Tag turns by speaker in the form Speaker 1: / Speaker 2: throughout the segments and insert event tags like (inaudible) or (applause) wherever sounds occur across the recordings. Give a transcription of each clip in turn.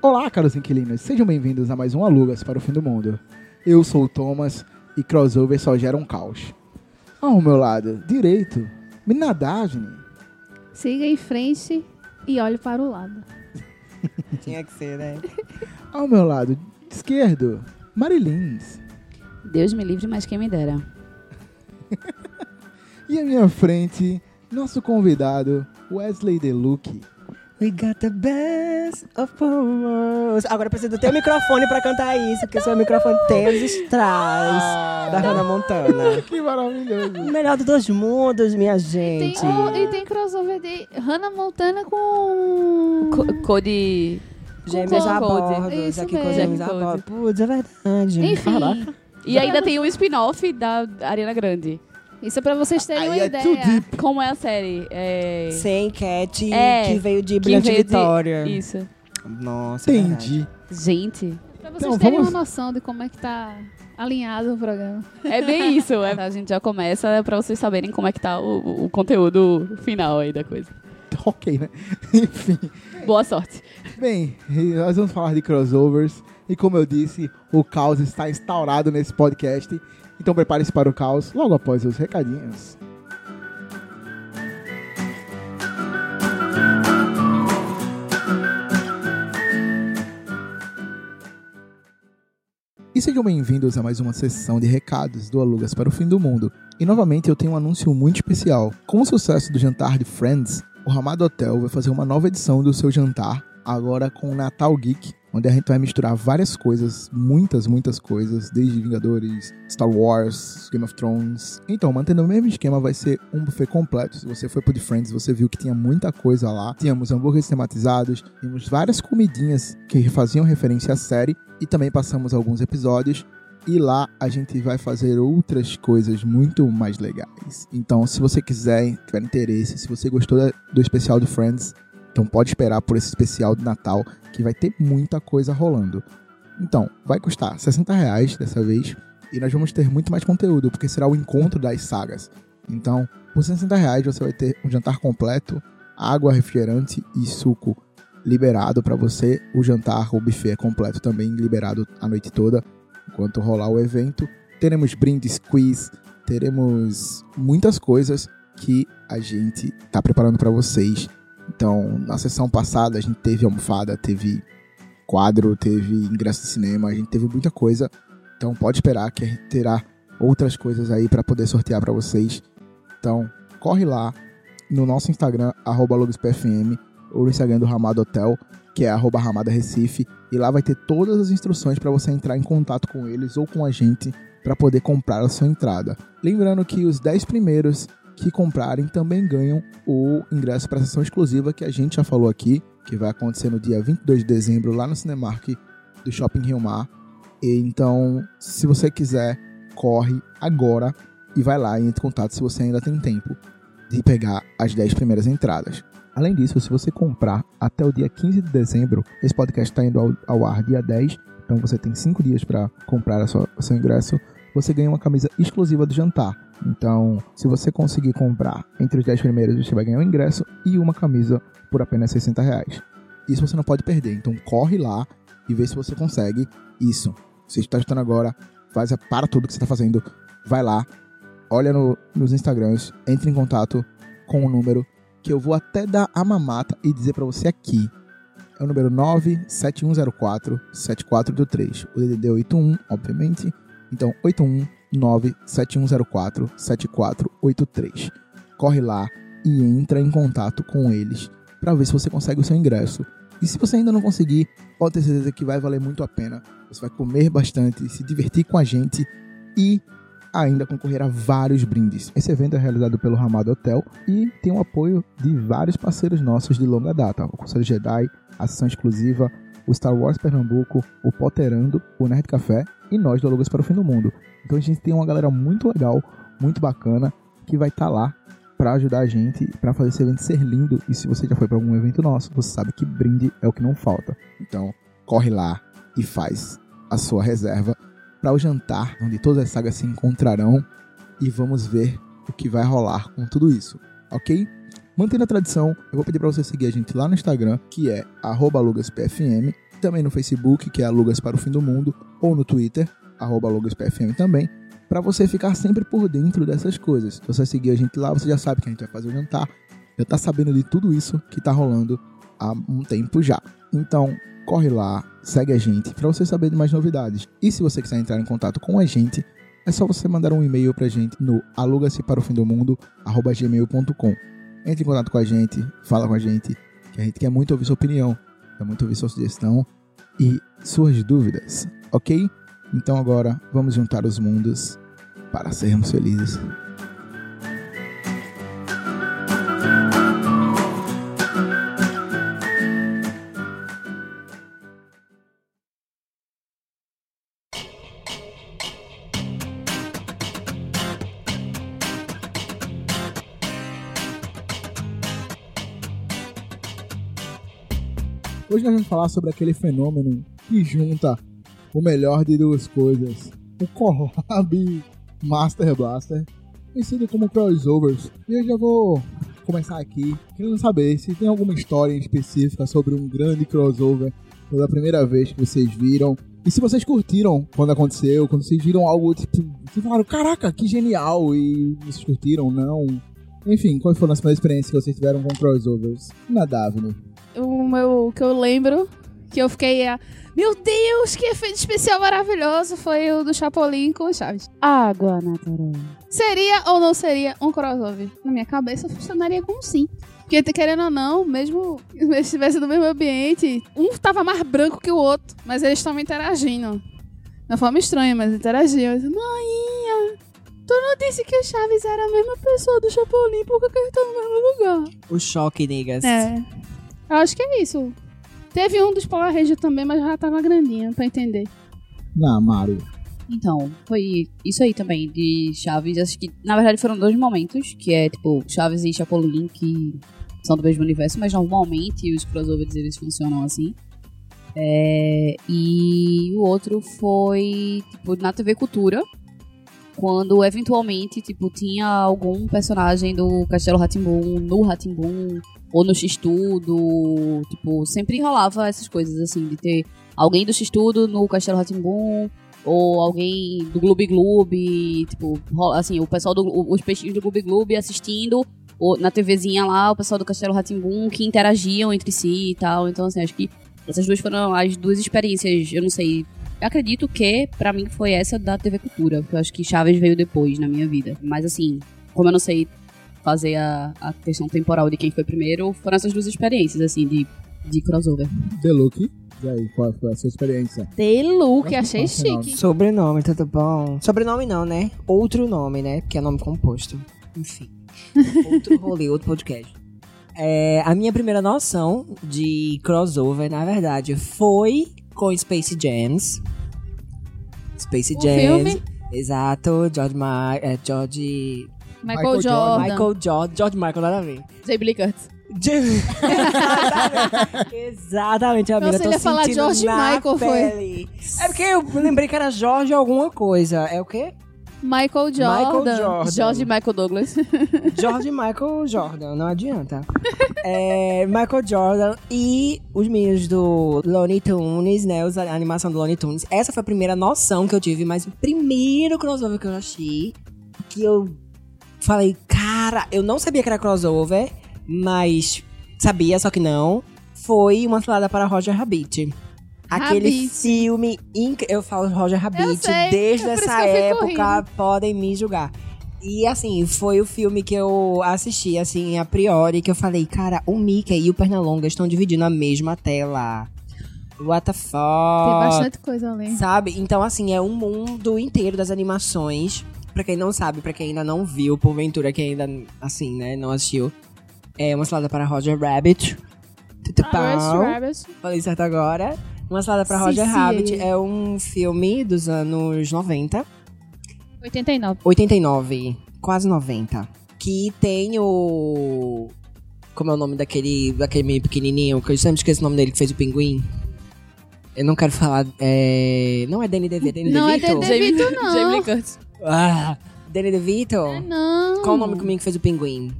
Speaker 1: Olá, caros inquilinos, sejam bem-vindos a mais um Alugas para o Fim do Mundo. Eu sou o Thomas e crossover só gera um caos. Ao meu lado direito, Menina Daphne.
Speaker 2: Siga em frente e olhe para o lado.
Speaker 3: Tinha que ser, né?
Speaker 1: Ao meu lado esquerdo, Marilins.
Speaker 4: Deus me livre, mas quem me dera.
Speaker 1: E à minha frente, nosso convidado, Wesley Deluque.
Speaker 3: We got the best of both worlds. Agora precisa do teu microfone pra cantar isso, porque seu microfone tem os strass da Hannah Montana.
Speaker 1: Que maravilhoso.
Speaker 3: O melhor dos dois mundos, minha
Speaker 2: Tem
Speaker 3: gente.
Speaker 2: um- e tem crossover de Hannah Montana com.
Speaker 4: Co- Cody.
Speaker 3: Gêmeas
Speaker 4: com
Speaker 3: a
Speaker 4: Code.
Speaker 3: bordo,
Speaker 2: Isso
Speaker 3: Jack
Speaker 2: mesmo.
Speaker 3: Cole, Gêmeas a
Speaker 4: Jack
Speaker 3: bordo. Putz, é verdade.
Speaker 2: Enfim,
Speaker 3: Caraca.
Speaker 4: E ainda tem um spin-off da Ariana Grande.
Speaker 2: isso é pra vocês terem
Speaker 1: Aí
Speaker 2: uma
Speaker 1: é
Speaker 2: ideia.
Speaker 1: too deep.
Speaker 4: Como é a série? É...
Speaker 3: Sem Cat,
Speaker 4: É,
Speaker 3: que veio de
Speaker 4: que
Speaker 3: Brilhante
Speaker 4: veio de-
Speaker 3: Vitória.
Speaker 4: Isso.
Speaker 3: Nossa, é verdade.
Speaker 1: Entendi.
Speaker 4: Gente,
Speaker 2: Pra vocês
Speaker 1: Então,
Speaker 2: terem
Speaker 1: vamos-
Speaker 2: uma noção de como é que tá alinhado o programa.
Speaker 4: é bem isso. É, a gente já começa pra vocês saberem como é que tá o, o conteúdo final aí da coisa.
Speaker 1: Ok, né? (laughs) Enfim.
Speaker 4: Boa sorte.
Speaker 1: Bem, nós vamos falar de crossovers. E como eu disse, o caos está instaurado nesse podcast. Então prepare-se para o caos logo após os recadinhos. E sejam bem-vindos a mais uma sessão de recados do Alugas para o Fim do Mundo. E novamente eu tenho um anúncio muito especial. Com o sucesso do jantar de Friends, o Ramado Hotel vai fazer uma nova edição do seu jantar, agora com o Natal Geek, onde a gente vai misturar várias coisas, muitas, muitas coisas, desde Vingadores, Star Wars, Game of Thrones. Então, mantendo o mesmo esquema, vai ser um buffet completo. Se você foi pro de Friends, você viu que tinha muita coisa lá. Tínhamos hambúrgueres tematizados, tínhamos várias comidinhas que faziam referência à série, e também passamos alguns episódios. E lá a gente vai fazer outras coisas muito mais legais. Então, se você quiser, tiver interesse, se você gostou da- do especial do Friends, então pode esperar por esse especial de Natal, que vai ter muita coisa rolando. Então, vai custar R$ 60 reais dessa vez, e nós vamos ter muito mais conteúdo, porque será o encontro das sagas. Então, por R$ 60 reais você vai ter um jantar completo, água, refrigerante e suco liberado para você. O jantar, o buffet é completo também, liberado a noite toda enquanto rolar o evento. Teremos brindes, quiz, teremos muitas coisas que a gente tá preparando para vocês. Então, na sessão passada a gente teve almofada, teve quadro, teve ingresso de cinema, a gente teve muita coisa. Então, pode esperar que a gente terá outras coisas aí para poder sortear para vocês. Então, corre lá no nosso Instagram arroba @logospfm ou no Instagram do Ramada Hotel, que é arroba Ramada Recife, e lá vai ter todas as instruções para você entrar em contato com eles ou com a gente para poder comprar a sua entrada. Lembrando que os 10 primeiros que comprarem também ganham o ingresso para a sessão exclusiva que a gente já falou aqui, que vai acontecer no dia 22 de dezembro lá no Cinemark do Shopping Rio Mar. E então, se você quiser, corre agora e vai lá e entre em contato se você ainda tem tempo de pegar as 10 primeiras entradas. Além disso, se você comprar até o dia 15 de dezembro, esse podcast está indo ao, ao ar dia 10, então você tem 5 dias para comprar a sua- o seu ingresso, você ganha uma camisa exclusiva do jantar. Então, se você conseguir comprar entre os 10 primeiros, você vai ganhar um ingresso e uma camisa por apenas 60 reais. Isso você não pode perder, então corre lá e vê se você consegue isso. Você está estudando agora, faz a, para tudo que você está fazendo, vai lá, olha no- nos Instagrams, entre em contato com o número que eu vou até dar a mamata e dizer pra você aqui. É o número 97104-7423. O DDD é 81, obviamente. Então, 819-7104-7483. Corre lá e entra em contato com eles pra ver se você consegue o seu ingresso. E se você ainda não conseguir, pode ter certeza que vai valer muito a pena. Você vai comer bastante, se divertir com a gente e ainda concorrer a vários brindes. Esse evento é realizado pelo Ramado Hotel e tem o apoio de vários parceiros nossos de longa data: o Conselho Jedi, a Sessão Exclusiva, o Star Wars Pernambuco, o Potterando, o Nerd Café e nós do Alugas para o Fim do Mundo. Então a gente tem uma galera muito legal, muito bacana, que vai estar lá para ajudar a gente, para fazer esse evento ser lindo. E se você já foi para algum evento nosso, você sabe que brinde é o que não falta. Então corre lá e faz a sua reserva para o jantar, onde todas as sagas se encontrarão e vamos ver o que vai rolar com tudo isso, ok? Mantendo a tradição, eu vou pedir para você seguir a gente lá no Instagram, que é arroba alugaspfm, também no Facebook, que é Alugas para o Fim do Mundo, ou no Twitter, arroba AlugasPFM também, para você ficar sempre por dentro dessas coisas. Se você seguir a gente lá, você já sabe que a gente vai fazer o jantar, já tá sabendo de tudo isso que tá rolando há um tempo já. Então, corre lá, segue a gente para você saber de mais novidades. E se você quiser entrar em contato com a gente, é só você mandar um e-mail pra gente no aluga-se para o fim do mundo, arroba gmail.com. Entre em contato com a gente, fala com a gente, que a gente quer muito ouvir sua opinião, quer muito ouvir sua sugestão e suas dúvidas, ok? Então agora vamos juntar os mundos para sermos felizes. Hoje nós vamos falar sobre aquele fenômeno que junta o melhor de duas coisas: o Collab Master Blaster, conhecido como crossovers. E eu já vou começar aqui querendo saber se tem alguma história em específica sobre um grande crossover pela primeira vez que vocês viram. E se vocês curtiram quando aconteceu, quando vocês viram algo tipo, vocês falaram, caraca, que genial, e vocês curtiram, não. Enfim, quais foram as primeiras experiências que vocês tiveram com crossovers? né? Na Davine.
Speaker 4: O meu, o que eu lembro, que eu fiquei. ah, Meu Deus, que efeito especial maravilhoso! Foi o do Chapolin com o Chaves.
Speaker 2: Água natural.
Speaker 4: Seria ou não seria um crossover? Na minha cabeça funcionaria como sim. Porque, te- querendo ou não, mesmo (laughs) que eles estivessem no mesmo ambiente, um tava mais branco que o outro, mas eles estavam interagindo. De uma forma estranha, mas interagiam. Eu disse, Maninha, tu não disse que o Chaves era a mesma pessoa do Chapolin, por que que eles estão no mesmo lugar?
Speaker 3: O choque, niggas.
Speaker 4: É. Eu acho que é isso. Teve um dos Power Rangers também, mas já tava grandinha, pra entender.
Speaker 1: Na Mario.
Speaker 5: Então, foi isso aí também de Chaves. Acho que, na verdade, foram dois momentos, que é, tipo, Chaves e Chapolin, que são do mesmo universo, mas normalmente os crossovers, eles funcionam assim. É, e o outro foi, tipo, na TV Cultura, quando, eventualmente, tipo, tinha algum personagem do Castelo Ratimbun, no Ratimbun, ou no X-Tudo, tipo, sempre rolava essas coisas, assim, de ter alguém do X-Tudo no Castelo Ratimbun, ou alguém do Gloob Gloob, tipo, rola- assim, o pessoal do o- os peixinhos do Gloob Gloob assistindo o- na TVzinha lá, o pessoal do Castelo Ratimbum que interagiam entre si e tal. Então, assim, acho que essas duas foram as duas experiências, eu não sei. Eu acredito que, pra mim, foi essa da TV Cultura, porque eu acho que Chaves veio depois na minha vida. Mas, assim, como eu não sei fazer a, a questão temporal de quem foi primeiro, foram essas duas experiências, assim, de, de crossover.
Speaker 1: Deluxe. E aí, qual foi a sua experiência?
Speaker 4: Dei look, achei
Speaker 1: Nossa, não.
Speaker 4: chique.
Speaker 3: Sobrenome, tudo bom? Sobrenome não, né? Outro nome, né? Porque é nome composto. Enfim. (laughs) Outro rolê, outro podcast. É, a minha primeira noção de crossover, na verdade, foi com Space Jams. Space
Speaker 4: O
Speaker 3: Jams.
Speaker 4: filme?
Speaker 3: Exato, George, Ma é, George...
Speaker 4: Michael, Jordan,
Speaker 1: Michael Jordan.
Speaker 3: Michael George, George Michael, nada a ver.
Speaker 4: Jay Blickert.
Speaker 3: Jim- Exatamente. (laughs) Exatamente, amiga.
Speaker 4: Nossa,
Speaker 3: eu tô
Speaker 4: ele ia falar
Speaker 3: sentindo
Speaker 4: George
Speaker 3: na
Speaker 4: Michael, foi.
Speaker 3: pele. É porque eu lembrei que era Jorge alguma coisa. É o quê?
Speaker 4: Michael Jordan.
Speaker 3: Jordan.
Speaker 4: Jorge Michael
Speaker 2: (laughs)
Speaker 4: Douglas.
Speaker 3: George Michael Jordan, não adianta. É, Michael Jordan e os meninos do Looney Tunes, né? os- A animação do Looney Tunes. Essa foi a primeira noção que eu tive, mas o primeiro crossover que eu achei, que eu falei, cara, eu não sabia que era crossover, mas sabia, só que não, foi Uma Salada para Roger Rabbit. Aquele
Speaker 4: Rabbit.
Speaker 3: filme, inc- eu falo Roger
Speaker 4: Eu
Speaker 3: Rabbit
Speaker 4: sei,
Speaker 3: desde
Speaker 4: é por isso
Speaker 3: essa
Speaker 4: que eu fico
Speaker 3: época, podem me julgar. E assim, foi o filme que eu assisti, assim, a priori, que eu falei, cara, o Mickey e o Pernalonga estão dividindo a mesma tela. What the fuck?
Speaker 2: Tem bastante coisa além.
Speaker 3: Sabe? Então, assim, é um mundo inteiro das animações. Pra quem não sabe, pra quem ainda não viu, porventura, quem ainda, assim, né, não assistiu. É uma salada para Roger Rabbit.
Speaker 4: Tá.
Speaker 3: Tutupau. Falei certo agora. Uma salada para
Speaker 2: Ah, Sim,
Speaker 3: Roger
Speaker 2: sim,
Speaker 3: Rabbit
Speaker 2: ele.
Speaker 3: é um filme dos anos 90.
Speaker 2: 89.
Speaker 3: 89, quase 90. Que tem o. Como é o nome daquele, daquele menino pequenininho? Que eu sempre esqueço o nome dele que fez o pinguim. Eu não quero falar. É... Não é Danny DeVito, é Danny
Speaker 2: Não é
Speaker 3: DeVito?
Speaker 2: Danny DeVito. Devito não.
Speaker 4: Jay Blickert.
Speaker 3: Ah, Danny DeVito?
Speaker 2: Não.
Speaker 3: Qual o nome do menino que fez o pinguim?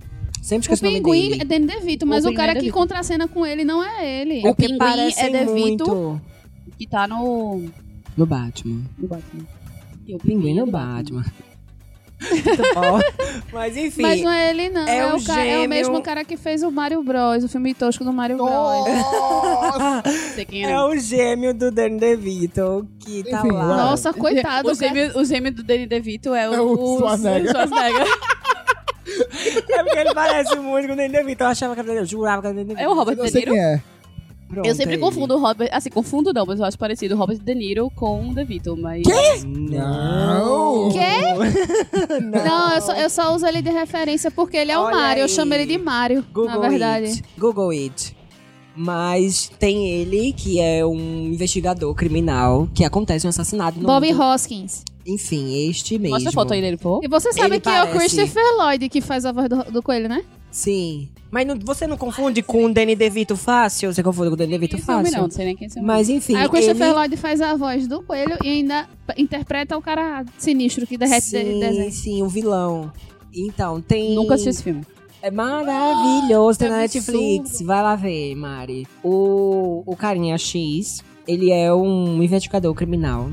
Speaker 2: O
Speaker 3: Sempre esqueço o, nome
Speaker 2: pinguim
Speaker 3: dele.
Speaker 2: é Danny DeVito, mas
Speaker 5: O
Speaker 2: o, cara
Speaker 5: pinguim é
Speaker 2: que
Speaker 5: DeVito.
Speaker 2: contracena com ele não é ele.
Speaker 5: O
Speaker 3: É porque
Speaker 5: pinguim
Speaker 3: parece
Speaker 5: é DeVito.
Speaker 3: muito
Speaker 5: Que tá no.
Speaker 3: No Batman.
Speaker 5: no Batman. E o
Speaker 3: Pinguim
Speaker 5: é
Speaker 3: no (laughs)
Speaker 5: do
Speaker 3: Batman. Muito bom. Mas enfim.
Speaker 2: Mas não é ele, não.
Speaker 3: É
Speaker 2: É,
Speaker 3: o
Speaker 2: o cara- é
Speaker 3: gêmeo.
Speaker 2: o mesmo cara que fez o Mario Bros, o filme tosco do Mario Bros.
Speaker 1: Nossa!
Speaker 5: Não sei quem é.
Speaker 3: É
Speaker 5: não.
Speaker 3: o gêmeo do Danny DeVito, que tá
Speaker 1: Enfim,
Speaker 3: lá.
Speaker 1: vai.
Speaker 2: Nossa, coitado.
Speaker 5: O
Speaker 2: cara.
Speaker 5: gêmeo, o gêmeo do Danny DeVito é o,
Speaker 1: É o Schwarzenegger.
Speaker 5: (laughs) o Schwarzenegger.
Speaker 3: É porque ele parece muito com o Danny DeVito. Eu achava que era o Danny DeVito, eu jurava que era o Danny DeVito.
Speaker 5: É o Robert
Speaker 1: Eu não
Speaker 5: De
Speaker 1: sei
Speaker 5: Niro.
Speaker 1: quem é.
Speaker 3: Pronto,
Speaker 5: Eu sempre
Speaker 3: é
Speaker 5: confundo o Robert. Assim, confundo não, mas eu acho parecido o Robert De Niro com o DeVito, mas.
Speaker 3: ele.
Speaker 1: é.
Speaker 3: Não.
Speaker 1: Não.
Speaker 2: Quê? Não, eu só, eu só uso ele de referência porque ele é o
Speaker 3: Olha
Speaker 2: Mario. Eu
Speaker 3: aí.
Speaker 2: chamo ele de Mario,
Speaker 3: Google
Speaker 2: na verdade.
Speaker 3: It. Google It. Mas tem ele, que é um investigador criminal, que acontece um assassinato no
Speaker 2: Bobby
Speaker 3: mundo.
Speaker 2: Hoskins.
Speaker 3: Enfim, este mesmo.
Speaker 5: Mostra a foto aí dele, pô.
Speaker 2: E você sabe
Speaker 3: Ele
Speaker 2: que é o
Speaker 3: parece-
Speaker 2: Christopher Lloyd que faz a voz do, do coelho, né?
Speaker 3: Sim. Mas não- você não confunde com o Danny DeVito fácil? Você confunde com o Danny DeVito
Speaker 5: Esse nome não,
Speaker 3: fácil?
Speaker 5: não sei nem quem é esse
Speaker 3: Mas enfim,
Speaker 2: Aí o Christopher
Speaker 3: ele...
Speaker 2: Lloyd faz a voz do coelho e ainda p- interpreta o cara sinistro que
Speaker 5: é
Speaker 2: derrete de-
Speaker 3: Sim,
Speaker 2: desenho.
Speaker 3: sim, o vilão. Então, tem...
Speaker 5: Nunca assisti esse filme.
Speaker 3: É maravilhoso, tem na
Speaker 2: Ah, Que
Speaker 3: Netflix. Vai lá ver, Mari. O, o carinha X, ele é um investigador criminal.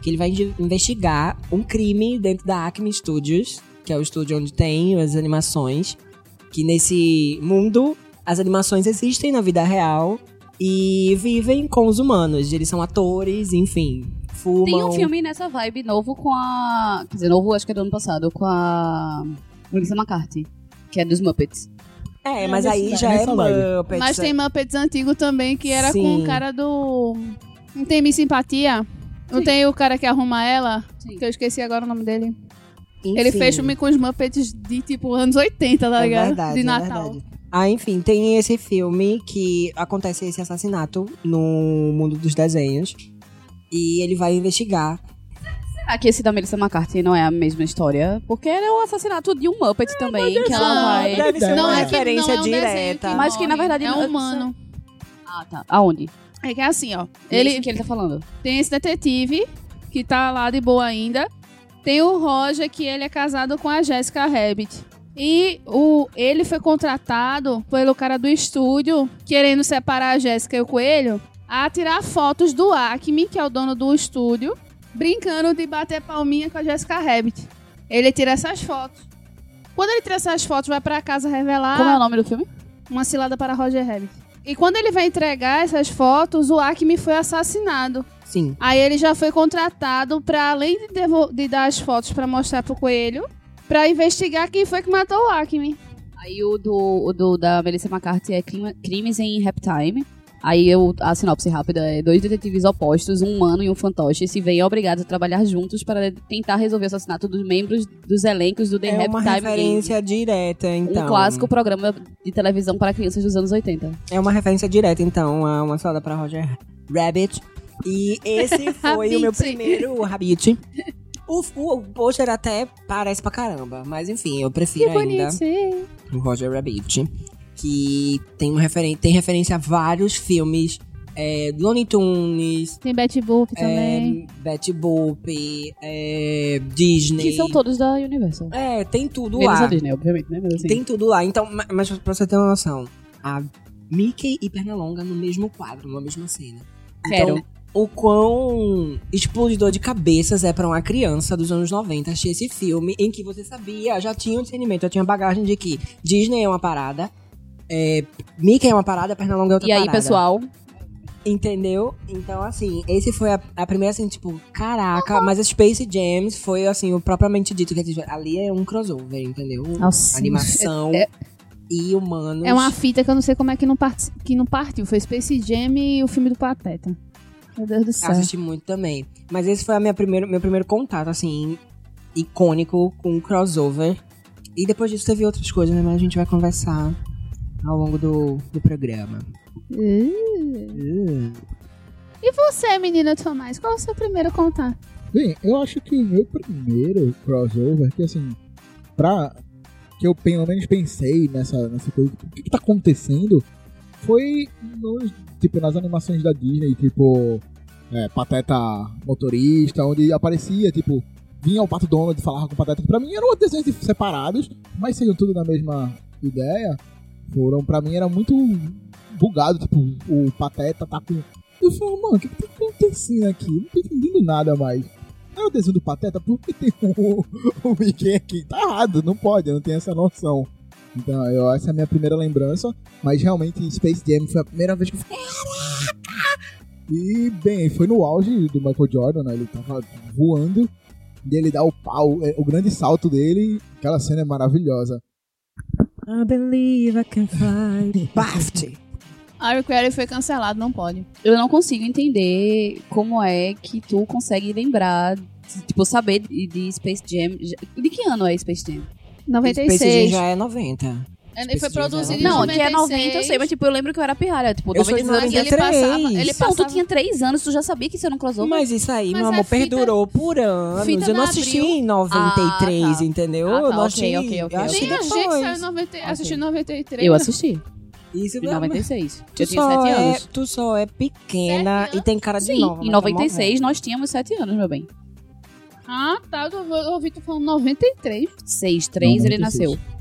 Speaker 3: Que ele vai inve- investigar um crime dentro da Acme Studios, que é o estúdio onde tem as animações. Que nesse mundo, as animações existem na vida real e vivem com os humanos. Eles são atores, enfim, fumam.
Speaker 5: Tem um filme nessa vibe novo com a. Quer dizer, novo acho que é do ano passado, com a. Melissa McCarthy, que é dos Muppets.
Speaker 3: É, mas
Speaker 1: Não,
Speaker 3: aí
Speaker 1: nesse-
Speaker 3: já é
Speaker 1: nessa vibe.
Speaker 3: Muppets.
Speaker 2: Mas tem Muppets antigo também, que era com
Speaker 3: é. Sim.
Speaker 2: o cara do. Não tem Miss Simpatia? Não
Speaker 5: Sim.
Speaker 2: tem o cara que arruma ela?
Speaker 5: Sim.
Speaker 2: Que eu esqueci agora o nome dele.
Speaker 3: é, Enfim.
Speaker 2: Ele fez filme com os Muppets de tipo anos 80,
Speaker 3: É
Speaker 2: tá ligado? de Natal.
Speaker 3: Ah, enfim, tem esse filme que acontece esse assassinato no mundo dos desenhos. E ele vai investigar.
Speaker 5: Será que esse da Melissa McCarthy não é a mesma história? Porque era o assassinato de um Muppet também, que ela
Speaker 2: não,
Speaker 5: vai.
Speaker 3: Deve ser
Speaker 1: Não,
Speaker 3: uma
Speaker 1: é que-
Speaker 3: referência
Speaker 2: não é um desenho
Speaker 3: direta.
Speaker 2: que
Speaker 5: Mas que, na
Speaker 2: morre,
Speaker 5: verdade,
Speaker 2: é
Speaker 5: não-
Speaker 2: humano.
Speaker 5: Ah, tá. Aonde?
Speaker 2: É que é assim, ó.
Speaker 5: Ele
Speaker 2: Ele
Speaker 5: que ele tá falando.
Speaker 2: tem esse detetive que tá lá de boa ainda. Tem o Roger que ele é casado com a Jessica Rabbit. E o ele foi contratado pelo cara do estúdio querendo separar a Jéssica e o coelho a tirar fotos do Acme, que é o dono do estúdio, brincando de bater palminha com a Jessica Rabbit. Ele tira essas fotos. Quando ele tira essas fotos, vai pra casa revelar.
Speaker 5: Como é o nome do filme?
Speaker 2: Uma cilada para Roger Rabbit. E quando ele vai entregar essas fotos, o Acme foi assassinado.
Speaker 3: Sim.
Speaker 2: Aí ele já foi contratado para além de, devo- de dar as fotos para mostrar pro coelho, para investigar quem foi que matou o Acme.
Speaker 5: Aí o do, o do da Melissa McCarthy é Clima- Crimes em Reptime. Aí eu, a sinopse rápida é dois detetives opostos, um humano e um fantoche, se veem obrigados a trabalhar juntos para tentar resolver o assassinato dos membros dos elencos do The
Speaker 3: é uma
Speaker 5: Reptime Game.
Speaker 3: referência direta, então.
Speaker 5: Um clássico programa de televisão para crianças dos anos 80.
Speaker 3: É uma referência direta, então, a uma salada pra Roger Rabbit. E esse foi o meu
Speaker 2: Rabbit.
Speaker 3: primeiro Rabbit. O, o, o pôster até parece pra caramba, mas enfim, eu prefiro ainda.
Speaker 2: bonitinho.
Speaker 3: o Roger Rabbit, que tem, uma referen tem referência a vários filmes, é, Looney Tunes,
Speaker 2: Tem Betty Boop
Speaker 3: é,
Speaker 2: também.
Speaker 3: Betty Boop, é, Disney.
Speaker 5: Que são todos da Universal.
Speaker 3: É, tem tudo
Speaker 5: Menos a
Speaker 3: lá.
Speaker 5: Disney, obviamente, né? Mas assim,
Speaker 3: Tem tudo lá. Então, ma- mas pra você ter uma noção, a Mickey e Pernalonga no mesmo quadro, na mesma cena.
Speaker 5: Quero.
Speaker 3: Então, o quão explodidor de cabeças é pra uma criança dos anos 90 assistir esse filme em que você sabia, já tinha um discernimento, já tinha bagagem de que Disney é uma parada, é, Mickey é uma parada, Pernalonga é outra
Speaker 5: e aí,
Speaker 3: parada.
Speaker 5: pessoal,
Speaker 3: Entendeu? Então, assim, esse foi a, a primeira, assim, tipo, caraca.
Speaker 5: Uhum.
Speaker 3: Mas a Space James foi, assim, o propriamente dito. Que ali é um crossover, entendeu?
Speaker 5: Nossa.
Speaker 3: Animação
Speaker 5: É-
Speaker 3: e humanos.
Speaker 2: É uma fita que eu não sei como é que não, part- que não partiu. Foi Space Jam e o filme do Pateta. Meu Deus do
Speaker 3: Eu
Speaker 2: céu.
Speaker 3: assisti muito também. Mas esse foi a minha primeiro, meu primeiro contato, assim, icônico com o crossover. E depois disso teve outras coisas, né? Mas a gente vai conversar ao longo do, do programa.
Speaker 2: Uh.
Speaker 3: Uh.
Speaker 2: E você, menina Tomás, qual o seu primeiro contato?
Speaker 1: Bem, eu acho que o meu primeiro crossover, que assim, pra. que eu pelo menos pensei nessa, nessa coisa, o que, que tá acontecendo, foi nos, tipo, nas animações da Disney, tipo. é, Pateta motorista, onde aparecia, tipo, vinha o Pato Donald e falava com o Pateta. Pra mim eram desenhos separados, mas seriam tudo na mesma. ideia foram, pra mim, era muito bugado. Tipo, o Pateta tá com. Eu falo, mano, o que, que tá acontecendo aqui? Eu Não tô entendendo nada mais. Era É o desenho do Pateta, por que tem o, o Mickey aqui? Tá errado, não pode, eu não tenho essa noção. Então, eu, essa é a minha primeira lembrança, mas realmente Space Jam foi a primeira vez que eu fiquei. "Caraca!" E, bem, foi no auge do Michael Jordan, né? Ele tava voando dele dar o pau, é, o grande salto dele, aquela cena é maravilhosa.
Speaker 3: I believe I can (laughs) fly. Baft!
Speaker 4: Harry Query foi cancelado, não pode.
Speaker 5: Eu não consigo entender como é que tu consegue lembrar, de- tipo, saber de, de Space Jam. De que ano é Space Jam?
Speaker 3: Space Jam
Speaker 4: 96.
Speaker 3: já é 90.
Speaker 4: Ele foi
Speaker 3: Space Jam já
Speaker 4: produzido em
Speaker 3: Não,
Speaker 5: Não,
Speaker 3: aqui
Speaker 5: que é 90, eu sei, mas tipo, eu lembro que eu era pirralha. Tipo,
Speaker 3: Eu sou de
Speaker 4: Mas
Speaker 5: 96.
Speaker 4: ele
Speaker 3: 93.
Speaker 4: passava. Ele
Speaker 5: Então,
Speaker 4: passava
Speaker 5: tu tinha 3 anos, tu já sabia que isso era um crossover?
Speaker 3: Mas isso aí,
Speaker 4: Mas
Speaker 3: meu
Speaker 4: é
Speaker 3: amor,
Speaker 4: fita-
Speaker 3: perdurou por anos.
Speaker 4: fita
Speaker 3: Eu não
Speaker 4: da
Speaker 3: assisti
Speaker 4: Abril.
Speaker 3: em 93,
Speaker 5: Ah, tá.
Speaker 3: entendeu?
Speaker 5: Ah, tá,
Speaker 3: Eu não
Speaker 5: ok,
Speaker 3: assisti.
Speaker 5: ok, ok,
Speaker 3: eu
Speaker 5: ok.
Speaker 3: assisti
Speaker 4: Nem a gente
Speaker 3: depois.
Speaker 4: saiu em 90, assistiu em 93.
Speaker 5: Eu assisti,
Speaker 3: Isso
Speaker 5: em
Speaker 3: é-
Speaker 5: 96.
Speaker 3: Tu
Speaker 5: eu tinha
Speaker 3: só
Speaker 5: 7
Speaker 3: é-
Speaker 5: anos.
Speaker 3: Tu só é pequena
Speaker 4: Sete
Speaker 3: e tem cara de
Speaker 5: Sim,
Speaker 3: nova.
Speaker 5: em
Speaker 3: mas tá
Speaker 5: 96 nós tínhamos 7 anos, meu bem.
Speaker 4: Ah, tá. Eu ouvi- eu ouvi tu falando 93.
Speaker 5: 6, 3, ele
Speaker 1: 96.
Speaker 5: nasceu.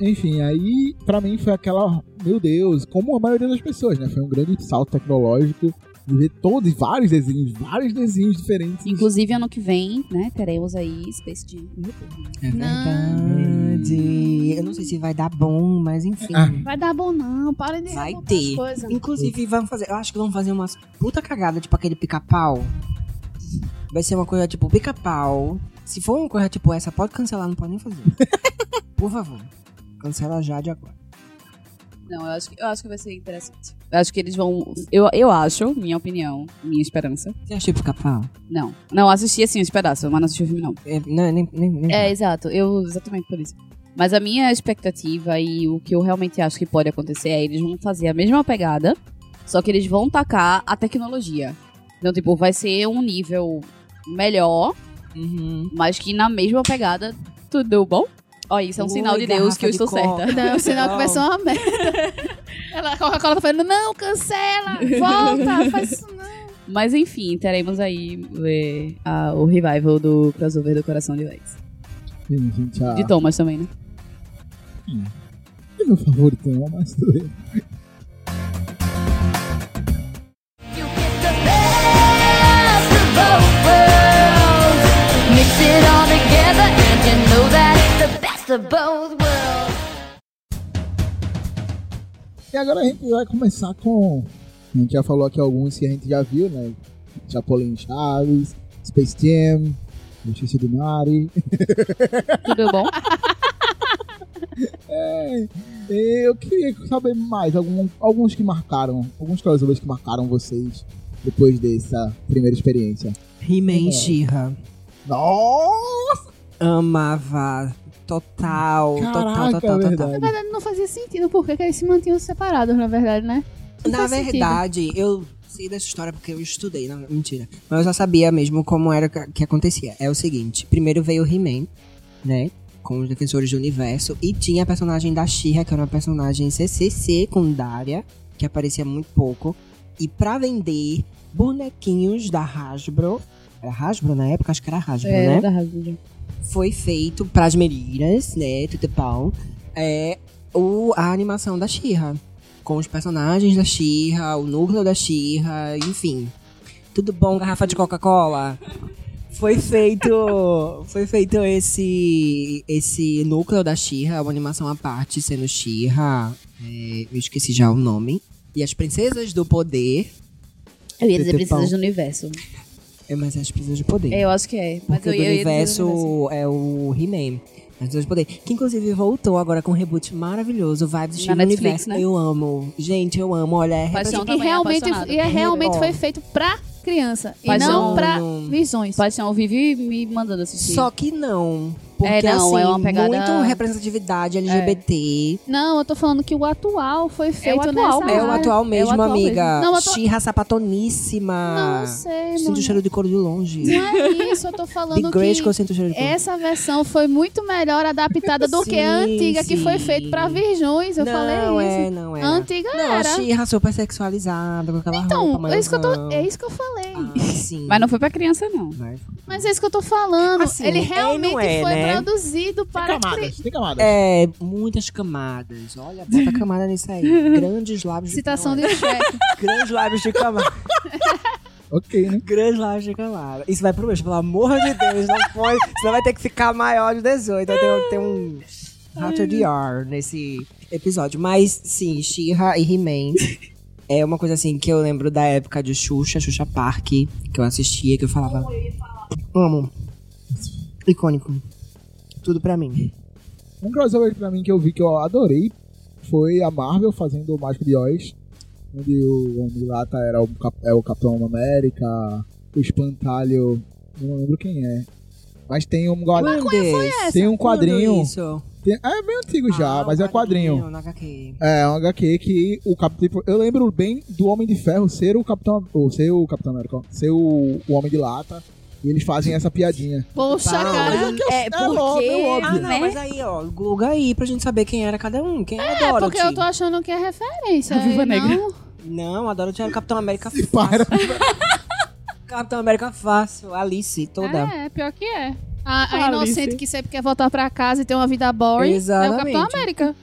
Speaker 1: Enfim, aí pra mim foi aquela, meu Deus, como a maioria das pessoas, né? Foi um grande salto tecnológico de ver todos, vários desenhos, vários desenhos diferentes.
Speaker 5: Inclusive, ano que vem, né, teremos aí Space Jam.
Speaker 3: morrendo. É verdade. Eu não sei se vai dar bom, mas enfim.
Speaker 1: Ah.
Speaker 4: Vai dar bom, não. Para de
Speaker 3: Vai
Speaker 4: revoltar
Speaker 3: ter.
Speaker 4: as coisas.
Speaker 3: Inclusive, vamos fazer. Eu acho que vamos fazer umas puta cagada, tipo aquele pica-pau. Vai ser uma coisa tipo pica-pau. Se for uma coisa tipo essa, pode cancelar, não pode nem
Speaker 5: (laughs)
Speaker 3: fazer. Por favor. Cancela já de agora.
Speaker 5: Não, eu acho, que, eu acho que vai ser interessante. Eu acho que eles vão. Eu, eu acho, minha opinião, minha esperança.
Speaker 3: Você achou pica-pau?
Speaker 5: Não. Não, eu assisti assim os pedaços, mas não assisti o filme, não.
Speaker 3: É, não, nem, nem, nem
Speaker 5: É, exato. Eu exatamente por isso. Mas a minha expectativa e o que eu realmente acho que pode acontecer é eles vão fazer a mesma pegada, só que eles vão tacar a tecnologia. Então, tipo, vai ser um nível melhor,
Speaker 3: Uhum.
Speaker 5: mas que na mesma pegada tudo bom. Olha, isso é um
Speaker 3: Ui,
Speaker 5: sinal de Deus que eu estou
Speaker 3: garrafa de
Speaker 5: certa.
Speaker 4: Não, o sinal que vai ser uma merda.
Speaker 3: (laughs)
Speaker 4: Ela, a Coca-Cola tá falando, não, cancela, volta, faz isso não.
Speaker 5: Mas enfim, teremos aí é, a- o revival do crossover do Coração de Lex.
Speaker 1: Enfim, gente, a...
Speaker 5: De Thomas também, né?
Speaker 1: meu favorito, não, um mas tudo bem. E agora a gente vai começar com. A gente já falou aqui alguns que a gente já viu, né? Chapolin Chaves, Space Jam, Justiça do Mari.
Speaker 5: (laughs) Tudo bom?
Speaker 1: (laughs) É, eu queria saber mais, algum, alguns que marcaram, alguns crossovers que marcaram vocês depois dessa primeira experiência.
Speaker 3: He-Man
Speaker 1: É.
Speaker 3: She-Ra.
Speaker 1: Nossa!
Speaker 3: Amava. Total, total,
Speaker 1: Caraca,
Speaker 3: total,
Speaker 1: é
Speaker 3: total.
Speaker 1: verdade.
Speaker 4: Na
Speaker 5: (laughs)
Speaker 4: verdade, não fazia sentido, porque que eles se mantinham separados, na verdade, né? Não
Speaker 3: Na
Speaker 4: faz sentido.
Speaker 3: verdade, eu sei dessa história porque eu estudei, não, mentira. Mas eu já sabia mesmo como era que que acontecia. É o seguinte, primeiro veio o He-Man, né? Com os Defensores do Universo. E tinha a personagem da She-Ra, que era uma personagem CC secundária, que aparecia muito pouco. E pra vender bonequinhos da Hasbro... Era Hasbro na época? Acho que era Hasbro, né?
Speaker 5: da razão.
Speaker 3: foi feito pras meninas, né, tudo pau, é o, a animação da Xirra. Com os personagens da Xirra, o núcleo da Xirra, enfim. Tudo bom, garrafa de Coca-Cola? Foi feito, foi feito esse esse núcleo da Xirra, uma animação à parte sendo Xirra, é, eu esqueci já o nome. E as princesas do poder,
Speaker 5: Eu ia dizer
Speaker 3: Tudo bom.
Speaker 5: Princesas do Universo.
Speaker 3: é, mas é as princesas do poder.
Speaker 5: É, eu acho que é. Mas
Speaker 3: Porque
Speaker 5: eu
Speaker 3: o do
Speaker 5: ia, eu ia dizer
Speaker 3: universo
Speaker 5: assim. do universo.
Speaker 3: é o He-Man. As pessoas poder. Que inclusive voltou agora com um reboot maravilhoso. Vibes de
Speaker 5: Na Netflix,
Speaker 3: universo.
Speaker 5: né?
Speaker 3: Eu amo. Gente, eu amo. Olha, é
Speaker 5: Paixão
Speaker 3: representativo.
Speaker 4: E
Speaker 5: também é
Speaker 4: realmente,
Speaker 5: apaixonado.
Speaker 4: e é realmente
Speaker 3: Ó.
Speaker 4: foi feito pra criança, e
Speaker 5: Mas
Speaker 4: não
Speaker 5: não-
Speaker 4: pra
Speaker 3: um
Speaker 4: visões.
Speaker 5: Paixão vive me mandando assistir.
Speaker 3: Só que não. Porque
Speaker 5: É, não,
Speaker 3: assim,
Speaker 5: é uma pegada-
Speaker 3: muito representatividade LGBT.
Speaker 4: Não, eu tô falando que o atual foi feito
Speaker 5: atual
Speaker 4: nessa
Speaker 5: mesmo.
Speaker 3: É o
Speaker 4: área.
Speaker 3: atual mesmo,
Speaker 5: atual
Speaker 3: amiga.
Speaker 4: mesmo. Não, o Ah, atual- é,
Speaker 3: Xirra sapatoníssima.
Speaker 4: Não sei,
Speaker 3: Sinto o
Speaker 4: mano.
Speaker 3: cheiro de couro de longe.
Speaker 4: (laughs) Não é isso, eu tô
Speaker 3: De
Speaker 4: falando
Speaker 3: Grace que eu
Speaker 4: que
Speaker 3: sinto o cheiro de couro.
Speaker 4: essa versão foi muito melhor adaptada do que a
Speaker 3: Sim,
Speaker 4: antiga que foi
Speaker 3: sim.
Speaker 4: feita pra virgões, eu
Speaker 3: não,
Speaker 4: falei isso.
Speaker 3: é, não é.
Speaker 4: A antiga
Speaker 3: Não,
Speaker 4: era.
Speaker 3: Xirra super sexualizada, com aquela
Speaker 4: Então,
Speaker 3: roupa
Speaker 4: é isso, que eu tô,
Speaker 3: maisão.
Speaker 4: é isso que eu falei.
Speaker 3: Ah, sim.
Speaker 5: Mas não foi pra criança, não.
Speaker 3: Vai.
Speaker 4: Mas é isso que eu tô falando.
Speaker 3: Assim,
Speaker 4: ele
Speaker 3: é e não
Speaker 4: realmente
Speaker 3: é,
Speaker 4: foi
Speaker 3: né? né?
Speaker 2: Produzido
Speaker 1: Tem
Speaker 2: para
Speaker 1: camadas, tem camadas.
Speaker 3: É, muitas camadas. Olha, bota camada nisso
Speaker 4: (laughs)
Speaker 3: aí. Grandes lábios
Speaker 2: citação
Speaker 3: de
Speaker 2: de cheque.
Speaker 3: camada. Grandes lábios de camada.
Speaker 1: Ok, né?
Speaker 3: Grandes lábios de camada. Isso vai pro mês, pelo amor de Deus, não pode. Senão vai ter que ficar maior de 18. Então tem, tem um Rated R nesse episódio. Mas sim, She-Ra e He-Man. É uma coisa assim que eu lembro da época de Xuxa, Xuxa Park, que eu assistia, que eu falava. Amo. Icônico. Tudo pra mim.
Speaker 1: Um crossover pra mim que eu vi que eu adorei foi a Marvel fazendo o Mágico de Oz, onde o Homem Lata era o, Cap- é o Capitão América, o Espantalho, eu não lembro quem é. Mas tem um, guar- tem um quadrinho.
Speaker 3: Isso.
Speaker 1: tem- é bem antigo já,
Speaker 3: Ah,
Speaker 1: mas é quadrinho.
Speaker 3: na HQ.
Speaker 1: É, um HQ que o Cap- tipo, Eu lembro bem do Homem de Ferro ser o Capitão. Ou ser o Capitão América, ó, ser o, o Homem de Lata. E eles fazem essa piadinha.
Speaker 2: Poxa,
Speaker 3: Não,
Speaker 2: cara. né?
Speaker 3: mas é,
Speaker 1: é óbvio, é óbvio.
Speaker 3: Ah, não, mas aí, ó, Google aí pra gente saber quem era cada um. Quem era a
Speaker 2: É
Speaker 3: Dorothy?
Speaker 2: porque eu tô achando que é referência.
Speaker 5: A Viúva
Speaker 2: e
Speaker 5: Negra.
Speaker 2: Não,
Speaker 3: Não, a Dorothy era o Capitão América
Speaker 1: Se para.
Speaker 3: fácil. (laughs) Capitão América fácil, Alice toda.
Speaker 2: É, pior que é. A, a
Speaker 4: Alice.
Speaker 2: inocente que sempre quer voltar pra casa e ter uma vida boring é o Capitão
Speaker 3: Exatamente.
Speaker 2: América.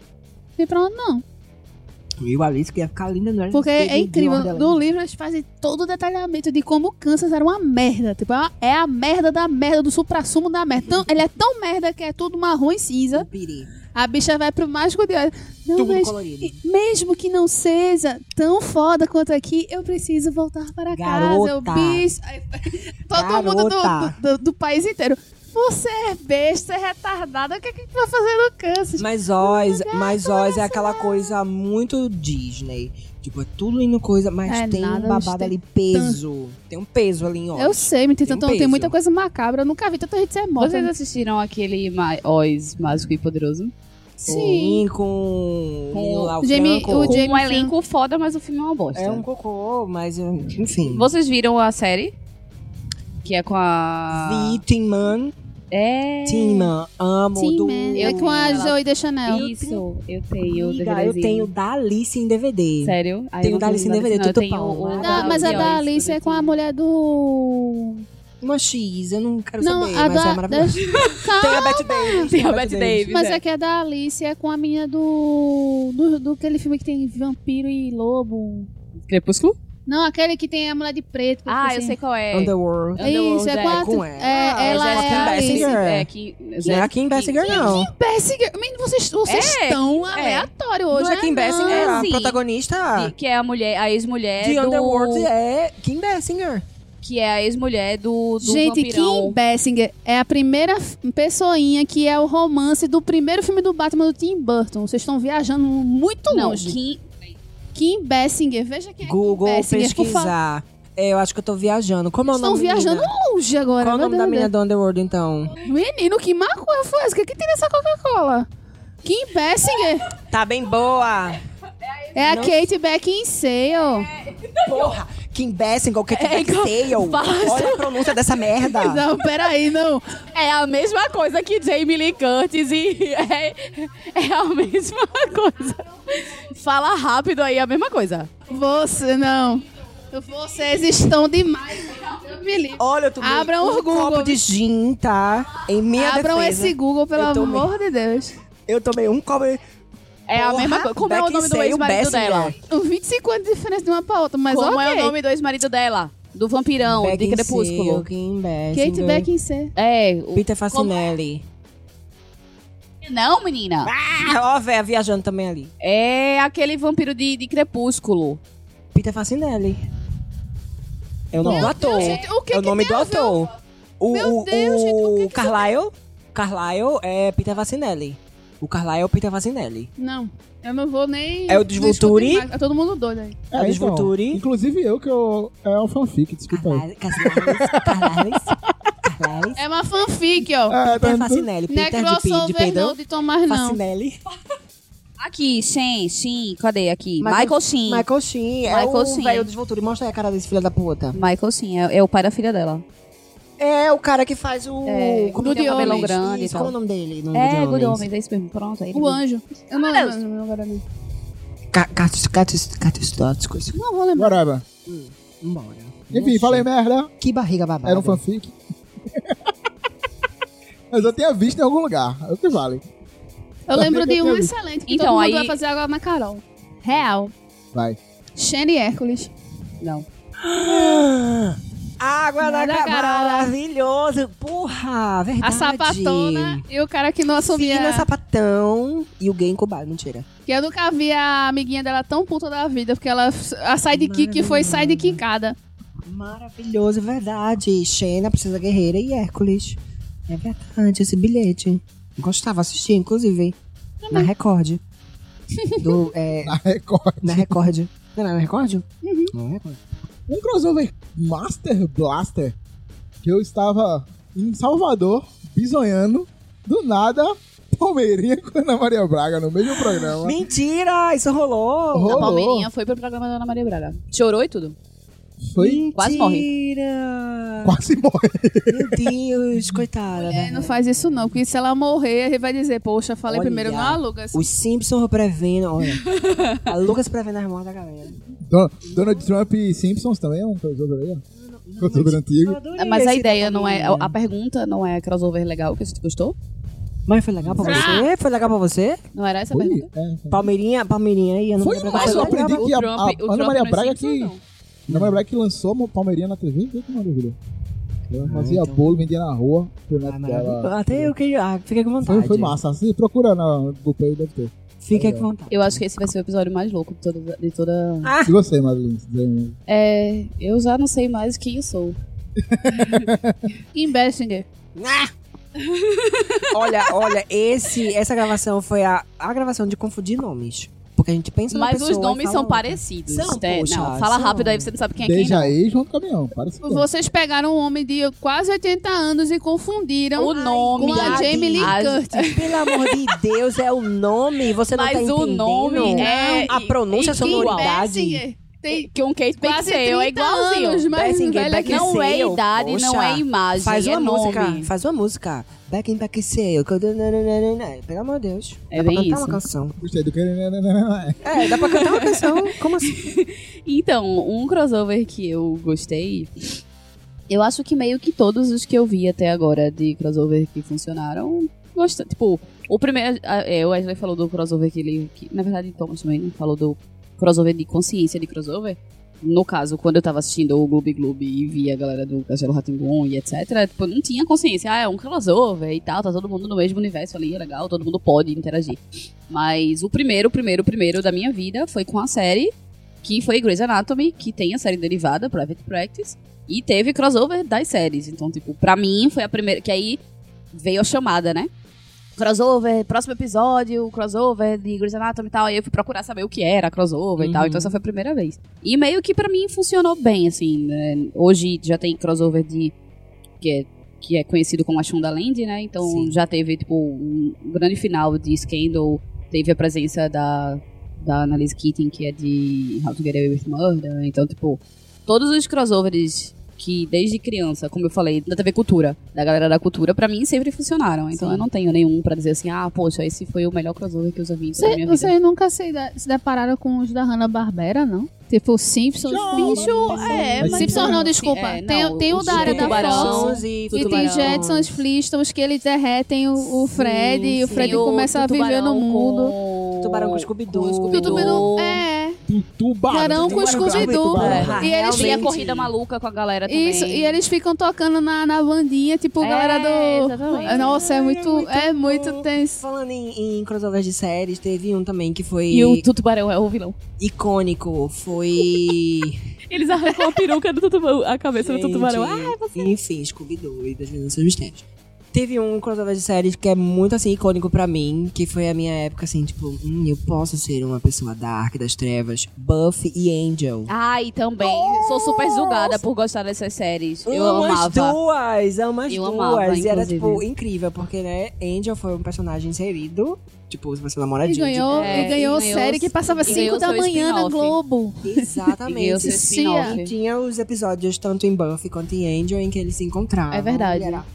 Speaker 2: E pronto, não.
Speaker 3: E o Alice que ia ficar linda, não era? né?
Speaker 2: Porque
Speaker 3: Teve
Speaker 2: é
Speaker 3: de
Speaker 2: incrível.
Speaker 3: ordem,
Speaker 2: No livro eles fazem todo o detalhamento de como o Kansas era uma merda. Tipo, é uma- é a merda da merda, do supra-sumo da merda. Então, ele é tão merda que é tudo marrom e
Speaker 3: ela-
Speaker 2: cinza.
Speaker 3: Piri.
Speaker 2: A bicha vai pro mágico de Oz. Não,
Speaker 3: Tudo
Speaker 2: mas
Speaker 3: colorido.
Speaker 2: e mesmo que não seja tão foda quanto aqui, eu preciso voltar para casa. Eu
Speaker 3: Garota.
Speaker 2: bicho. Aí, (laughs) Todo mundo do-
Speaker 3: Garota.
Speaker 2: do, do- do país inteiro. Você é besta, é retardada. O que, é que tu vai fazer no Kansas?
Speaker 3: Mas Oz, mas Oz é aquela coisa muito Disney. Tipo, é tudo indo coisa, mas
Speaker 2: É,
Speaker 3: tem um
Speaker 2: nada,
Speaker 3: babado
Speaker 2: tem
Speaker 3: ali, peso. Tem um peso ali em Oz.
Speaker 2: Eu sei, me
Speaker 3: Tem um
Speaker 2: tentando, tem
Speaker 3: peso.
Speaker 2: muita coisa macabra. Eu nunca vi tanta gente ser morta.
Speaker 5: Vocês assistiram aquele Ma- Oz Mágico e Poderoso?
Speaker 2: Sim.
Speaker 3: Com,
Speaker 5: Com
Speaker 3: com lá, o
Speaker 2: Jamie-
Speaker 3: Franco.
Speaker 2: o
Speaker 5: Com
Speaker 2: Jamie
Speaker 5: um elenco foda, mas o filme é uma bosta.
Speaker 2: Né?
Speaker 3: É um cocô, mas eu- enfim.
Speaker 5: Vocês viram a série? Que é com a...
Speaker 3: Vi Timman,
Speaker 5: É...
Speaker 3: Timman, amo
Speaker 2: Sim,
Speaker 3: do...
Speaker 2: man.
Speaker 5: eu
Speaker 2: É com a
Speaker 5: tenho ela.
Speaker 2: Zoe de Chanel.
Speaker 5: Isso, eu tenho.
Speaker 3: Amiga, eu
Speaker 5: DVDzinho.
Speaker 3: tenho da Alice em DVD.
Speaker 5: Sério? Aí
Speaker 3: Tenho
Speaker 5: eu não
Speaker 3: da Alice em
Speaker 5: tenho
Speaker 3: DVD,
Speaker 5: não, eu
Speaker 3: tudo
Speaker 5: tenho
Speaker 3: pau.
Speaker 5: o-
Speaker 2: Ah, mas a
Speaker 5: o Oz,
Speaker 2: da Alice é com a
Speaker 5: tudo.
Speaker 2: mulher do.
Speaker 3: Uma X, eu não quero
Speaker 2: Não,
Speaker 3: saber,
Speaker 2: a
Speaker 3: mas é
Speaker 2: da. da...
Speaker 3: maravilhosa. Tem a Beth Davis.
Speaker 5: (laughs) Tem a Bette Davis.
Speaker 2: Mas
Speaker 5: é.
Speaker 2: aqui é da Alice, é com a menina do, do. do aquele filme que tem vampiro e lobo.
Speaker 5: Crepúsculo?
Speaker 2: Não, aquele que tem a mulher de preto. que
Speaker 5: Ah, eu
Speaker 2: assim.
Speaker 5: sei qual é.
Speaker 3: Underworld.
Speaker 5: Underworld,
Speaker 2: Isso, é
Speaker 5: é,
Speaker 2: com a.
Speaker 3: com
Speaker 2: é,
Speaker 3: ela.
Speaker 5: Ah,
Speaker 2: ela
Speaker 5: Jessica
Speaker 2: é a Alice.
Speaker 3: Basinger.
Speaker 5: É, que,
Speaker 3: Não era Kim Basinger, não.
Speaker 2: Bessinger. Menino, vocês, vocês
Speaker 5: É,
Speaker 2: estão
Speaker 5: é.
Speaker 2: aleatórios hoje.
Speaker 3: Não é
Speaker 2: né?
Speaker 3: Kim Basinger,
Speaker 5: não.
Speaker 3: a
Speaker 5: Sim.
Speaker 3: protagonista
Speaker 5: Que, que é a mulher, a ex-mulher
Speaker 3: de
Speaker 5: do...
Speaker 3: Underworld é Kim Basinger.
Speaker 5: Que é a ex-mulher do, do
Speaker 2: Gente, Kim
Speaker 5: vampirão.
Speaker 2: Bessinger é a primeira f- pessoinha que é o romance do primeiro filme do Batman do Tim Burton. Vocês estão viajando muito
Speaker 5: Não,
Speaker 2: longe.
Speaker 5: Kim...
Speaker 2: Kim Bessinger, veja quem é
Speaker 3: Google
Speaker 2: Kim Bessinger. por favor.
Speaker 3: pesquisar. É, eu acho que eu tô viajando. Como é o
Speaker 2: Estão
Speaker 3: nome da menina?
Speaker 2: viajando longe agora.
Speaker 3: Qual é o
Speaker 2: meu
Speaker 3: nome da
Speaker 2: Deus.
Speaker 3: menina do Underworld, então?
Speaker 2: Menino, que maconha foi essa? O que, que tem nessa Coca-Cola? Kim Bessinger
Speaker 3: Tá bem boa.
Speaker 2: é a Kate Beckinsale.
Speaker 3: Porra, Kim Bessinger, que é Kim Bale. Olha a pronúncia
Speaker 2: (laughs)
Speaker 3: dessa merda.
Speaker 2: Não, peraí, não.
Speaker 6: É a mesma coisa que Jamie Lee Curtis e (laughs) é, é a mesma coisa. Fala rápido aí, é a mesma coisa.
Speaker 2: Você, não. Vocês estão demais. Eu me livro.
Speaker 3: Olha, eu tomei
Speaker 2: Abram
Speaker 3: um
Speaker 2: o Google.
Speaker 3: copo de gin, tá? Em minha
Speaker 2: Abram
Speaker 3: defesa.
Speaker 2: esse Google, pelo
Speaker 3: Eu tomei.
Speaker 2: amor de Deus.
Speaker 3: Eu tomei um copo...
Speaker 6: É a
Speaker 3: Porra,
Speaker 6: mesma coisa. Como é o nome do
Speaker 3: Beckinsale
Speaker 6: ex-marido
Speaker 3: Bessinger.
Speaker 6: dela?
Speaker 2: Um 25 anos de diferença de uma pra outra, mas
Speaker 6: Como
Speaker 2: ok.
Speaker 6: é o nome do ex-marido dela? Do vampirão, de
Speaker 3: Beckinsale,
Speaker 6: Crepúsculo.
Speaker 3: Kim Bessinger.
Speaker 2: Kate Beckinsale.
Speaker 6: É, o...
Speaker 3: Peter Facinelli.
Speaker 6: não, menina.
Speaker 3: Ah, ó, véia, viajando também ali.
Speaker 6: É aquele vampiro de, de Crepúsculo.
Speaker 3: Peter Facinelli. É o nome do ator.
Speaker 2: gente, o que
Speaker 3: é o
Speaker 2: que
Speaker 3: nome
Speaker 2: tem
Speaker 3: do
Speaker 2: a ver?
Speaker 3: ator. O,
Speaker 2: Meu
Speaker 3: o,
Speaker 2: Deus, gente, o que
Speaker 3: o
Speaker 2: que
Speaker 3: Carlyle. Carlyle é Peter Facinelli. O Carlyle é o Peter Facinelli.
Speaker 2: Não, eu não vou nem...
Speaker 3: É o dos Vulturi?
Speaker 2: discutir mais. Tá todo mundo doido aí.
Speaker 1: É,
Speaker 3: Eles
Speaker 1: então,
Speaker 3: Vulturi.
Speaker 1: Inclusive eu que eu. É um fanfic, desculpa aí.
Speaker 3: Carlyle. Carlyle.
Speaker 2: (laughs)
Speaker 3: Carlyle.
Speaker 2: É uma fanfic, ó.
Speaker 1: É,
Speaker 3: Peter
Speaker 1: tá-
Speaker 3: Facinelli.
Speaker 2: não é
Speaker 3: Peter de, Pe- de
Speaker 2: crossover não,
Speaker 3: Pedro.
Speaker 2: de Tomás não.
Speaker 3: Facinelli.
Speaker 5: Aqui, Shen, Shin, cadê aqui?
Speaker 3: Michael-
Speaker 5: Michael, Michael Shin.
Speaker 3: Michael Sheen. É
Speaker 5: Michael
Speaker 3: o
Speaker 5: Sheen.
Speaker 3: velho dos Vulturi. Mostra aí a cara desse filho da puta.
Speaker 5: Michael Shin, é, é o pai da filha dela.
Speaker 3: É o cara que faz o...
Speaker 5: É,
Speaker 3: como
Speaker 5: do
Speaker 3: tem o
Speaker 5: Diogo.
Speaker 3: cabelão
Speaker 5: grande e
Speaker 3: Isso, qual é o
Speaker 5: tal.
Speaker 3: nome dele? No
Speaker 5: É,
Speaker 3: Good
Speaker 5: Good
Speaker 3: Omens.
Speaker 5: Homens, é isso mesmo. Pronto, aí.
Speaker 2: O anjo. Eu não
Speaker 5: Ah, Deus.
Speaker 2: lembro o nome agora não.
Speaker 3: Ca- Catos, catos, catos assim. tóxicos.
Speaker 2: Não vou lembrar.
Speaker 1: Whatever.
Speaker 3: Embora.
Speaker 1: Enfim, falei merda.
Speaker 3: Que barriga babada.
Speaker 1: Era um fanfic. (laughs) Mas eu tinha visto em algum lugar. É o que vale.
Speaker 2: Eu lembro de um excelente que
Speaker 5: Então,
Speaker 2: todo mundo
Speaker 5: aí-
Speaker 2: vai fazer agora na Carol. Real.
Speaker 1: Vai.
Speaker 2: Shane e Hércules.
Speaker 5: Não.
Speaker 3: Água da
Speaker 2: Nada,
Speaker 3: Cabral,
Speaker 2: Carol.
Speaker 3: maravilhoso. Porra, verdade.
Speaker 2: A sapatona é- e o cara que não assumia.
Speaker 3: Fina, sapatão e o gay incubado, mentira.
Speaker 2: Que eu nunca vi a amiguinha dela tão puta da vida, porque ela. A sidekick foi sidekickada.
Speaker 3: Maravilhoso, é verdade. Xena, Princesa Guerreira e Hércules. É verdade, esse bilhete. Gostava, assistia, inclusive. Na Record. (laughs) Do, é,
Speaker 1: Na Record.
Speaker 3: na Record. Não era na Record? Não, Record.
Speaker 1: Um crossover Master Blaster que eu estava em Salvador, bisonhando, do nada, Palmeirinha com Ana Maria Braga no mesmo programa.
Speaker 3: Mentira, isso rolou.
Speaker 1: Rolou.
Speaker 5: A Palmeirinha foi pro programa da Ana Maria Braga. Chorou e tudo.
Speaker 1: Foi
Speaker 5: Quase morre.
Speaker 3: Mentira.
Speaker 1: quase morre.
Speaker 3: Meu Deus, coitada.
Speaker 2: É,
Speaker 3: velho.
Speaker 2: não faz isso não, porque se ela morrer, ele vai dizer, poxa, falei
Speaker 3: Olha.
Speaker 2: primeiro, não aluga.
Speaker 3: Os Simpsons prevendo, olha. A Lucas prevendo as mortes da galera.
Speaker 5: Hum.
Speaker 1: Don- Donald Trump e Simpsons também é um crossover aí, ó. Crossover antigo.
Speaker 3: adorei
Speaker 5: Ah, Mas a
Speaker 3: esse
Speaker 5: ideia não é.
Speaker 3: nome.
Speaker 5: A pergunta não é crossover legal que a gente gostou?
Speaker 3: Mas foi legal pra
Speaker 5: Ah!
Speaker 3: você? Foi legal pra você?
Speaker 5: Não era essa a
Speaker 1: Foi,
Speaker 5: pergunta?
Speaker 1: é.
Speaker 3: Palmeirinha, Palmeirinha e Ana
Speaker 1: Foi,
Speaker 3: Maria
Speaker 1: eu
Speaker 3: Braga.
Speaker 1: acho, eu
Speaker 3: Foi legal
Speaker 1: aprendi
Speaker 3: pra-
Speaker 1: que a, a-
Speaker 5: Trump- o
Speaker 1: Ana
Speaker 5: Trump
Speaker 1: Maria
Speaker 5: não é
Speaker 1: Braga
Speaker 5: Simpsons,
Speaker 1: que...
Speaker 5: não.
Speaker 1: Ana Maria Braga que lançou a Palmeirinha na TV, vê é, que maravilha. Ela fazia
Speaker 3: então.
Speaker 1: bolo, vendia na rua, pro neto
Speaker 3: Ah,
Speaker 1: dela.
Speaker 3: maravilhoso. Até eu que ah, fiquei com vontade.
Speaker 1: Foi, foi massa. Se procura na Google aí, deve ter.
Speaker 3: Fiquei com vontade.
Speaker 5: Eu acho que esse vai ser o episódio mais louco de toda. De toda...
Speaker 1: E você, Madeline? Você tem- um
Speaker 5: É. Eu já não sei mais quem eu (laughs) sou.
Speaker 2: Kim Basinger.
Speaker 3: Olha, olha, esse, essa gravação foi a, a gravação de confundir nomes. Porque a gente pensa numa
Speaker 5: Mas
Speaker 3: pessoa
Speaker 5: os
Speaker 3: e
Speaker 5: nomes
Speaker 3: fala um
Speaker 5: são
Speaker 3: outra.
Speaker 5: parecidos.
Speaker 3: São,
Speaker 5: né?
Speaker 3: poxa,
Speaker 5: não, fala
Speaker 3: são.
Speaker 5: rápido aí, você não sabe quem é quem.
Speaker 1: Desde
Speaker 5: Não.
Speaker 1: aí, João do Caminhão. Parece que tem.
Speaker 2: Vocês pegaram um homem de quase 80 anos e confundiram
Speaker 5: O nome. é
Speaker 2: com a Jamie Lee
Speaker 5: As-
Speaker 2: Curtis.
Speaker 3: (laughs) Pelo amor de Deus, é o nome. Você não
Speaker 5: Mas
Speaker 3: tá
Speaker 5: o nome
Speaker 3: entendendo?
Speaker 5: é.
Speaker 3: A pronúncia, a
Speaker 5: são
Speaker 3: sonoridade.
Speaker 2: tem
Speaker 5: Que um Kate
Speaker 2: quase
Speaker 5: Beckinsale é
Speaker 2: 30
Speaker 5: igualzinho.
Speaker 2: anos, mas
Speaker 3: Basinger,
Speaker 2: velha que
Speaker 3: Beckinsale.
Speaker 5: Não é
Speaker 3: Beckinsale,
Speaker 5: idade, não
Speaker 3: poxa.
Speaker 5: é imagem,
Speaker 3: Faz
Speaker 5: é
Speaker 3: uma música.
Speaker 5: nome.
Speaker 3: Faz uma música. Back in Back Sale. Pelo amor de Deus.
Speaker 5: É
Speaker 3: dá pra
Speaker 5: bem
Speaker 3: cantar
Speaker 5: isso.
Speaker 3: uma canção.
Speaker 1: Gostei do que.
Speaker 3: É, dá pra cantar uma canção. Como assim?
Speaker 5: Então, um crossover que eu gostei. Eu acho que meio que todos os que eu vi até agora de crossover que funcionaram, gostei. Tipo, o primeiro. a- É, o Wesley falou do crossover que ele. que- na verdade, Thomas também né, falou do crossover de consciência de crossover. No caso, quando eu tava assistindo o Gloob Gloob e via a galera do Castelo Ratimboom e etc., tipo, eu não tinha consciência. Ah, é um crossover e tal, tá todo mundo no mesmo universo ali, é legal, todo mundo pode interagir. Mas o primeiro, o primeiro, o primeiro da minha vida foi com a série que foi Grey's Anatomy, que tem a série derivada, Private Practice, e teve crossover das séries. Então, tipo, pra mim foi a primeira. Que aí veio a chamada, né? Crossover, próximo episódio, crossover de Grey's Anatomy e tal. Aí eu fui procurar saber o que era crossover e tal.
Speaker 3: Uhum.
Speaker 5: Então, essa foi a primeira vez. E meio que pra mim funcionou bem, assim. né? Hoje já tem crossover de. Que é, que é conhecido como a Shondaland, né? Então
Speaker 3: Sim.
Speaker 5: já teve, tipo, um grande final de Scandal. Teve a presença da da Annalise Keating, que é de How to Get Away with Murder. Então, tipo, todos os crossovers que desde criança, como eu falei, da TV Cultura, da galera da cultura, pra mim sempre funcionaram. Então
Speaker 3: Sim.
Speaker 5: eu não tenho nenhum pra dizer assim, ah, poxa, esse foi o melhor crossover que eu já vi na minha
Speaker 2: Cê-
Speaker 5: vida.
Speaker 2: Vocês nunca se, da- se depararam com os da Hanna-Barbera, não? Tipo, Simpsons.
Speaker 1: Bicho,
Speaker 2: É,
Speaker 1: mas-
Speaker 2: Simpsons não, desculpa.
Speaker 5: É, não,
Speaker 2: tem, tem o
Speaker 5: os
Speaker 2: da área da
Speaker 5: Tubarão.
Speaker 2: Fox.
Speaker 3: e
Speaker 2: E tem
Speaker 5: Tubarão.
Speaker 2: Jetsons, Flintstones, que eles derretem o, o Fred. e o
Speaker 3: sim.
Speaker 2: Fred
Speaker 5: Tem o
Speaker 2: começa a viver no
Speaker 5: Tubarão
Speaker 2: mundo.
Speaker 5: com-
Speaker 3: Tubarão com Scooby-Doo.
Speaker 5: com
Speaker 2: E o Tubarão... É, Tubarão com Scooby-Doo.
Speaker 5: Tubarão.
Speaker 2: E eles
Speaker 5: Tem a
Speaker 3: Realmente.
Speaker 5: corrida maluca com a galera também.
Speaker 2: Isso, e eles ficam tocando na, na bandinha, tipo,
Speaker 5: É,
Speaker 2: galera do.
Speaker 5: exatamente.
Speaker 2: Nossa, é muito. É
Speaker 3: muito
Speaker 2: muito tenso.
Speaker 3: Falando em, em crossovers de séries, teve um também que foi
Speaker 5: E o Tubarão é o vilão.
Speaker 3: icônico.
Speaker 5: (laughs)
Speaker 3: Foi.
Speaker 5: Eles arrancam a peruca do Tubarão, a cabeça do Tubarão. Ah,
Speaker 3: Gente, Enfim, Scooby-Doo e das Meninas dos Mistérios. Teve um crossover de séries que é muito, assim, icônico pra mim, que foi a minha época, assim, tipo, hum, eu posso ser uma pessoa dark das trevas. Buffy e Angel.
Speaker 5: Ai, também. Sou super julgada por gostar dessas séries. Eu
Speaker 3: amo as
Speaker 5: amava.
Speaker 3: duas, amo as
Speaker 5: Eu
Speaker 3: duas.
Speaker 5: amava,
Speaker 3: e era,
Speaker 5: inclusive.
Speaker 3: tipo, incrível, porque, né, Angel foi um personagem inserido, tipo, se você
Speaker 2: E
Speaker 3: namoradinho.
Speaker 2: ganhou,
Speaker 5: É,
Speaker 2: e ganhou
Speaker 5: e ganhou-
Speaker 2: série que passava
Speaker 5: e
Speaker 2: 5
Speaker 5: ganhou
Speaker 2: da
Speaker 5: seu
Speaker 2: manhã na
Speaker 5: spin-off.
Speaker 2: Globo.
Speaker 5: (laughs) E eu sou
Speaker 3: Exatamente.
Speaker 5: spin-off.
Speaker 3: E tinha os episódios, tanto em Buffy quanto em Angel, em que eles se encontravam.
Speaker 5: É verdade.
Speaker 3: E era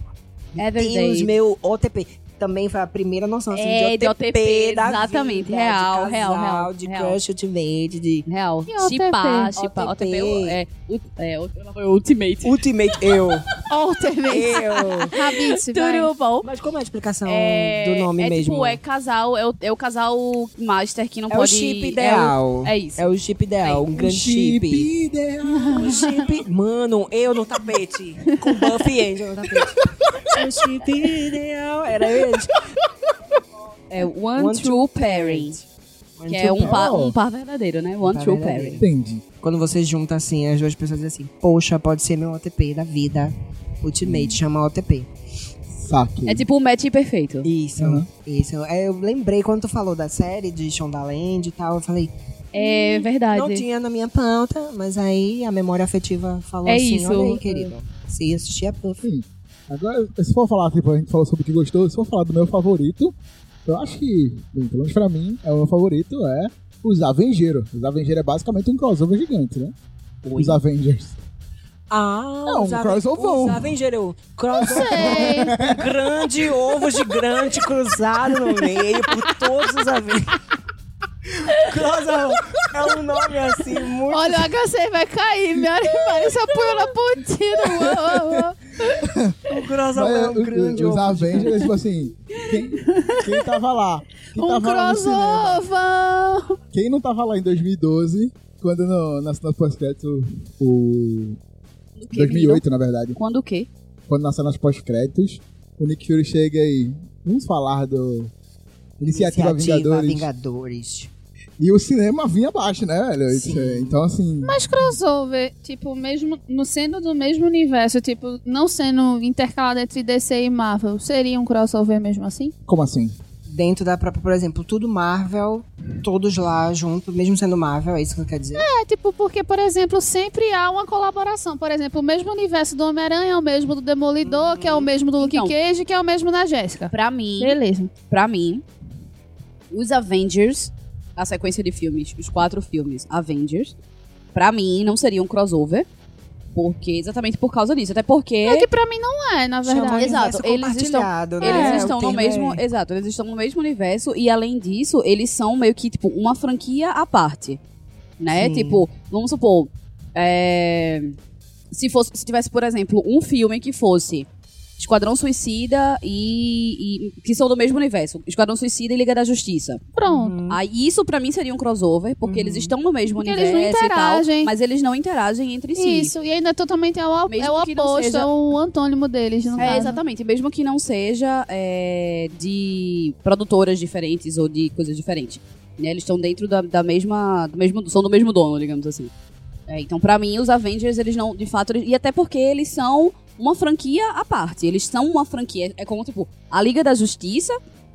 Speaker 5: É
Speaker 3: Deus,
Speaker 5: verdade.
Speaker 3: meu OTP. também foi a primeira noção assim,
Speaker 5: É,
Speaker 3: de,
Speaker 5: de
Speaker 3: OTP,
Speaker 5: OTP,
Speaker 3: da
Speaker 5: exatamente.
Speaker 3: vida,
Speaker 5: Real,
Speaker 3: de
Speaker 5: real,
Speaker 3: casal,
Speaker 5: real,
Speaker 3: De
Speaker 5: real.
Speaker 3: crush ultimate, de
Speaker 5: Real.
Speaker 2: E OTP?
Speaker 5: Chipar, chipar.
Speaker 3: OTP.
Speaker 5: OTP é, ult- é, ult- ela foi Ultimate.
Speaker 3: ultimate
Speaker 5: (laughs)
Speaker 3: eu.
Speaker 2: Alternate.
Speaker 3: eu.
Speaker 5: É.
Speaker 2: Rabice, vai.
Speaker 5: Turubal.
Speaker 3: (laughs) Mas como é a explicação
Speaker 5: É,
Speaker 3: do nome
Speaker 5: é
Speaker 3: mesmo?
Speaker 5: Tipo, é casal, é o, é o casal master que não
Speaker 3: É o
Speaker 5: pode...
Speaker 3: chip ideal.
Speaker 5: É, o- é isso.
Speaker 3: É o chip ideal, um grande chip. (laughs) Um chip. Mano, eu no tapete. Com Buff e Angel no
Speaker 5: (laughs)
Speaker 3: tapete. O chip ideal. Era esse.
Speaker 5: É One,
Speaker 3: One
Speaker 5: True Pairing. Que é um par, um par verdadeiro, né? One
Speaker 3: par
Speaker 5: True
Speaker 3: verdadeiro.
Speaker 5: Pairing.
Speaker 1: Entendi.
Speaker 3: Quando você junta assim, as duas pessoas dizem assim: Poxa, pode ser meu OTP da vida. Ultimate, chama OTP.
Speaker 1: Saque.
Speaker 5: É tipo o match perfeito.
Speaker 3: Isso,
Speaker 1: Uhum.
Speaker 3: isso. É, Eu lembrei quando tu falou da série de Shondaland e tal. Eu falei:
Speaker 2: Hum,
Speaker 5: É
Speaker 3: Não
Speaker 5: verdade.
Speaker 3: tinha na minha pauta, mas aí a memória afetiva falou
Speaker 5: É
Speaker 3: assim:
Speaker 5: isso.
Speaker 3: Olha aí, querido. Se assistia Puff.
Speaker 1: Agora, se for falar, tipo, a gente falou sobre o que gostou, se for falar do meu favorito, eu acho que, bem, pelo menos pra mim, é o meu favorito é os Avengers. Os Avengers é basicamente um crossover gigante, né? Os Avengers.
Speaker 3: Ah,
Speaker 1: É um
Speaker 3: os Aven-
Speaker 1: crossovão.
Speaker 3: Os Avengers, o crossover. (laughs)
Speaker 2: Sei.
Speaker 3: Um grande ovo gigante cruzado no meio por todos os Avengers. (laughs) Crossover é um nome assim muito.
Speaker 2: Olha, o HC vai cair. Minha é hora que parece apoio na pontina.
Speaker 3: O crossover é
Speaker 1: Mas,
Speaker 3: um
Speaker 1: os-
Speaker 3: grande
Speaker 1: os
Speaker 3: ovo.
Speaker 1: Avengers, tipo assim, quem, quem tava lá? Quem
Speaker 2: Uou, uou, uou. Um
Speaker 1: tava lá no cinema?
Speaker 2: crossover.
Speaker 1: Quem não tava lá em 2012, quando no, na cena pós-crédito, o... 2008, na verdade,
Speaker 5: Quando o quê?
Speaker 1: quando na cena pós-créditos, o Nick Fury chega e... Vamos falar do... Iniciativa, Vingadores.
Speaker 3: Vingadores.
Speaker 1: E o cinema vinha abaixo, né, velho?
Speaker 3: Sim.
Speaker 1: Então, assim...
Speaker 2: Mas crossover, tipo, mesmo no sendo do mesmo universo, tipo, não sendo intercalado entre DC e Marvel, seria um crossover mesmo assim?
Speaker 1: Como assim?
Speaker 3: Dentro da própria, por exemplo, tudo Marvel, todos lá junto, mesmo sendo Marvel, é isso que eu quero dizer?
Speaker 2: É, tipo, porque, por exemplo, sempre há uma colaboração. Por exemplo, o mesmo universo do Homem-Aranha é o mesmo do Demolidor, que é o mesmo do Luke
Speaker 5: Então.
Speaker 2: Cage, que é o mesmo da Jéssica.
Speaker 5: Pra mim,
Speaker 2: Beleza.
Speaker 5: pra mim, os Avengers, a sequência de filmes, os quatro filmes Avengers, pra mim não seria um crossover. Porque, exatamente por causa disso. Até porque.
Speaker 3: tipo,
Speaker 2: É que pra mim não é, na
Speaker 3: Chama
Speaker 2: verdade.
Speaker 5: Exato,
Speaker 3: universo
Speaker 5: eles estão-
Speaker 3: compartilhado, né?
Speaker 5: Eles
Speaker 3: É,
Speaker 5: estão
Speaker 3: o
Speaker 5: no
Speaker 3: termo é-
Speaker 5: mesmo. Exato, eles estão no mesmo universo e além disso, eles são meio que tipo uma franquia à parte. Né?
Speaker 3: Sim.
Speaker 5: Tipo, vamos supor. é, se, fosse, se tivesse, por exemplo, um filme que fosse Esquadrão Suicida e, e- que são do mesmo universo. Esquadrão Suicida e Liga da Justiça.
Speaker 2: Pronto.
Speaker 3: Uhum.
Speaker 5: Aí isso pra mim seria um crossover, porque eles estão no mesmo
Speaker 2: Uhum. Porque eles
Speaker 5: universo
Speaker 2: não
Speaker 5: e tal.
Speaker 2: interagem.
Speaker 5: Mas eles não interagem entre si.
Speaker 2: Isso, e ainda é totalmente é o,
Speaker 5: Mesmo
Speaker 2: é o
Speaker 5: que não
Speaker 2: oposto,
Speaker 5: seja-
Speaker 2: é o antônimo deles, no
Speaker 5: É,
Speaker 2: caso.
Speaker 5: exatamente. Mesmo que não seja é, de produtoras diferentes ou de coisas diferentes. né? Eles estão dentro da, da mesma. Do mesmo, são do mesmo dono, digamos assim. É, então, pra mim, os Avengers, eles não. De fato, eles- e até porque eles são uma franquia à parte. Eles são uma franquia. É como, tipo, a Liga da Justiça.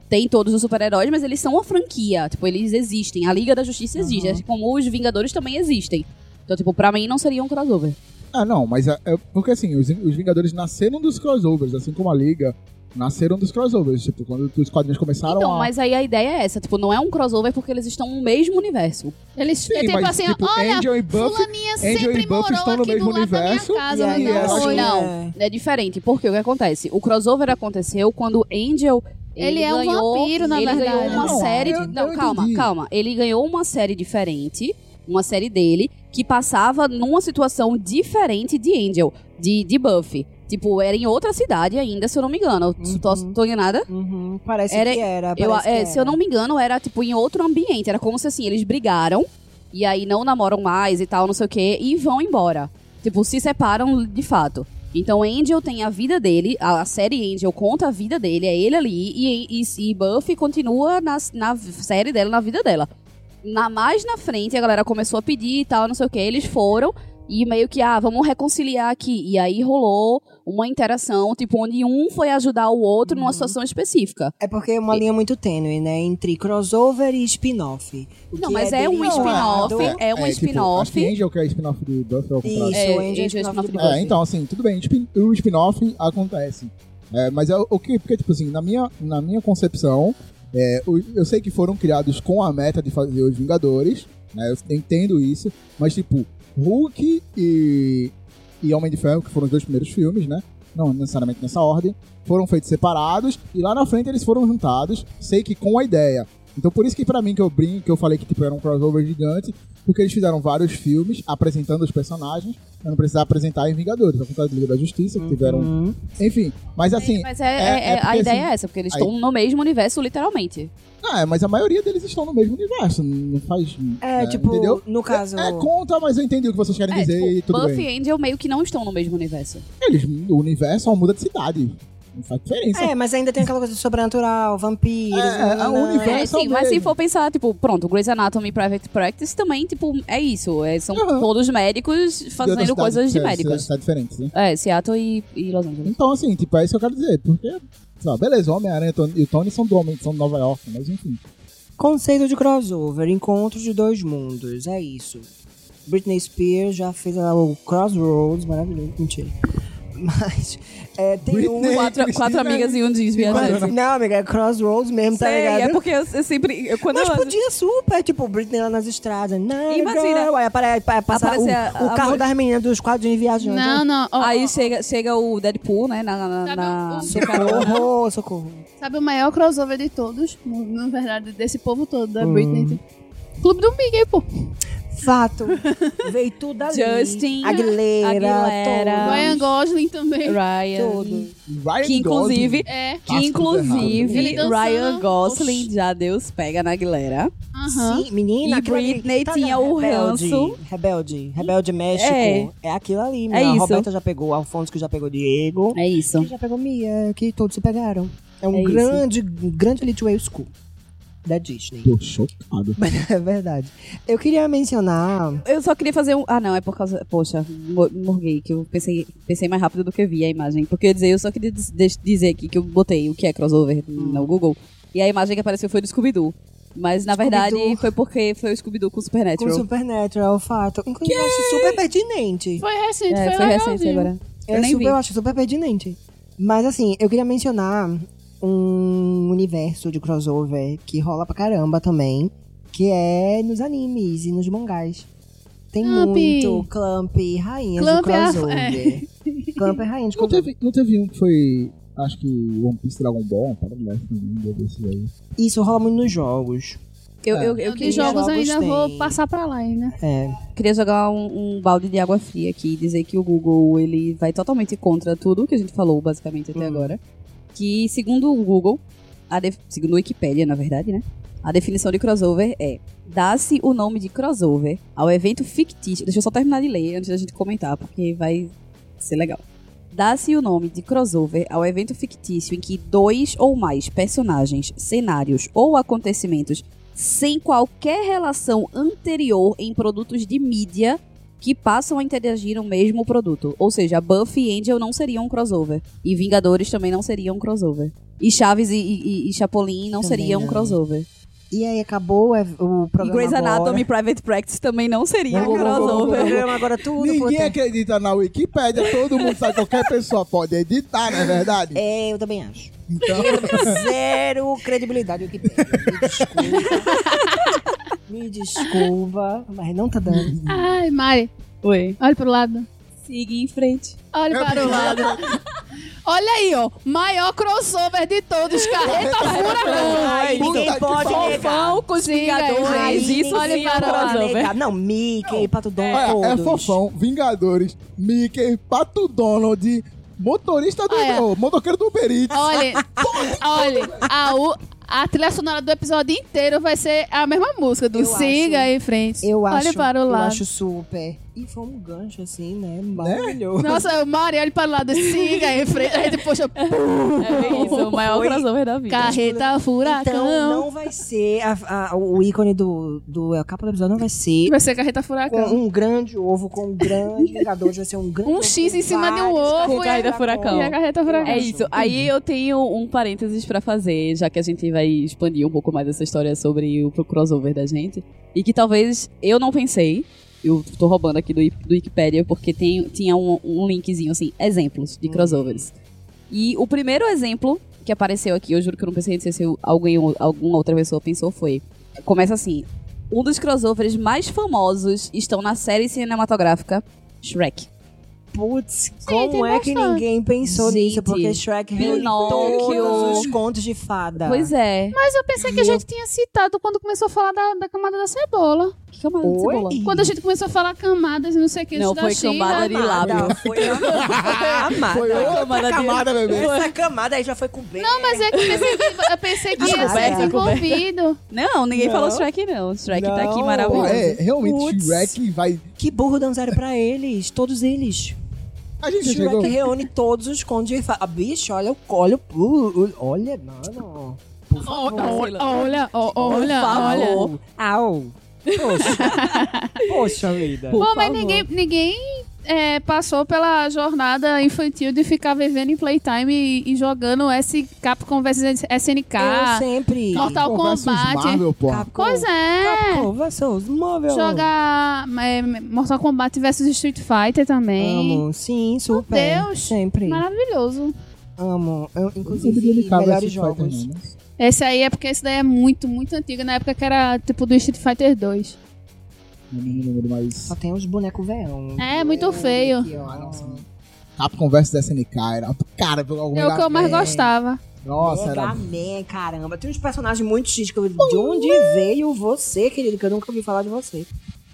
Speaker 5: Tem todos os super-heróis, mas eles são uma franquia. Tipo, eles existem. A Liga da Justiça existe. assim Como os Vingadores também existem. Então, tipo, pra mim não seria um crossover.
Speaker 1: Ah, não, mas é, é porque assim, os, os Vingadores nasceram dos crossovers, assim como a Liga nasceram dos crossovers. Tipo, quando os quadrinhos começaram
Speaker 5: Então,
Speaker 1: a.
Speaker 5: mas aí a ideia é essa, tipo, não é um crossover porque eles estão no mesmo universo.
Speaker 2: Eles
Speaker 1: Sim,
Speaker 2: é tipo
Speaker 1: mas,
Speaker 2: assim,
Speaker 1: tipo,
Speaker 2: olha,
Speaker 1: Angel e Buffy,
Speaker 2: fulaninha
Speaker 1: Angel
Speaker 2: sempre
Speaker 1: e Buffy
Speaker 2: morou
Speaker 1: estão no
Speaker 2: aqui
Speaker 1: mesmo
Speaker 2: do lado da minha
Speaker 1: universo.
Speaker 2: casa,
Speaker 3: e aí
Speaker 2: não
Speaker 3: ela-
Speaker 2: foi.
Speaker 5: Não,
Speaker 3: É.
Speaker 5: é diferente, porque o que acontece? O crossover aconteceu quando Angel
Speaker 2: Ele é um
Speaker 5: ganhou,
Speaker 2: vampiro, na
Speaker 5: ele
Speaker 2: verdade.
Speaker 5: ganhou uma
Speaker 1: Não,
Speaker 5: série, de,
Speaker 1: eu-
Speaker 5: não,
Speaker 1: eu
Speaker 5: calma,
Speaker 1: entendi.
Speaker 5: calma. Ele ganhou uma série diferente, uma série dele que passava numa situação diferente de Angel, de de Buffy. Tipo, era em outra cidade ainda, se eu não me engano.
Speaker 3: Uhum.
Speaker 5: Tô, tô enganada?
Speaker 3: Uhum, parece
Speaker 5: Era-
Speaker 3: que era.
Speaker 5: Eu,
Speaker 3: parece
Speaker 5: é,
Speaker 3: que
Speaker 5: se eu
Speaker 3: era.
Speaker 5: não me engano, era tipo em outro ambiente. Era como se assim, eles brigaram e aí não namoram mais e tal, não sei o quê, e vão embora. Tipo, se separam de fato. Então Angel tem a vida dele, a a série Angel conta a vida dele, é ele ali, e, e, e Buffy continua na, na série dela, na vida dela. Na, mais na frente, a galera começou a pedir e tal, não sei o que, eles foram e meio que, ah, vamos reconciliar aqui. E aí rolou uma interação, tipo, onde um foi ajudar o outro numa situação específica.
Speaker 3: É porque é uma linha muito tênue, né? Entre crossover e spin-off. O
Speaker 5: Não,
Speaker 3: que
Speaker 5: mas é um
Speaker 3: derivado-
Speaker 5: spin-off. É um
Speaker 1: tipo, acho que
Speaker 5: spin-off.
Speaker 1: Angel que é spin-off de Buffy ao contrário.
Speaker 3: Isso,
Speaker 5: É,
Speaker 3: o
Speaker 5: Angel
Speaker 3: Angel
Speaker 5: é
Speaker 3: é spin-off
Speaker 5: spin-off
Speaker 3: do
Speaker 5: do
Speaker 1: É,
Speaker 3: Buffy.
Speaker 1: então, assim, tudo bem, spin- o spin-off acontece. É, mas é o o que, porque, tipo assim, na minha, na minha concepção, é, o- eu sei que foram criados com a meta de fazer os Vingadores, né? Eu entendo isso, mas, tipo, Hulk e, e Homem de Ferro, que foram os dois primeiros filmes, né? não necessariamente nessa ordem, foram feitos separados e lá na frente eles foram juntados, sei que com a ideia. Então por isso que pra mim que eu brinco, que eu falei que tipo era um crossover gigante, porque eles fizeram vários filmes apresentando os personagens, pra não precisar apresentar em Vingadores, a vontade de Liga da Justiça, que É, tiveram,
Speaker 3: Hum.
Speaker 1: enfim, mas assim,
Speaker 5: Mas
Speaker 1: é-
Speaker 5: é,
Speaker 1: é
Speaker 5: é- a
Speaker 1: porque,
Speaker 5: ideia
Speaker 1: assim,
Speaker 5: é essa, porque eles
Speaker 1: aí-
Speaker 5: estão no mesmo universo, literalmente.
Speaker 1: ah, é, mas a maioria deles estão no mesmo universo, não faz,
Speaker 3: É, tipo,
Speaker 1: entendeu?
Speaker 3: no caso.
Speaker 1: É, conta, mas eu entendi o que vocês querem
Speaker 5: É,
Speaker 1: dizer e
Speaker 5: tipo,
Speaker 1: tudo
Speaker 5: Buffy
Speaker 1: bem.
Speaker 5: e Angel meio que não estão no mesmo universo.
Speaker 1: Eles, o universo só muda de cidade. Não faz diferença.
Speaker 3: É, mas ainda tem aquela coisa de sobrenatural, vampiros. né?
Speaker 1: É, é,
Speaker 3: nananã.
Speaker 1: o universo-
Speaker 5: É,
Speaker 1: É, são
Speaker 5: sim, mas se
Speaker 1: mesmo.
Speaker 5: for pensar, tipo, pronto, Grey's Anatomy e Private Practice também, tipo, é isso. é, são
Speaker 1: Aham.
Speaker 5: todos médicos
Speaker 1: De outra
Speaker 5: fazendo
Speaker 1: cidade,
Speaker 5: coisas de
Speaker 1: é,
Speaker 5: médicos.
Speaker 1: cidade diferente, né?
Speaker 5: É, Seattle e, e Los Angeles.
Speaker 1: Então, assim, tipo, é isso que eu quero dizer. Porque, sei lá, beleza, o Homem-Aranha Tony- e o Tony são do Homem, são de Nova York, mas enfim.
Speaker 3: Conceito de crossover, encontros de dois mundos, é isso. Britney Spears já fez lá o Crossroads, maravilhoso, mentira. (laughs) Mas é, tem
Speaker 1: Britney,
Speaker 3: um.
Speaker 5: Quatro,
Speaker 1: Cristina
Speaker 5: quatro amigas e um jeans viajante.
Speaker 3: Não, amiga, é Crossroads mesmo, tá
Speaker 5: Sei,
Speaker 3: ligado?
Speaker 5: é porque eu, eu sempre. Eu, quando
Speaker 3: Mas
Speaker 5: eu-
Speaker 3: podia super, tipo, Britney lá nas estradas. Não,
Speaker 5: Imagina.
Speaker 3: Girl, aí apare- pa- passa o,
Speaker 5: Aparece a-
Speaker 3: o
Speaker 5: a
Speaker 3: carro
Speaker 5: mulher-
Speaker 3: das meninas dos quadrinhos viajando.
Speaker 2: Não, não. ó,
Speaker 5: Aí
Speaker 2: ó,
Speaker 5: chega, chega o Deadpool, né? Na, na, na- (laughs)
Speaker 3: Socorro, socorro.
Speaker 2: Sabe o maior crossover de todos? Na verdade, desse povo todo,
Speaker 1: Hum.
Speaker 2: da Britney. tipo, Clube do Mickey, pô.
Speaker 5: (laughs)
Speaker 3: Fato. Veio tudo ali.
Speaker 5: Justin,
Speaker 3: Aguilera,
Speaker 5: Aguilera.
Speaker 3: todos.
Speaker 2: Ryan Gosling também.
Speaker 5: Ryan.
Speaker 3: Tudo.
Speaker 1: Ryan
Speaker 5: Que inclusive.
Speaker 2: É.
Speaker 5: Que
Speaker 1: Tá tudo
Speaker 5: inclusive
Speaker 2: Ele dançando.
Speaker 5: Ryan Gosling já Deus pega na Aguilera.
Speaker 2: Aham.
Speaker 3: Sim, menina.
Speaker 5: E
Speaker 3: aquilo ali-
Speaker 5: Britney
Speaker 3: tá
Speaker 5: tinha
Speaker 3: vendo?
Speaker 5: o
Speaker 3: Rebelde,
Speaker 5: ranço.
Speaker 3: Rebelde. Rebelde México. É, aquilo ali,
Speaker 5: É
Speaker 3: minha.
Speaker 5: isso.
Speaker 3: Roberta já pegou, Alfonso que já pegou Diego.
Speaker 5: É isso.
Speaker 3: Que já pegou Mia, que todos se pegaram. É um
Speaker 5: É isso.
Speaker 3: grande, grande Little School da
Speaker 5: (laughs)
Speaker 3: Disney.
Speaker 1: Tô chocado.
Speaker 3: É verdade. Eu queria mencionar.
Speaker 5: Eu só queria fazer um. Ah, não, é por causa. Poxa, mo- morguei, que eu pensei, pensei mais rápido do que vi a imagem. Porque eu ia dizer, eu só queria dis- des- dizer aqui que eu botei o que é crossover no Google. E a imagem que apareceu foi do Scooby-Doo. Mas na verdade
Speaker 3: Scooby-Doo.
Speaker 5: foi porque foi o Scooby-Doo com o
Speaker 3: Com
Speaker 5: Supernatural.
Speaker 3: Supernatural, fato. Inclusive, eu acho super pertinente.
Speaker 2: Foi recente,
Speaker 5: É,
Speaker 2: foi,
Speaker 5: foi
Speaker 2: legalzinho.
Speaker 5: recente agora. Eu
Speaker 3: É
Speaker 5: nem
Speaker 3: super,
Speaker 5: vi.
Speaker 3: eu acho super pertinente. Mas assim, eu queria mencionar um universo de crossover que rola pra caramba também, que é nos animes e nos mangás. Tem
Speaker 2: Clamp.
Speaker 3: muito Clamp e Rainha do
Speaker 2: Clamp é a-
Speaker 3: crossover.
Speaker 5: (laughs)
Speaker 3: Clamp é Rainha de
Speaker 1: Não
Speaker 3: crossover.
Speaker 1: teve, não teve um que foi. Acho que One Piece Dragon Ball, para de um desse aí.
Speaker 3: é- Isso rola muito nos jogos.
Speaker 5: Eu, eu, eu
Speaker 2: Eu
Speaker 5: queria,
Speaker 2: de jogos,
Speaker 3: jogos
Speaker 2: ainda
Speaker 3: tem?
Speaker 2: vou passar pra lá ainda.
Speaker 3: É.
Speaker 5: queria jogar um, um balde de água fria aqui e dizer que o Google ele vai totalmente contra tudo que a gente falou, basicamente, até
Speaker 3: Uhum.
Speaker 5: agora. Que, segundo o Google, a def- segundo o Wikipedia, na verdade, né? A definição de crossover é dá-se o nome de crossover ao evento fictício. Deixa eu só terminar de ler antes da gente comentar, porque vai ser legal. Dá-se o nome de crossover ao evento fictício em que dois ou mais personagens, cenários ou acontecimentos sem qualquer relação anterior em produtos de mídia que passam a interagir no mesmo produto. Ou seja, Buffy e Angel não seriam um crossover. E Vingadores também não seriam um crossover. E Chaves e, e- e Chapolin não
Speaker 3: Também
Speaker 5: seriam um
Speaker 3: não.
Speaker 5: crossover.
Speaker 3: E aí acabou é, o
Speaker 5: E
Speaker 3: programa.
Speaker 5: Grey's
Speaker 3: agora.
Speaker 5: Anatomy e Private Practice também não seriam um
Speaker 3: Acabou o
Speaker 5: crossover.
Speaker 3: programa agora tudo. por
Speaker 1: Ninguém
Speaker 3: tempo.
Speaker 1: acredita na Wikipédia, todo mundo sabe, qualquer pessoa pode editar, não é verdade?
Speaker 3: É, eu também acho. (laughs)
Speaker 1: Então,
Speaker 3: Zero credibilidade o que tem. Me desculpa. (laughs) Me desculpa, mas não tá dando.
Speaker 2: Ai, Mari,
Speaker 5: Oi.
Speaker 2: olha pro lado.
Speaker 5: Siga em frente.
Speaker 1: é
Speaker 2: Olha para o lado.
Speaker 3: né?
Speaker 2: Olha aí, ó. Maior crossover de
Speaker 1: (laughs)
Speaker 2: todos. Carreta furacão.
Speaker 3: Ai,
Speaker 1: puta que pariu.
Speaker 5: Fofão com os
Speaker 2: Sim, guys.
Speaker 5: Vingadores.
Speaker 2: Ai,
Speaker 5: Isso
Speaker 2: olha
Speaker 5: sim é um
Speaker 2: para lá,
Speaker 5: crossover.
Speaker 3: Não, Mickey, Pato Donald.
Speaker 1: Olha, é
Speaker 3: todos.
Speaker 1: fofão, Vingadores, Mickey, Pato Donald, motorista do.
Speaker 3: Ah, é.
Speaker 2: Olha.
Speaker 1: ô, motoqueiro do Uber Eats.
Speaker 2: Olha, olha, a, u- a trilha sonora do episódio inteiro vai ser a mesma música do
Speaker 3: Eu
Speaker 2: Siga
Speaker 3: acho-
Speaker 2: em frente.
Speaker 3: Eu acho,
Speaker 2: Olha para o
Speaker 3: eu
Speaker 2: lado.
Speaker 3: acho super. E foi um gancho assim, né? Maravilhoso.
Speaker 2: Nossa, Mari, olha para o lado. Siga em frente. tipo, A gente
Speaker 3: (laughs)
Speaker 2: puxa.
Speaker 5: É isso, o maior crossover da vida.
Speaker 2: Carreta furacão.
Speaker 3: Então, não vai ser a- a- o ícone do, do a capa do episódio, não vai ser
Speaker 2: Vai ser carreta
Speaker 3: com
Speaker 2: furacão.
Speaker 3: um grande ovo, com um grande (laughs) vingador, vai ser um grande
Speaker 2: Um
Speaker 3: ovo
Speaker 2: X em
Speaker 3: com
Speaker 2: cima de um
Speaker 3: vários
Speaker 2: ovo
Speaker 3: caras
Speaker 2: e a-
Speaker 3: da
Speaker 5: furacão.
Speaker 2: E a carreta furacão.
Speaker 5: É isso. Aí eu tenho um parênteses pra fazer, já que a gente vai expandir um pouco mais essa história sobre o crossover da gente. E que talvez eu não pensei. Eu tô roubando aqui do, Wik- do Wikipedia, porque tem, tinha um, um linkzinho assim, exemplos de crossovers. E o primeiro exemplo que apareceu aqui, eu juro que eu não pensei, não sei se eu- alguém, ou- alguma outra pessoa pensou, foi. Começa assim. Um dos crossovers mais famosos estão na série cinematográfica Shrek.
Speaker 3: Putz,
Speaker 2: tem
Speaker 3: como é que
Speaker 2: bastante.
Speaker 3: ninguém pensou
Speaker 5: Gente,
Speaker 3: nisso? Porque Shrek reúne
Speaker 5: Pinóquio.
Speaker 3: todos os contos de fada.
Speaker 5: Pois é.
Speaker 2: Mas eu pensei que a gente tinha citado quando começou a falar da, da camada da cebola.
Speaker 5: Que camada de
Speaker 3: Oi?
Speaker 5: cebola?
Speaker 2: Quando a gente começou a falar camadas e não sei o que,
Speaker 6: Não,
Speaker 2: antes
Speaker 6: foi
Speaker 2: da China.
Speaker 6: cambada de lábio.
Speaker 3: Amada, foi amada.
Speaker 1: Foi outra
Speaker 6: camada de-
Speaker 1: camada, bebê.
Speaker 3: Essa camada aí já foi com B.
Speaker 2: Não, mas é que eu pensei que, eu pensei que ia ser
Speaker 6: Descoberta,
Speaker 2: desenvolvido.
Speaker 5: Não, ninguém
Speaker 3: Não.
Speaker 5: falou Shrek, não. Shrek tá aqui
Speaker 3: Não.
Speaker 5: maravilhoso.
Speaker 1: É, realmente,
Speaker 3: Putz.
Speaker 1: Shrek vai...
Speaker 3: Que burro dá um zero pra eles, todos eles.
Speaker 1: A gente chegou...
Speaker 3: Shrek é reúne todos os contos de fada. Ah, Bicho, olha, o- olha, o- uh, uh, olha, mano. Por favor.
Speaker 2: Olha, olha, ó, olha,
Speaker 3: Por
Speaker 2: olha.
Speaker 3: favor. Au. Poxa. (laughs) Poxa vida.
Speaker 2: Bom, mas
Speaker 5: favor.
Speaker 2: ninguém, ninguém é, passou pela jornada infantil de ficar vivendo em playtime e, e jogando S Capcom vs SNK.
Speaker 3: Eu sempre.
Speaker 2: Mortal
Speaker 1: Capcom versus
Speaker 2: Kombat.
Speaker 1: Marvel, pô.
Speaker 2: Pois é.
Speaker 3: Capcom versus Marvel.
Speaker 2: Jogar é, Mortal Kombat vs Street Fighter também.
Speaker 3: Amo, sim, super.
Speaker 2: Deus.
Speaker 3: Sempre.
Speaker 2: Maravilhoso.
Speaker 3: Amo. Eu,
Speaker 1: Tudo
Speaker 3: inclusive,
Speaker 1: delicado
Speaker 3: melhores
Speaker 1: esse Fighter,
Speaker 3: jogos.
Speaker 1: né?
Speaker 2: Esse aí é porque esse daí é muito, muito antigo. Na época que era tipo do Street Fighter 2.
Speaker 1: Eu não me lembro, mas...
Speaker 3: Só tem os bonecos velhão.
Speaker 2: É, muito feio.
Speaker 3: Que, ó, nossa.
Speaker 1: Capcom vs SNK era... Cara, pelo amor
Speaker 2: É o que eu mais
Speaker 1: Deus.
Speaker 2: gostava.
Speaker 1: Nossa,
Speaker 3: Mega
Speaker 1: era...
Speaker 3: Man, caramba. Tem uns personagens muito X que eu... De onde veio você, querido? Que eu nunca ouvi falar de você.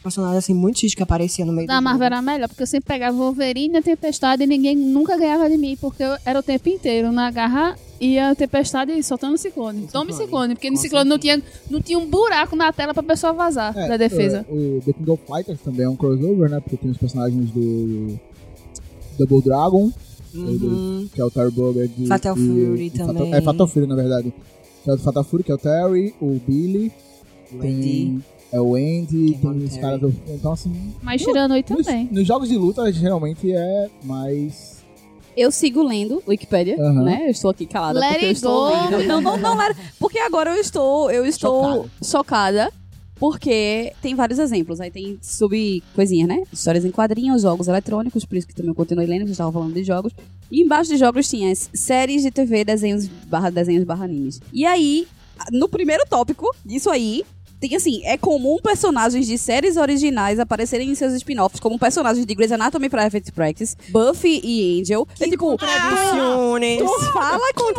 Speaker 3: Personagem, assim, muito X que aparecia no meio
Speaker 2: Na
Speaker 3: do
Speaker 2: Marvel
Speaker 3: jogo.
Speaker 2: era melhor, porque eu sempre pegava Wolverine e a Tempestade e ninguém nunca ganhava de mim, porque eu era o tempo inteiro na garra e a Tempestade soltando ciclone. Tome ciclone, porque no
Speaker 3: Com
Speaker 2: ciclone não tinha, não tinha um buraco na tela pra pessoa vazar
Speaker 1: É,
Speaker 2: da defesa.
Speaker 1: O, o The King of Fighters também é um crossover, né? Porque tem os personagens do Double Dragon,
Speaker 3: Uhum.
Speaker 1: que é o Terry Bogard. e-
Speaker 3: Fatal
Speaker 1: e-
Speaker 3: Fury
Speaker 1: e
Speaker 3: também.
Speaker 1: Fatal- é Fatal Fury, na verdade. Que é o Fatal Fury, que é o Terry, o Billy,
Speaker 3: Andy.
Speaker 1: tem é o Andy,
Speaker 3: Quem
Speaker 1: tem
Speaker 3: é o
Speaker 1: os
Speaker 3: Terry?
Speaker 1: caras do... Então, assim...
Speaker 2: Mas Shiranui
Speaker 1: Nos,
Speaker 2: também.
Speaker 1: nos jogos de luta, geralmente é mais...
Speaker 5: Eu sigo lendo Wikipédia,
Speaker 1: Aham.
Speaker 5: né? Eu estou aqui calada
Speaker 2: Let
Speaker 5: porque eu
Speaker 2: it
Speaker 5: estou
Speaker 2: go.
Speaker 5: lendo. Não, não, não, let- porque agora eu estou, eu estou chocada. Porque tem vários exemplos. Aí tem sub coisinhas, né? Histórias em quadrinhos, jogos eletrônicos, por isso que também eu continuei lendo, vocês estavam falando de jogos. E embaixo de jogos tinha as séries de TV, desenhos barra desenhos barra animes. E aí, no primeiro tópico disso aí, tem assim, é comum personagens de séries originais aparecerem em seus spin-offs, como personagens de Grey's Anatomy Private Practice, Buffy e Angel.
Speaker 3: É
Speaker 5: Que, tipo,
Speaker 3: Tradiciones.
Speaker 5: tu fala que não é,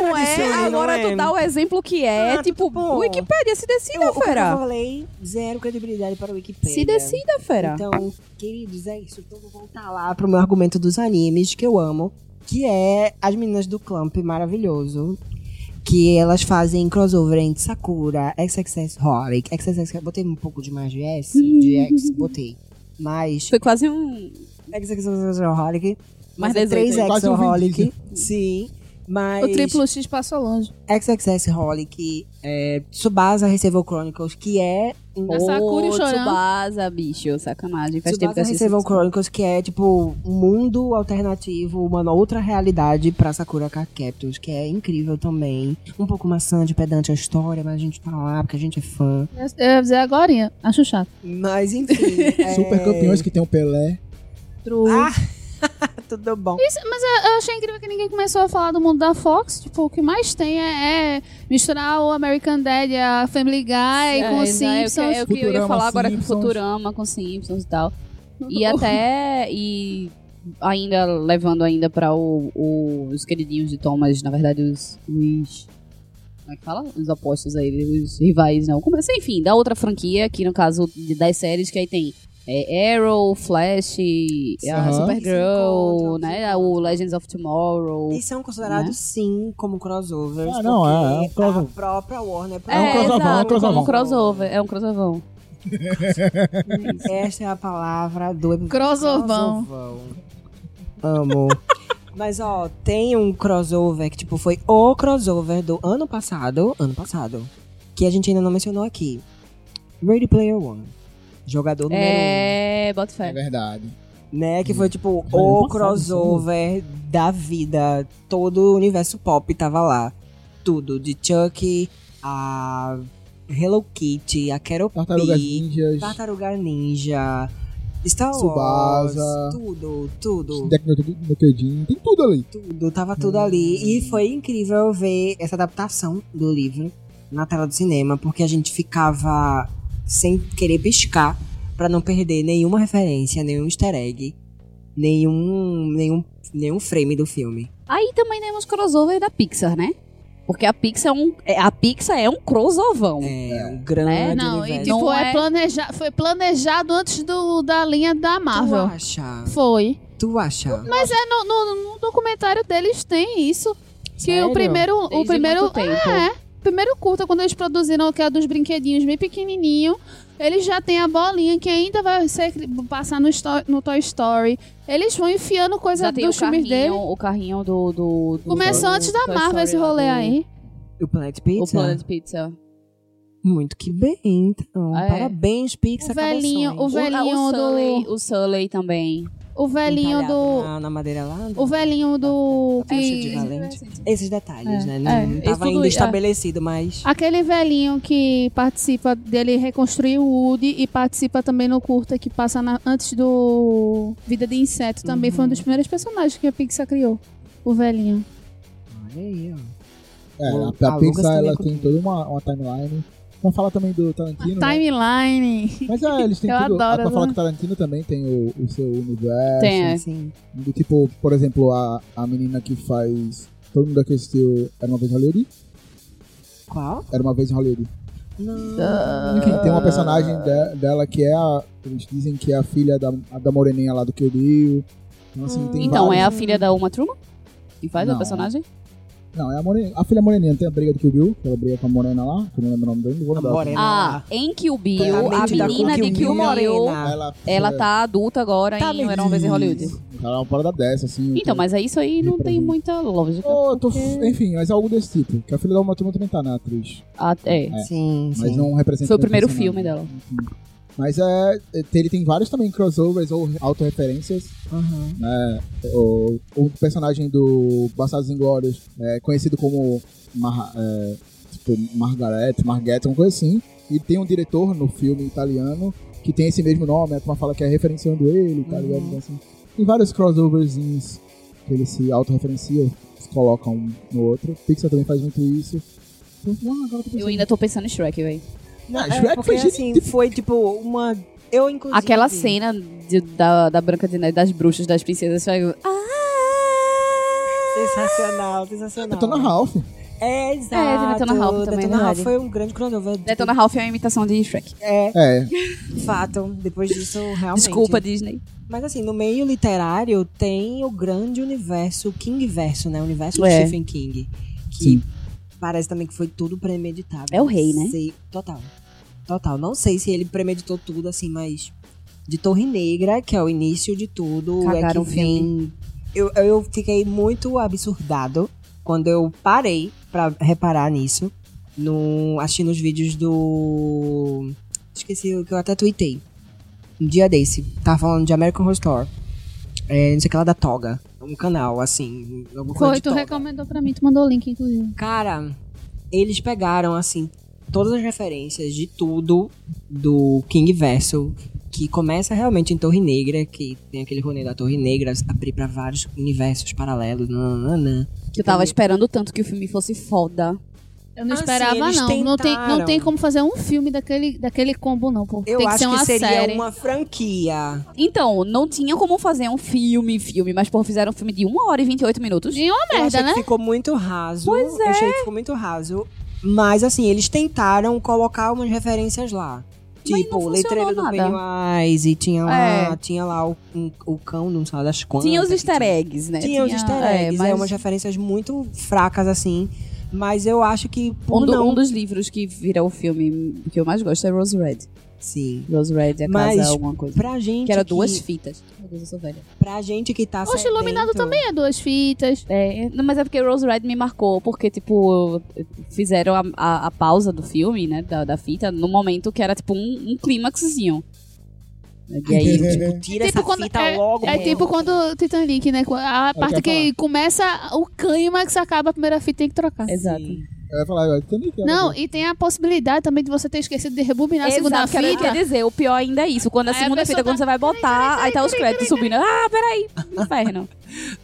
Speaker 3: contradições,
Speaker 5: agora
Speaker 3: não é?
Speaker 5: tu dá o exemplo que é.
Speaker 3: Ah,
Speaker 5: tipo,
Speaker 3: bom.
Speaker 5: Wikipedia, se decida,
Speaker 3: O que eu
Speaker 5: fera.
Speaker 3: falei, zero credibilidade para o Wikipedia.
Speaker 5: Se decida, fera.
Speaker 3: Então, queridos, é isso. Então, vou voltar lá pro meu argumento dos animes, que eu amo. Que é as meninas do Clamp, maravilhoso. Que elas fazem crossover entre Sakura, XXX Holic, XXX... Botei um pouco de mais de S, de X, botei. Mas...
Speaker 5: Foi quase um.
Speaker 3: XXX Holic...
Speaker 5: Mais
Speaker 3: Mas é
Speaker 5: 18,
Speaker 1: hein?
Speaker 3: 3X
Speaker 1: Quase um Vin
Speaker 3: Holic...
Speaker 1: Diesel.
Speaker 3: Sim, mas...
Speaker 2: O triplo X passou longe.
Speaker 3: XXX Holic, é, Tsubasa Receive Chronicles, que é
Speaker 2: Da Sakura e
Speaker 5: Ô,
Speaker 2: o Chorão.
Speaker 5: Tsubasa, bicho, sacanagem. Faz tempo
Speaker 3: Tsubasa
Speaker 5: que eu assisti.
Speaker 3: Receive Chronicles, que é tipo um mundo alternativo, uma outra realidade pra Sakura Card Captors, que é incrível também. Um pouco maçante, pedante a história, mas a gente tá lá porque a gente é fã.
Speaker 2: Eu eu ia dizer agora, acho chato.
Speaker 3: Mas (laughs) enfim. é-
Speaker 1: Super campeões que tem o Pelé.
Speaker 3: Ah, tudo bom.
Speaker 2: Isso, mas eu, eu achei incrível que ninguém começou a falar do mundo da Fox. Tipo, o que mais tem é, é misturar o American Dad, e a Family Guy com os Simpsons.
Speaker 5: É o que eu ia
Speaker 1: Futurama,
Speaker 5: falar agora com
Speaker 1: Simpsons.
Speaker 5: Futurama, com Simpsons e tal. E até. E ainda levando ainda pra o, o- os queridinhos de Thomas, na verdade, os. os como é que fala? Os apostos aí, os rivais, não. Como, assim, enfim, da outra franquia, que no caso de- das séries, que aí tem é, Arrow, Flash, a
Speaker 1: Aham.
Speaker 5: Supergirl,
Speaker 3: Isso
Speaker 5: né?
Speaker 3: conta.
Speaker 5: é O Legends of Tomorrow.
Speaker 3: E são considerados,
Speaker 5: Né?
Speaker 3: sim, como crossovers.
Speaker 1: Ah, não, é,
Speaker 3: porque
Speaker 1: é um crossover.
Speaker 3: A própria Warner
Speaker 1: É um
Speaker 5: É,
Speaker 1: crossovão, é um
Speaker 5: exato, como
Speaker 1: crossovão.
Speaker 5: um crossover. É um (laughs) crossovão.
Speaker 3: Esta é a palavra do episódio.
Speaker 2: Crossovão.
Speaker 3: Amo. (laughs) Mas ó, tem um crossover que tipo foi o crossover do ano passado, ano passado, que a gente ainda não mencionou aqui. Ready Player One. Jogador número
Speaker 5: É, bota
Speaker 1: É
Speaker 5: fé.
Speaker 1: verdade.
Speaker 3: um, né? Que foi tipo
Speaker 1: Foi ano
Speaker 3: o
Speaker 1: passado,
Speaker 3: crossover da vida. Todo o universo pop tava lá. Tudo, de Chuck a Hello Kitty, a Carol
Speaker 1: Tartarugas
Speaker 3: Bee,
Speaker 1: Ninjas,
Speaker 3: Tartaruga Ninja, Star Wars,
Speaker 1: Tsubasa.
Speaker 3: tudo, tudo,
Speaker 1: Deck no no Kyojin, tem tudo ali.
Speaker 3: tudo, tava tudo ali. E foi incrível ver essa adaptação do livro na tela do cinema, porque a gente ficava sem querer piscar pra não perder nenhuma referência, nenhum easter egg. nenhum, nenhum, nenhum frame do filme.
Speaker 5: Aí também temos crossover da Pixar, né? Porque a Pixar é um, é- a Pixar é um crossovão.
Speaker 3: É um grande
Speaker 5: É,
Speaker 2: Não, e
Speaker 3: universo.
Speaker 2: tipo,
Speaker 5: Não
Speaker 2: é
Speaker 5: é-
Speaker 2: planeja- foi planejado antes do, da linha da
Speaker 3: Tu
Speaker 2: Marvel.
Speaker 3: acha?
Speaker 2: Foi.
Speaker 3: Tu acha?
Speaker 2: Mas é no, no- no documentário deles tem isso. Que
Speaker 3: Sério?
Speaker 2: o primeiro. o
Speaker 5: Desde
Speaker 2: primeiro.
Speaker 5: muito tempo.
Speaker 2: É. o Primeiro curta, quando eles produziram que é dos brinquedinhos bem pequenininho, eles já tem a bolinha que ainda vai ser cri- passar no, sto- no Toy Story. Eles vão enfiando coisa
Speaker 5: Já tem o
Speaker 2: dos filmes
Speaker 5: carrinho,
Speaker 2: dele.
Speaker 5: o carrinho do... do, do-
Speaker 2: Começou
Speaker 5: do-
Speaker 2: antes da
Speaker 5: Toy
Speaker 2: Marvel esse
Speaker 5: Story lá
Speaker 2: rolê
Speaker 5: do-
Speaker 2: aí.
Speaker 3: O Planet Pizza?
Speaker 5: O Planet Pizza.
Speaker 3: Muito que bem, então.
Speaker 5: É.
Speaker 3: Parabéns, Pixar.
Speaker 2: O velhinho-
Speaker 3: cabeções.
Speaker 2: o velhinho
Speaker 5: o, ah, o
Speaker 2: do-
Speaker 5: Sully, o Sully também.
Speaker 2: O velhinho
Speaker 3: Entalhado
Speaker 5: né?
Speaker 2: do.
Speaker 3: Na, na madeira lá. né?
Speaker 2: O velhinho do.
Speaker 3: Puxa de
Speaker 2: Que,
Speaker 3: valente. Esses detalhes, né? Não,
Speaker 5: é.
Speaker 3: não
Speaker 5: Isso
Speaker 3: tava
Speaker 5: tudo-
Speaker 3: ainda
Speaker 5: é. Ah,
Speaker 3: estabelecido, mas...
Speaker 2: Aquele velhinho que participa dele reconstruir o Woody e participa também no curta que passa na- antes do Vida de Inseto também foi um
Speaker 3: Uhum.
Speaker 2: dos primeiros personagens que a Pixar criou. O velhinho.
Speaker 3: Olha aí, ó.
Speaker 1: É,
Speaker 3: O-
Speaker 1: a,
Speaker 3: a Lucas
Speaker 1: Pixar
Speaker 3: também
Speaker 1: ela
Speaker 3: é
Speaker 1: tem
Speaker 3: comigo.
Speaker 1: toda uma, uma timeline. Vamos falar também do Tarantino. né?
Speaker 2: Timeline.
Speaker 1: Mas é, eles têm
Speaker 2: Eu
Speaker 1: tudo.
Speaker 2: adoro,
Speaker 1: pra falar
Speaker 2: né?
Speaker 1: que o Tarantino também tem o, o seu universo.
Speaker 5: Tem, é.
Speaker 3: Sim.
Speaker 1: Do tipo, por exemplo, a, a menina que faz. Todo mundo aqui assistiu Era uma vez em Hollywood?
Speaker 3: Qual?
Speaker 1: Era uma vez em Hollywood.
Speaker 5: Tá
Speaker 3: Não.
Speaker 1: Enfim, tem uma personagem de- dela que é a. Eles dizem que é a filha da, a da moreninha lá do Kill Bill. Então, assim, tem
Speaker 5: Então, é
Speaker 1: vários-
Speaker 5: a filha da Uma Truman? Que faz
Speaker 1: Não.
Speaker 5: a personagem?
Speaker 1: Não, é a moreninha. A filha moreninha tem a briga do Kill Bill, que ela briga com a morena lá, que eu não lembro o nome dele, não vou
Speaker 3: A
Speaker 1: lembrar.
Speaker 2: É.
Speaker 3: morena.
Speaker 5: Ah, em Kill Bill, a
Speaker 3: Claramente da
Speaker 5: menina
Speaker 3: Kill
Speaker 5: de Kill
Speaker 3: Bill,
Speaker 5: Bill,
Speaker 3: Morena.
Speaker 1: Ela,
Speaker 5: ela tá adulta agora
Speaker 3: Tá
Speaker 5: em Era Uma Vez em Hollywood.
Speaker 1: Ela é uma parada dessa, assim.
Speaker 5: Então, mas aí isso aí não tem
Speaker 2: Uhum.
Speaker 5: muita lógica.
Speaker 1: Oh, eu tô f- Enfim, mas é algo desse tipo. Que a filha da Uma Turma também tá na atriz.
Speaker 5: Ah, é.
Speaker 3: Sim, sim.
Speaker 1: Mas não representa.
Speaker 5: Foi o primeiro
Speaker 1: personagem.
Speaker 5: filme dela.
Speaker 1: Enfim. Mas é, ele tem vários também crossovers ou autorreferências,
Speaker 3: Aham.
Speaker 1: né? O, o personagem do Bastardos Inglórios, é, conhecido como Mar, é, tipo, Margaret, Marghetto, uma coisa assim. E tem um diretor no filme italiano que tem esse mesmo nome, a turma fala que é referenciando ele, tá ligado? Então, assim, tem vários crossoverzinhos que eles se autorreferenciam, se colocam um no outro. Pixar também faz muito isso. Então, ah, agora eu tô
Speaker 5: Eu
Speaker 1: pensando
Speaker 5: ainda tô pensando em Shrek, velho.
Speaker 3: Não,
Speaker 1: Ah, Shrek
Speaker 3: é, porque,
Speaker 1: foi gente-
Speaker 3: assim, foi tipo uma... Eu, inclusive...
Speaker 5: Aquela cena de- da, da Branca de Neve, das bruxas, das princesas, Shrek. Ah!
Speaker 3: Sensacional, sensacional.
Speaker 1: Detona Ralph.
Speaker 3: É, exato.
Speaker 5: É, Detona Ralph também,
Speaker 3: Detona
Speaker 5: é verdade.
Speaker 3: Ralph foi um grande crossover.
Speaker 5: Detona Ralph é uma imitação de Shrek.
Speaker 3: É,
Speaker 1: É,
Speaker 3: fato. Depois disso, realmente.
Speaker 5: Desculpa, Disney.
Speaker 3: Mas assim, no meio literário tem o grande universo, o King Verso, né? O universo do
Speaker 5: É.
Speaker 3: Stephen King. Que
Speaker 1: Sim.
Speaker 3: parece também que foi tudo premeditado.
Speaker 5: É o rei,
Speaker 3: Não
Speaker 5: né?
Speaker 3: sei- total. Total. Não sei se ele premeditou tudo, assim, mas. De Torre Negra, que é o início de tudo,
Speaker 5: Cagaram
Speaker 3: é
Speaker 5: o
Speaker 3: que
Speaker 5: filme.
Speaker 3: vem. Eu, eu fiquei muito absurdado quando eu parei pra reparar nisso. No, assistindo os vídeos do. Esqueci o que eu até tuitei. Um dia desse. Tava falando de American Horror Store. É, não sei o que lá da Toga. Um canal, assim. Alguma coisa
Speaker 2: Foi,
Speaker 3: de
Speaker 2: tu
Speaker 3: toga.
Speaker 2: recomendou pra mim, tu mandou o link, inclusive.
Speaker 3: Cara, eles pegaram, assim, todas as referências de tudo do King Verso, que começa realmente em Torre Negra, que tem aquele rolê da Torre Negra, abrir pra vários universos paralelos. nananana.
Speaker 5: Que eu tava esperando tanto que o filme fosse foda.
Speaker 2: Eu não
Speaker 3: Ah, sim,
Speaker 2: esperava,
Speaker 3: eles
Speaker 2: não. Não, tem, não tem
Speaker 3: tentaram.
Speaker 2: como fazer um filme daquele, daquele combo, não, pô. tem
Speaker 3: Eu
Speaker 2: que
Speaker 3: acho
Speaker 2: ser uma
Speaker 3: que seria
Speaker 2: série.
Speaker 3: uma franquia.
Speaker 5: Então, não tinha como fazer um filme, filme, mas porra, fizeram um filme de 1 hora e 28 minutos.
Speaker 2: E uma
Speaker 3: Eu achei
Speaker 2: merda, né?
Speaker 3: que ficou muito raso.
Speaker 5: Pois é.
Speaker 3: Eu achei que ficou muito raso. Mas, assim, eles tentaram colocar umas referências lá. Tipo,
Speaker 5: Mas não
Speaker 3: o
Speaker 5: funcionou
Speaker 3: letreiro do
Speaker 5: nada.
Speaker 3: Pennywise, tinha lá,
Speaker 5: É.
Speaker 3: tinha lá o, um- o cão, não sei lá das quantas.
Speaker 5: Tinha os
Speaker 3: que
Speaker 5: easter eggs, né?
Speaker 3: Tinha, os easter eggs,
Speaker 5: é,
Speaker 3: é,
Speaker 5: mas
Speaker 3: umas referências muito fracas, assim. Mas eu acho que, por
Speaker 5: um, do-
Speaker 3: não...
Speaker 5: um dos livros que virou o filme que eu mais gosto é Rose Red.
Speaker 3: Sim.
Speaker 5: Rose Red é a
Speaker 3: Mas
Speaker 5: casa alguma coisa.
Speaker 3: Pra gente
Speaker 5: Que era
Speaker 3: que-
Speaker 5: duas fitas. Meu Deus, eu sou velha.
Speaker 3: Pra gente que tá
Speaker 2: Oxe, Iluminado
Speaker 3: sedento-
Speaker 2: também é duas fitas.
Speaker 5: É, não, mas é porque Rose Red me marcou, porque, tipo, fizeram a, a- a pausa do filme, né, da, da fita, no momento que era, tipo, um, um clímaxzinho. E
Speaker 1: (laughs)
Speaker 5: aí, tipo,
Speaker 3: Tira
Speaker 2: Tipo
Speaker 3: essa
Speaker 2: quando-
Speaker 3: fita logo,
Speaker 2: É
Speaker 3: meu.
Speaker 2: tipo quando o Titanic, né? A parte
Speaker 1: ia
Speaker 2: que começa o clímax, acaba a primeira fita tem que trocar.
Speaker 5: exato.
Speaker 3: Sim.
Speaker 1: Eu ia falar, eu entendi que era
Speaker 2: Não,
Speaker 1: bom.
Speaker 2: e tem a possibilidade também de você ter esquecido de rebobinar a segunda
Speaker 5: Exato, que era-
Speaker 2: fita.
Speaker 5: Quer dizer, o pior ainda é isso. Quando a
Speaker 2: Aí a
Speaker 5: segunda
Speaker 2: pessoa
Speaker 5: fita, quando
Speaker 2: tá-
Speaker 5: você vai botar, aí tá os créditos subindo. Ah, peraí, inferno.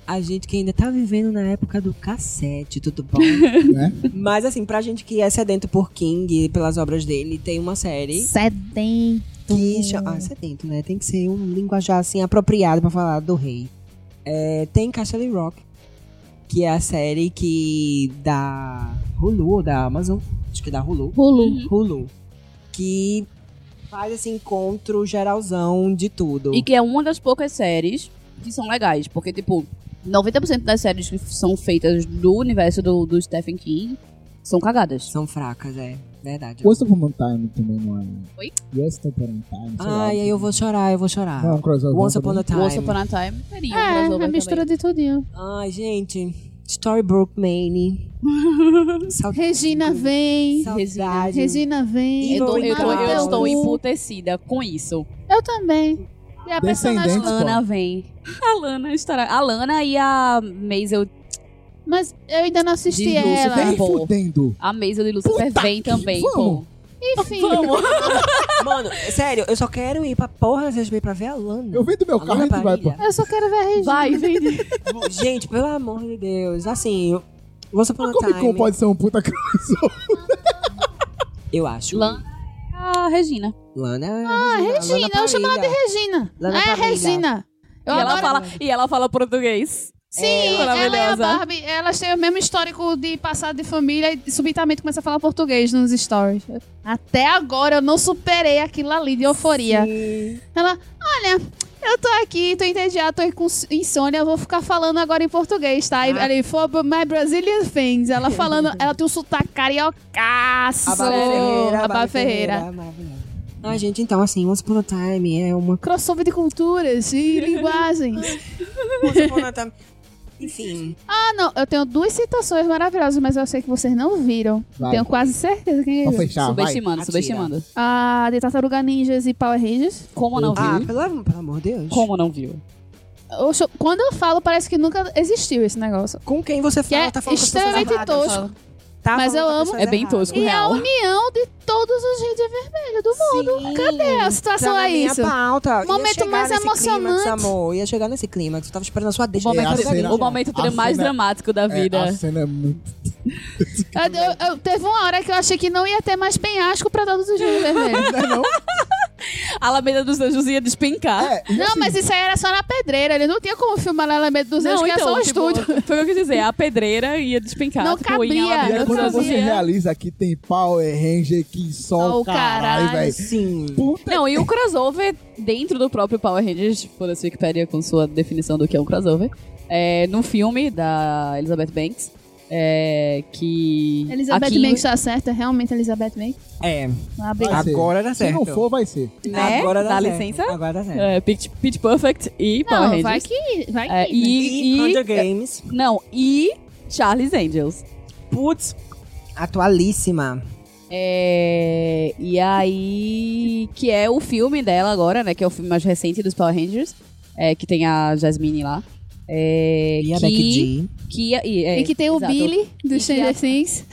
Speaker 3: a gente que ainda tá vivendo na época do cassete, tudo bom?
Speaker 1: (laughs) Né?
Speaker 3: Mas assim, pra gente que é sedento por King, pelas obras dele, tem uma série
Speaker 2: Sedento.
Speaker 3: que chama... Ah, sedento, né? Tem que ser um linguajar, assim, apropriado pra falar do rei. É, tem Castle Rock, que é a série que da Hulu, ou da Amazon, acho que é da Hulu,
Speaker 2: Hulu.
Speaker 1: Uhum.
Speaker 3: Hulu, que faz esse encontro geralzão de tudo.
Speaker 5: E que é uma das poucas séries que são legais. Porque, tipo, 90% das séries que são feitas do universo do, do Stephen King são cagadas.
Speaker 3: São fracas, é verdade.
Speaker 1: Ghost of Mountain também não é.
Speaker 5: Oi?
Speaker 1: Yes, Temperament Time. sei lá.
Speaker 3: Ai, aí eu vou chorar, eu vou chorar.
Speaker 1: Não, é um crossover.
Speaker 3: Ah, Once Upon a Time.
Speaker 5: Once Upon a Time seria um crossover
Speaker 2: É, a
Speaker 5: também.
Speaker 2: mistura de tudinho.
Speaker 3: Ai, gente. Storybrooke Mane. Saudade.
Speaker 2: Regina vem.
Speaker 3: Saudade.
Speaker 2: Regina vem.
Speaker 5: Eu, tô- eu tô- eu
Speaker 2: Manuel.
Speaker 5: estou emputecida com isso.
Speaker 2: Eu também. E a personagem.
Speaker 1: Descendentes.
Speaker 5: Lana vem. A Lana estará. A Lana e a Maisel.
Speaker 2: Mas eu ainda não assisti
Speaker 5: De Lúcifer.
Speaker 2: ela.
Speaker 1: Nem
Speaker 5: Pô.
Speaker 1: fudendo.
Speaker 5: A Maisel e Lucifer vem também.
Speaker 1: vamos.
Speaker 5: Pô.
Speaker 2: Enfim.
Speaker 3: Mano, sério, eu só quero ir pra porra da CSB pra ver a Lana.
Speaker 1: Eu vendo meu
Speaker 3: A
Speaker 1: carro
Speaker 3: Lana
Speaker 1: e tu vai pra...
Speaker 3: Parrilha.
Speaker 2: Eu só quero ver a Regina.
Speaker 5: Vai, vem.
Speaker 3: Gente, pelo amor de Deus. Assim, eu- Once Upon a
Speaker 1: Comic Con
Speaker 3: Time.
Speaker 1: pode ser um puta crossover.
Speaker 3: Eu acho.
Speaker 5: Lana. A Regina.
Speaker 3: Lana. Ah,
Speaker 2: Regina, eu chamo ela de Regina.
Speaker 3: Lana
Speaker 2: é
Speaker 3: Parrilha.
Speaker 2: Regina. Eu
Speaker 5: e,
Speaker 2: adoro.
Speaker 5: ela fala, e ela fala português.
Speaker 2: Sim, ela é a
Speaker 5: maravilhosa.
Speaker 2: Barbie. Elas têm o mesmo histórico de passado de família e subitamente começa a falar português nos stories. Até agora eu não superei aquilo ali de euforia. Ela, olha, eu tô aqui, tô entediada, tô com insônia, eu vou ficar falando agora em português, tá? E Ela for my Brazilian things. Ela falando, ela tem um sotaque cariocaço.
Speaker 3: A Bárbara Ferreira.
Speaker 2: A Bárbara Ferreira.
Speaker 3: maravilhosa. Ai, gente, então, assim, Once Upon a Time é uma
Speaker 2: Crossover de culturas e linguagens.
Speaker 3: coisa Upon a Time. Enfim.
Speaker 2: Ah, não, eu tenho duas citações maravilhosas, mas eu sei que vocês não viram.
Speaker 1: (laughs) Vai.
Speaker 3: um
Speaker 2: Tenho quase certeza que
Speaker 1: Pra fechar, vai.
Speaker 5: subestimando,
Speaker 3: Atira.
Speaker 5: subestimando.
Speaker 2: Ah, de Tartaruga Ninjas e Power Rangers.
Speaker 5: Como não
Speaker 3: Ah,
Speaker 5: viu?
Speaker 3: pelo, pelo amor de Deus.
Speaker 5: Como não viu?
Speaker 2: Oxe, quando eu falo, parece que nunca existiu esse negócio.
Speaker 3: Com quem você
Speaker 2: Que
Speaker 3: fala,
Speaker 2: é
Speaker 3: tá falando com as pessoas
Speaker 2: extremamente
Speaker 3: erradas.
Speaker 2: tosco.
Speaker 3: Tá
Speaker 2: Mas eu
Speaker 3: falando com as
Speaker 2: amo.
Speaker 3: pessoas
Speaker 5: É bem
Speaker 3: erradas.
Speaker 5: tosco,
Speaker 2: E é a
Speaker 5: real.
Speaker 2: união de todos os redes vermelhos do mundo.
Speaker 3: Sim,
Speaker 2: É, a situação
Speaker 3: tá na
Speaker 2: é
Speaker 3: minha
Speaker 2: isso.
Speaker 3: Pauta. Ia
Speaker 2: Momento
Speaker 3: chegar
Speaker 2: mais
Speaker 3: nesse
Speaker 2: emocionante.
Speaker 3: Clímax, amor. Ia chegar nesse clímax. Eu tava esperando a sua
Speaker 5: O
Speaker 3: deixa.
Speaker 1: é a
Speaker 5: momento,
Speaker 1: cena-
Speaker 5: o momento
Speaker 1: a
Speaker 5: mais
Speaker 1: cena-
Speaker 5: dramático da vida.
Speaker 1: É, a cena é muito... (laughs)
Speaker 2: Eu- eu- eu- teve uma hora que eu achei que não ia ter mais penhasco pra todos os redes vermelhos.
Speaker 1: (laughs) Não é não?
Speaker 5: A Alameda dos Anjos ia despencar.
Speaker 1: É, e
Speaker 2: Não,
Speaker 1: assim,
Speaker 2: mas isso aí era só na pedreira. Ele não tinha como filmar lá na meio dos anos, que era só um
Speaker 5: tipo,
Speaker 2: estúdio.
Speaker 5: Foi o que eu quis dizer. A pedreira ia despencar.
Speaker 2: Não
Speaker 5: tipo, em
Speaker 2: cabia,
Speaker 5: Alameda
Speaker 1: E aí,
Speaker 2: não
Speaker 5: dos
Speaker 1: quando
Speaker 5: Anjos
Speaker 3: assim, é.
Speaker 1: você
Speaker 5: ia-
Speaker 1: realiza aqui, tem Power Ranger, que sol,
Speaker 2: Oh,
Speaker 1: caralho,
Speaker 2: caralho.
Speaker 3: é
Speaker 1: velho.
Speaker 3: Sim.
Speaker 1: Puta
Speaker 5: Não, e o crossover dentro do próprio Power Rangers, foda-se Wikipedia com sua definição do que é um crossover, é, num filme da Elizabeth Banks, é, que...
Speaker 2: Elizabeth
Speaker 5: aqui-
Speaker 2: Banks tá certa, realmente Elizabeth Banks.
Speaker 3: É.
Speaker 2: Uma
Speaker 1: Vai
Speaker 2: briga.
Speaker 1: ser.
Speaker 3: Agora dá
Speaker 1: Se
Speaker 3: certo.
Speaker 1: não for, vai ser.
Speaker 5: Né?
Speaker 2: é?
Speaker 3: Agora dá,
Speaker 5: Dá
Speaker 3: certo.
Speaker 5: licença?
Speaker 3: Agora dá certo.
Speaker 5: É, Pitch, Pitch Perfect e Power
Speaker 2: Não,
Speaker 5: Rangers.
Speaker 2: vai que. Vai que.
Speaker 5: É,
Speaker 2: né?
Speaker 5: e, e-
Speaker 3: Hunger Games.
Speaker 5: Não, e Charlie's Angels.
Speaker 3: Putz. Atualíssima.
Speaker 5: É, e aí... Que é o filme dela agora, né? Que é o filme mais recente dos Power Rangers. é, que tem a Jasmine lá. É,
Speaker 3: E a
Speaker 5: que,
Speaker 3: Becky G.
Speaker 5: que, e, é,
Speaker 2: E que tem o
Speaker 5: exato.
Speaker 2: Billy do
Speaker 5: E
Speaker 2: Stranger Things.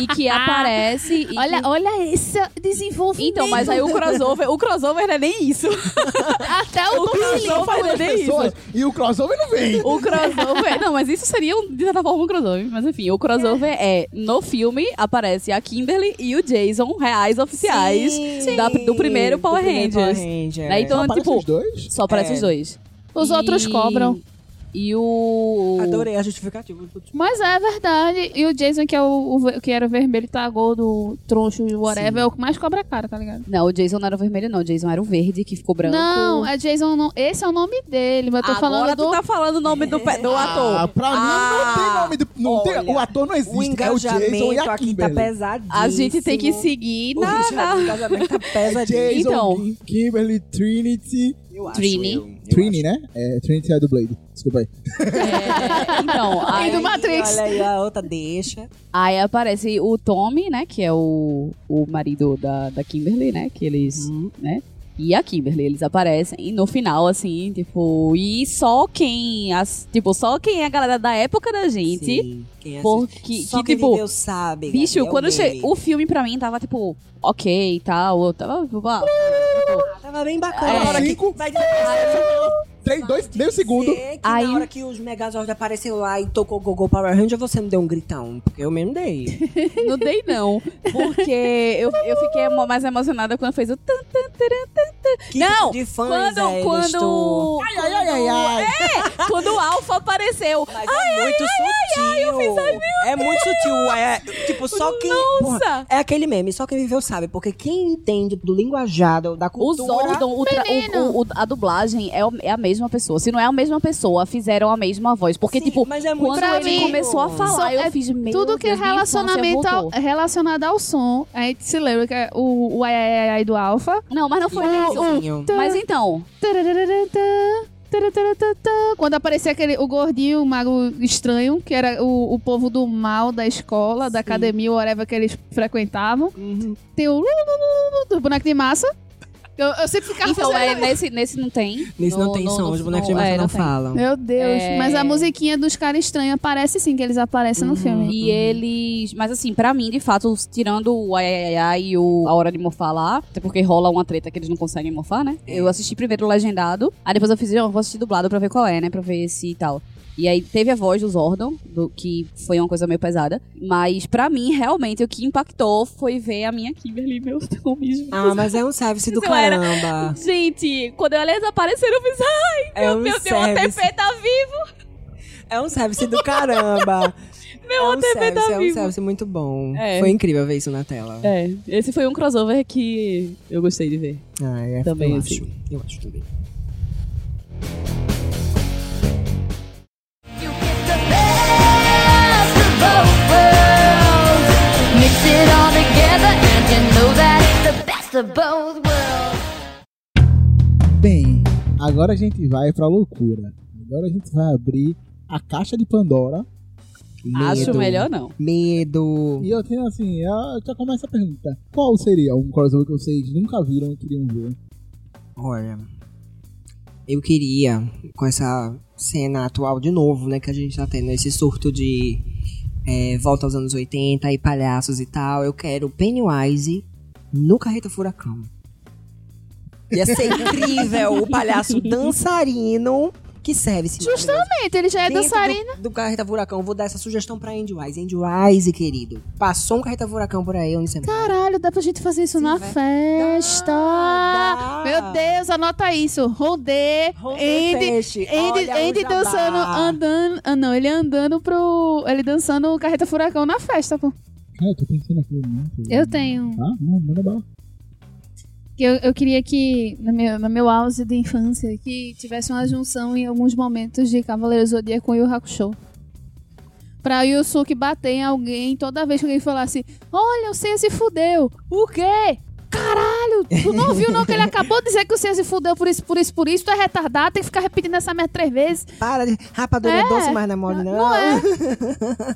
Speaker 5: E que aparece... e
Speaker 2: olha,
Speaker 5: que-
Speaker 2: olha esse desenvolvimento.
Speaker 5: Então, mas aí o crossover, o crossover não é nem isso.
Speaker 2: (laughs) Até o,
Speaker 5: O crossover não é nem
Speaker 1: Pessoas,
Speaker 5: isso.
Speaker 1: e o crossover não vem.
Speaker 5: O crossover. Não, mas isso seria um, de certa forma um crossover. Mas enfim, o crossover é. No filme aparece a Kimberly e o Jason, reais oficiais da- do primeiro Power
Speaker 3: primeiro
Speaker 5: Rangers.
Speaker 3: Power Ranger.
Speaker 5: Né, então,
Speaker 1: Aparece
Speaker 5: tipo,
Speaker 1: os dois?
Speaker 5: só aparece
Speaker 3: É.
Speaker 5: os dois.
Speaker 2: Os
Speaker 5: E-
Speaker 2: outros cobram.
Speaker 5: E o.
Speaker 3: Adorei a justificativa.
Speaker 2: Mas é verdade. E o Jason, que, é o, o ve- que era o vermelho, tá gordo, troncho, whatever, é o que mais cobra a cara, tá ligado?
Speaker 5: Não, o Jason não era o vermelho, não. O Jason era o verde que ficou branco.
Speaker 2: Não, é Jason, não, esse é o nome dele, mas eu tô
Speaker 5: Agora
Speaker 2: falando
Speaker 5: tu
Speaker 2: do.
Speaker 5: tá falando o nome do, pe- do
Speaker 1: Ah,
Speaker 5: ator.
Speaker 1: pra
Speaker 3: Ah,
Speaker 1: mim não tem nome. De, não tem,
Speaker 3: olha,
Speaker 1: o ator não existe.
Speaker 3: O
Speaker 1: é o Jason e
Speaker 3: engajamento
Speaker 1: a
Speaker 3: aqui tá
Speaker 1: Kimberly.
Speaker 3: pesadíssimo.
Speaker 5: A gente tem que seguir
Speaker 3: O
Speaker 5: na, na-
Speaker 3: engajamento (laughs) tá pesadíssimo.
Speaker 1: É Jason,
Speaker 5: Então.
Speaker 1: Kim- Kimberly, Trinity.
Speaker 3: Eu acho,
Speaker 5: Trini.
Speaker 3: eu- eu
Speaker 1: Trini, né? É, Trinity é do Blade. Desculpa aí.
Speaker 5: É,
Speaker 3: (laughs)
Speaker 5: então,
Speaker 2: E
Speaker 5: aí,
Speaker 2: do Matrix.
Speaker 3: Olha aí, a outra deixa.
Speaker 5: aí aparece o Tommy, né? Que é o, o marido da, da Kimberly, né? Que
Speaker 3: Uhum.
Speaker 5: eles. né? E a Kimberly, eles aparecem e no final, assim, tipo. E só quem. As, tipo, só quem é a galera da época da gente.
Speaker 3: Sim, quem assiste.
Speaker 5: porque.
Speaker 3: Só
Speaker 5: Que,
Speaker 3: quem
Speaker 5: tipo.
Speaker 3: viveu sabe. é
Speaker 5: Bicho,
Speaker 3: Gabriel
Speaker 5: quando che...
Speaker 3: Meme.
Speaker 5: o filme pra mim tava tipo, ok e tal, eu tava. tipo, ah, tipo,
Speaker 3: Tava bem bacana.
Speaker 5: É.
Speaker 3: Agora que
Speaker 1: Cinco.
Speaker 3: vai desaparecer.
Speaker 1: três, dois, meio segundo.
Speaker 3: Que
Speaker 5: Aí-
Speaker 3: Na hora que os Megazord apareceu lá e tocou Gogol Power Ranger, você me deu um gritão. Porque eu mesmo dei.
Speaker 6: Não dei, não. Porque eu, eu fiquei mo- mais emocionada quando fez o. tan, tan, taran, tan, tan.
Speaker 3: Que
Speaker 6: não!
Speaker 3: tipo de fãs
Speaker 6: quando.
Speaker 3: é eles, tu?
Speaker 6: quando.
Speaker 3: Ai, ai, ai, ai, ai.
Speaker 6: É, quando o Alpha apareceu.
Speaker 3: Mas é muito sutil. é muito sutil. É, tipo, só quem.
Speaker 6: Nossa!
Speaker 3: porra, é aquele meme, só quem viveu sabe. Porque quem entende do linguajado, da
Speaker 6: O
Speaker 3: cultura.
Speaker 6: Zordon, o tra- o- o- o- a dublagem é, o- é a mesma pessoa. Se não é a mesma pessoa, fizeram a mesma voz. Porque,
Speaker 3: Sim,
Speaker 6: tipo,
Speaker 3: mas é muito
Speaker 6: quando
Speaker 2: Pra
Speaker 6: ele
Speaker 2: mim,
Speaker 6: começou a falar,
Speaker 2: só-
Speaker 6: eu
Speaker 2: é
Speaker 6: fiz meu
Speaker 2: Tudo que é
Speaker 6: Deus, minha infância
Speaker 2: relacionamento ao,
Speaker 6: voltou.
Speaker 2: relacionado ao som, a gente se lembra que é o, o ai, ai, ai, ai do Alpha.
Speaker 6: Não, mas não foi isso.
Speaker 3: Sim.
Speaker 6: Mas então,
Speaker 2: Tarararantã, tarararantã. Quando aparecia aquele, o gordinho, o mago estranho, que era o, o povo do mal da escola, da academia, whatever que eles frequentavam.
Speaker 3: Uhum.
Speaker 2: Tem o lu- lu- lu- lu- do boneco de massa. Eu, eu sempre ficava
Speaker 5: Então,
Speaker 2: fazendo-
Speaker 5: é, nesse, nesse não tem.
Speaker 3: Nesse
Speaker 5: No-
Speaker 3: não tem
Speaker 5: no-
Speaker 3: som,
Speaker 5: no-
Speaker 3: os bonecos de
Speaker 5: no-
Speaker 3: massa
Speaker 5: é,
Speaker 3: não,
Speaker 5: tem.
Speaker 3: falam.
Speaker 2: Meu Deus,
Speaker 5: É.
Speaker 2: mas a musiquinha dos caras estranhos aparece sim que eles aparecem no
Speaker 3: Uhum.
Speaker 2: filme.
Speaker 5: E eles. Mas assim, pra mim, de fato, tirando o ai, ai, ai, ai e o A Hora de Morfar lá, até porque rola uma treta que eles não conseguem morfar, né?
Speaker 3: É.
Speaker 5: Eu assisti primeiro o legendado, aí depois eu fiz, ó, vou assistir dublado pra ver qual é, né? Pra ver se e tal. E aí teve a voz do Zordon, do, que foi uma coisa meio pesada. Mas pra mim, realmente, o que impactou foi ver a minha Kimberly, meu (laughs) Deus.
Speaker 3: Ah, mas é um service do
Speaker 6: Isso era-
Speaker 3: (laughs) caramba.
Speaker 6: gente, quando elas apareceram, eu fiz, ai,
Speaker 3: É um
Speaker 6: meu Deus, o
Speaker 3: service.
Speaker 6: ATP tá vivo.
Speaker 3: É um service do caramba. (laughs) Meu é um
Speaker 6: OTP tá
Speaker 3: service, É um
Speaker 6: vivo.
Speaker 3: service muito bom.
Speaker 6: É.
Speaker 3: Foi incrível ver isso na tela.
Speaker 6: É, esse foi um crossover que eu gostei de ver.
Speaker 3: Ah, é,
Speaker 6: Também,
Speaker 3: eu
Speaker 6: assim.
Speaker 3: acho. Eu acho também.
Speaker 1: Bem, agora a gente vai pra loucura. Agora a gente vai abrir a caixa de Pandora.
Speaker 5: Acho
Speaker 3: Medo.
Speaker 5: melhor não.
Speaker 3: Medo.
Speaker 1: E eu tenho assim, eu já começo a pergunta. Qual seria um crossover que vocês nunca viram e queriam ver?
Speaker 3: Olha, eu queria, com essa cena atual de novo, né, que a gente tá tendo esse surto de é, volta aos anos 80 e palhaços e tal, eu quero Pennywise no Carreta Furacão. Ia ser incrível o palhaço dançarino que serve esse Justamente,
Speaker 2: Gente, ele já é dançarino.
Speaker 3: do, do Carreta Furacão. Vou dar essa sugestão pra Andy Wise. Andy Wise, querido, passou um Carreta Furacão por aí, onde você
Speaker 2: Caralho, dá pra gente fazer isso
Speaker 3: Sim,
Speaker 2: na
Speaker 3: vai.
Speaker 2: festa.
Speaker 3: Dá, dá.
Speaker 2: Meu Deus, anota isso. Rodê, Andy, Andy, Andy dançando, andando. Ah, não, ele andando pro. Ele dançando o carreta furacão na festa, pô.
Speaker 1: Cara, eu tô pensando aqui muito.
Speaker 2: Eu tenho.
Speaker 1: Tá? Não, manda bala.
Speaker 2: que Eu, eu queria que, no meu, no meu auge de infância, que tivesse uma junção em alguns momentos de Cavaleiro Zodíaco e o Hakusho. Pra Yusuke bater em alguém toda vez que alguém falasse: Olha, o Seiya se fudeu. O quê? Caralho, tu não viu não que ele acabou de dizer que o Seiya se fudeu por isso, por isso, por isso. Tu é retardado, tem que ficar repetindo essa merda três vezes.
Speaker 3: Para, de- rapadura é.
Speaker 2: É.
Speaker 3: doce, mas não é mole, não.
Speaker 2: Não é?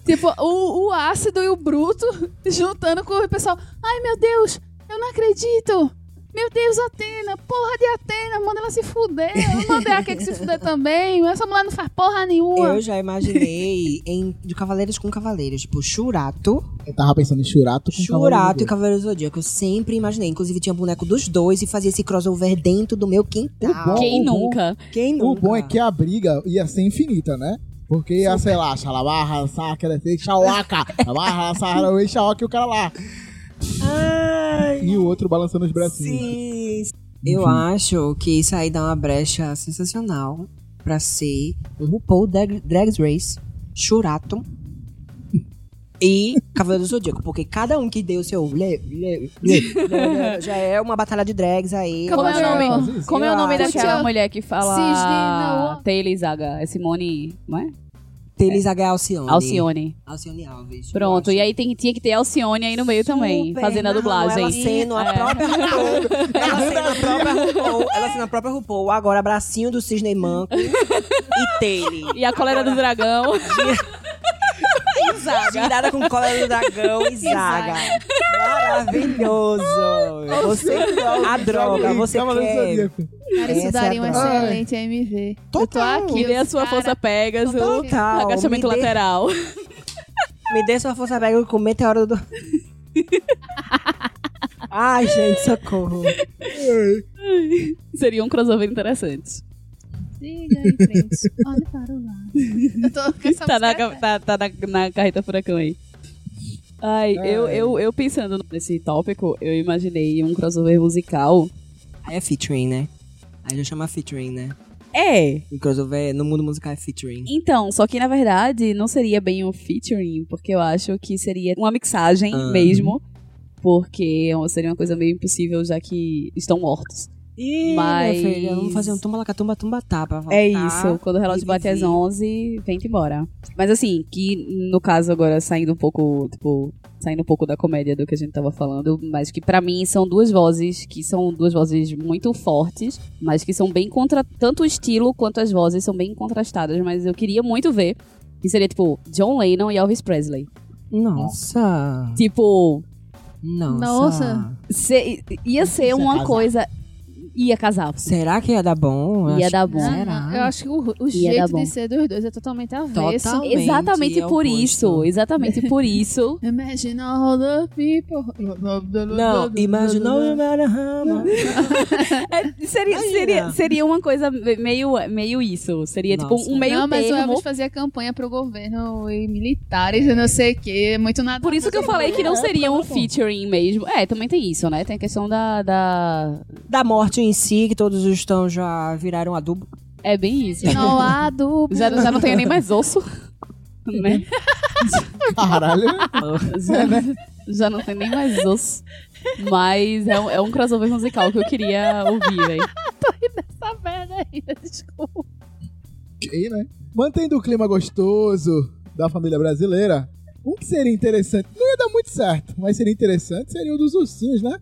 Speaker 2: tipo, o, o ácido e o bruto (laughs) juntando com o pessoal. Ai, meu Deus, eu não acredito. Meu Deus, Atena, porra de Atena, manda ela se fuder. Eu mandei a que se (laughs) fuder também. Essa mulher não faz porra nenhuma.
Speaker 3: Eu já imaginei em, de Cavaleiros com Cavaleiros, tipo Churato,
Speaker 1: Eu tava pensando em Churato com
Speaker 3: Churato e
Speaker 1: Cavaleiro
Speaker 3: Cavaleiros do Zodíaco. Eu sempre imaginei. Inclusive, tinha boneco dos dois e fazia esse crossover dentro do meu quintal.
Speaker 1: O bom-
Speaker 6: Quem
Speaker 1: o bom-
Speaker 6: nunca?
Speaker 3: Quem
Speaker 1: do Zodíaco.
Speaker 3: nunca?
Speaker 1: O bom é que a briga ia ser infinita, né? Porque ia, sei lá, Xalabarra, Sakra, Xauaca,
Speaker 3: (laughs)
Speaker 1: Xalabarra, Sahara, Xauaca e o cara lá.
Speaker 3: Ai,
Speaker 1: E o outro balançando os bracinhos.
Speaker 3: sim. Eu acho que isso aí dá uma brecha sensacional pra ser RuPaul Drag, Drag Race, Churato e Cavaleiro do Zodíaco. Porque cada um que deu o seu le- le- le- le-
Speaker 5: (laughs)
Speaker 3: le- já é uma batalha de drags aí.
Speaker 2: Como é o
Speaker 1: Ela
Speaker 2: nome?
Speaker 1: faz isso?
Speaker 5: Como é o nome
Speaker 3: Eu
Speaker 2: acho.
Speaker 5: daquela mulher que fala.
Speaker 2: Cisne, não.
Speaker 5: Taylor Zaga. É Simone. Não é?
Speaker 3: Telis H. Alcione.
Speaker 5: Alcione.
Speaker 3: Alcione Alves.
Speaker 5: Pronto,
Speaker 3: eu
Speaker 5: e
Speaker 3: acho.
Speaker 5: aí tem- tinha que ter Alcione aí no meio também,
Speaker 3: Super,
Speaker 5: fazendo a
Speaker 3: narrando,
Speaker 5: dublagem.
Speaker 3: Ela sendo a
Speaker 5: É.
Speaker 3: própria RuPaul. Ela sendo a própria RuPaul. Ela sendo a própria RuPaul. Agora, bracinho do cisne manco. e Teile.
Speaker 5: E a colera do dragão.
Speaker 3: Girada com cola do dragão e zaga. Maravilhoso. Você a droga, você
Speaker 1: Cavaleiro do
Speaker 3: quer.
Speaker 1: Zodíaco.
Speaker 2: Cara,
Speaker 3: Essa
Speaker 2: isso daria um
Speaker 3: é a droga.
Speaker 2: excelente MV. Eu tô
Speaker 3: Total.
Speaker 2: aqui.
Speaker 6: Queria a sua
Speaker 2: cara.
Speaker 6: força Pegasus,
Speaker 3: Total.
Speaker 6: agachamento
Speaker 3: Me dê-
Speaker 5: (laughs)
Speaker 6: lateral.
Speaker 3: Me dê sua força pega com meteoro do... Ai, gente, socorro.
Speaker 6: Seria um crossover interessante.
Speaker 2: Siga em (laughs) frente. Olha para o lado. Eu tô com essa
Speaker 5: Tá na,
Speaker 2: música-
Speaker 5: ca- tá, tá na, na carreta furacão aí. Ai, Eu, eu, eu pensando nesse tópico, eu imaginei um crossover musical.
Speaker 3: Aí é featuring, né? Aí já chama featuring, né?
Speaker 5: É,
Speaker 3: E crossover no mundo musical é featuring.
Speaker 5: então, só que na verdade não seria bem um featuring, porque eu acho que seria uma mixagem
Speaker 3: Ah.
Speaker 5: mesmo. Porque seria uma coisa meio impossível, já que estão mortos.
Speaker 3: Ih,
Speaker 5: Mas-
Speaker 3: minha filha, vamos fazer um tumba lacatumba tumba tá pra voltar.
Speaker 5: É isso, quando o relógio bate às
Speaker 3: dividir.
Speaker 5: 11, vem-te embora. Mas assim, que no caso agora saindo um pouco, tipo, saindo um pouco da comédia do que a gente tava falando, mas que pra mim são duas vozes, que são duas vozes muito fortes, mas que são bem contra tanto o estilo quanto as vozes são bem contrastadas, mas eu queria muito ver que seria tipo John Lennon e Elvis Presley.
Speaker 3: Nossa.
Speaker 5: Tipo,
Speaker 3: Nossa.
Speaker 2: Nossa.
Speaker 5: se- ia ser uma
Speaker 1: casar.
Speaker 5: coisa ia casar.
Speaker 3: Será que ia dar bom? Eu
Speaker 5: Ia
Speaker 3: acho
Speaker 5: dar
Speaker 3: que-
Speaker 5: bom.
Speaker 3: Será?
Speaker 2: Eu acho que o, o
Speaker 5: dar
Speaker 2: jeito
Speaker 5: bom.
Speaker 2: de ser dos dois é totalmente avesso.
Speaker 3: Total. Totalmente
Speaker 5: Exatamente por
Speaker 3: oposto.
Speaker 5: isso, exatamente
Speaker 3: (laughs)
Speaker 5: por isso
Speaker 2: Imagine all the people.
Speaker 3: Não, imaginou o Marahama.
Speaker 5: É, seria,
Speaker 3: Imagina.
Speaker 5: seria, seria uma coisa me- meio, meio isso. Seria tipo
Speaker 3: Nossa.
Speaker 5: um meio
Speaker 2: não, mas o
Speaker 5: termo.
Speaker 2: Elvis fazia campanha pro governo e militares e não sei o que. Muito nada.
Speaker 5: Por isso que eu falei que não seria um featuring mesmo. É, também tem isso, né? Tem a questão da. da...
Speaker 3: Da morte em si, que todos estão já viraram adubo.
Speaker 5: É bem isso.
Speaker 2: Não há (laughs) dúvida.
Speaker 5: Já, já não tenho nem mais osso. Né?
Speaker 1: Caralho.
Speaker 5: Já,
Speaker 3: né?
Speaker 5: já não tenho nem mais osso. Mas é um, é um crossover musical que eu queria ouvir, velho.
Speaker 2: tá Essa merda ainda, desculpa.
Speaker 1: ok, né? Mantendo o clima gostoso da família brasileira, um que seria interessante, não ia dar muito certo, mas seria interessante, seria o dos ursinhos, né?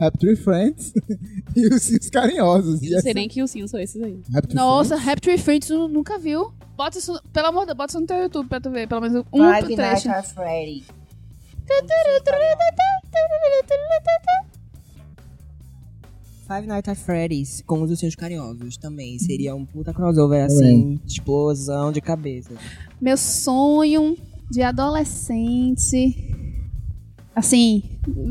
Speaker 1: Raptor Friends (laughs) e os ursinhos carinhosos.
Speaker 5: Não sei nem que ursinhos são esses aí.
Speaker 1: Raptor
Speaker 2: Nossa, Raptor Friends, tu nunca viu? Bota isso, pelo amor de Deus, bota isso no teu YouTube pra tu ver, pelo menos um
Speaker 7: Five
Speaker 2: trecho.
Speaker 7: Nights at Freddy.
Speaker 3: Five Nights at Freddy's com os seus carinhosos também. Seria um puta crossover, assim, explosão de cabeça.
Speaker 2: Meu sonho de adolescente. Assim,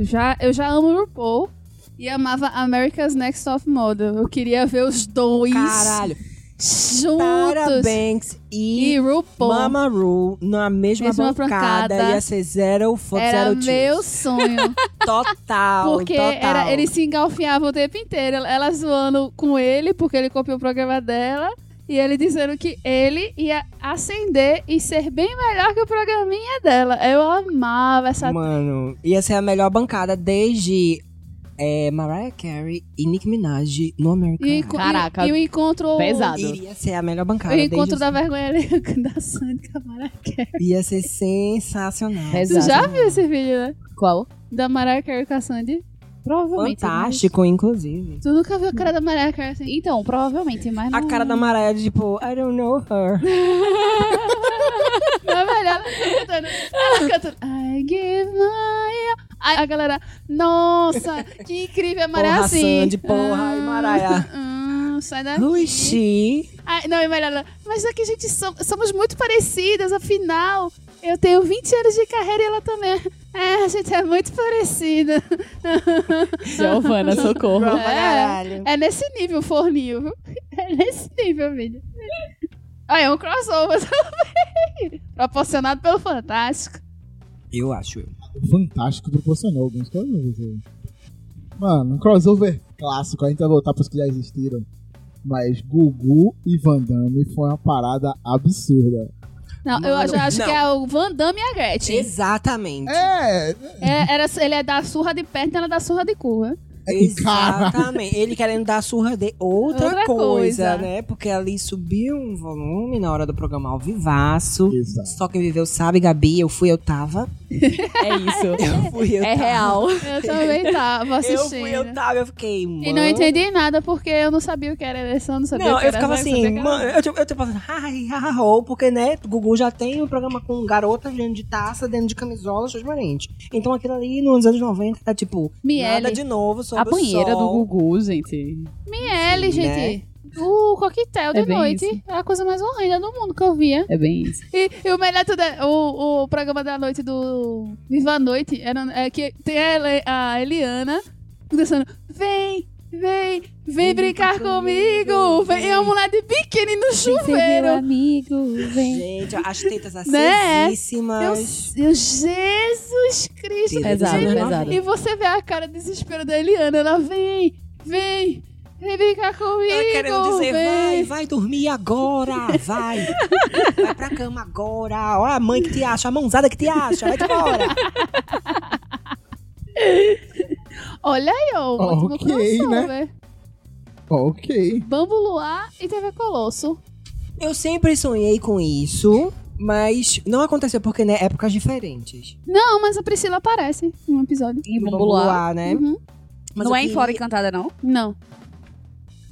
Speaker 2: já, eu já amo o RuPaul e amava America's Next Top Model. Eu queria ver os dois
Speaker 3: Caralho.
Speaker 2: juntos.
Speaker 3: Tara Banks
Speaker 2: E
Speaker 3: e,
Speaker 2: RuPaul.
Speaker 3: Mama Ru na mesma,
Speaker 2: Mesma
Speaker 3: bancada.
Speaker 2: bancada.
Speaker 3: Ia ser zero foto,
Speaker 2: Era
Speaker 3: zero
Speaker 2: meu
Speaker 3: tiros. (laughs)
Speaker 2: sonho.
Speaker 3: Total,
Speaker 2: Porque
Speaker 3: total.
Speaker 2: era, eles se engalfinhavam o tempo inteiro. Ela zoando com ele, porque ele copiou o programa dela. E ele dizendo que ele ia ascender e ser bem melhor que o programinha dela. Eu amava essa.
Speaker 3: Mano, ia ser a melhor bancada desde é, Mariah Carey e Nick Minaj no American
Speaker 2: E,
Speaker 3: Idol.
Speaker 2: enco-
Speaker 5: Caraca,
Speaker 2: e, e o encontro.
Speaker 5: pesado.
Speaker 3: Iria ser a melhor
Speaker 2: O
Speaker 3: bancada desde
Speaker 2: encontro da vergonha ali (laughs) da Sandy Camará.
Speaker 3: Ia ser sensacional.
Speaker 2: Tu
Speaker 5: Pesado.
Speaker 2: já viu esse vídeo, né?
Speaker 5: Qual?
Speaker 2: Da Mariah Carey com a Sandy? Provavelmente.
Speaker 3: Fantástico,
Speaker 2: né?
Speaker 3: inclusive.
Speaker 2: Tu nunca viu a cara da Mariah Carey assim?
Speaker 5: Então, provavelmente, mas
Speaker 3: A
Speaker 5: não-
Speaker 3: cara da Mariah, tipo, I don't know her.
Speaker 2: (laughs) Não é melhor ela cantando. Ela cantando. I give my. all." Aí a galera, nossa, que incrível, a Mariah
Speaker 3: Porra,
Speaker 2: assim.
Speaker 3: Sandy, porra, ai, Mariah.
Speaker 2: "Ah, ah, sai daqui.
Speaker 3: Who is she?
Speaker 2: Ai, não, é melhor ela, mas é que a gente so- somos muito parecidas, afinal, eu tenho 20 anos de carreira e ela também. É, a gente é muito parecida.
Speaker 3: (laughs)
Speaker 5: Giovana, socorro.
Speaker 2: É, é nesse nível, forninho, viu? É nesse nível, vídeo. Ah, é um crossover (laughs) também. Proporcionado pelo Fantástico.
Speaker 3: Eu acho. eu.
Speaker 1: Fantástico proporcionou alguns crossovers. aí. Mano, um crossover clássico. A gente vai voltar pros que já existiram. Mas Gugu e Van Damme foi uma parada absurda.
Speaker 2: Não, eu já acho
Speaker 3: não.
Speaker 2: que é o Van Damme e a Gretchen.
Speaker 3: Exatamente.
Speaker 1: É,
Speaker 2: É, era, ele é da surra de perna, ela é da surra de curva.
Speaker 3: Exatamente. Ele querendo dar surra de outra,
Speaker 2: Outra
Speaker 3: coisa,
Speaker 2: coisa.
Speaker 3: né? Porque ali subiu um volume na hora do programa ao vivaço.
Speaker 1: Exato.
Speaker 3: Só quem viveu sabe, Gabi, eu fui, eu tava.
Speaker 5: É isso.
Speaker 3: (laughs) Eu fui, eu
Speaker 5: É
Speaker 3: tava.
Speaker 5: real.
Speaker 2: Eu também tava
Speaker 3: (laughs) Eu
Speaker 2: assistindo.
Speaker 3: fui, eu tava, eu fiquei, mano.
Speaker 2: E não entendi nada, porque eu não sabia o que era eleição, não sabia o
Speaker 3: Não,
Speaker 2: que
Speaker 3: eu
Speaker 2: era
Speaker 3: ficava
Speaker 2: não sabia o
Speaker 3: assim,
Speaker 2: que
Speaker 5: é
Speaker 2: era-
Speaker 3: mano, eu, tipo- eu tô pensando, ai, ah, ou, porque, né, o Gugu já tem um programa com garotas dentro de taça, dentro de camisola, transparente. Então aquilo ali nos anos 90 tá tipo, nada
Speaker 2: Miele.
Speaker 3: de novo sobre
Speaker 5: A banheira
Speaker 3: o sol.
Speaker 5: do Gugu, gente.
Speaker 2: Miele,
Speaker 3: Sim, né?
Speaker 2: gente. O coquetel de
Speaker 5: É bem
Speaker 2: noite
Speaker 5: isso.
Speaker 2: era a coisa mais horrenda do mundo que eu via.
Speaker 5: É bem isso.
Speaker 2: E, e o melhor tudo é, o, o programa da noite do é Viva a Noite era é que tem a, Ele- a Eliana dançando Vem, Vem, vem brincar comigo. Vem. E a mulher de biquíni no
Speaker 3: né?
Speaker 2: chuveiro.
Speaker 4: amigo, vem.
Speaker 3: Gente, as
Speaker 5: (laughs)
Speaker 3: tetas
Speaker 2: Né? Meu,
Speaker 3: acesíssimas.
Speaker 2: meu Jesus Cristo.
Speaker 3: Tetas
Speaker 5: Pesado, né?
Speaker 3: anos
Speaker 5: pesado.
Speaker 3: 90.
Speaker 2: E você vê a cara de desespero da Eliana. Ela vem, vem, vem brincar comigo.
Speaker 3: Ela Tá querendo dizer, vai,
Speaker 2: vem.
Speaker 3: vai dormir agora,
Speaker 5: (laughs)
Speaker 3: vai. Vai pra cama agora. Olha a mãe que te acha, a mãozada que te acha, vai embora.
Speaker 2: Olha aí, ó. Um ótimo
Speaker 1: Ok,
Speaker 2: crossover.
Speaker 1: Ok.
Speaker 2: Bambu Luar e TV Colosso.
Speaker 3: Eu sempre sonhei com isso, mas não aconteceu porque, né, épocas diferentes.
Speaker 2: Não, mas a Priscila aparece em um episódio.
Speaker 5: E
Speaker 3: No
Speaker 5: Bambu Luar.
Speaker 3: Luar, né?
Speaker 2: Uhum.
Speaker 3: Mas
Speaker 5: não
Speaker 3: eu
Speaker 5: é em
Speaker 3: queria-
Speaker 5: Fora Encantada, não?
Speaker 2: Não.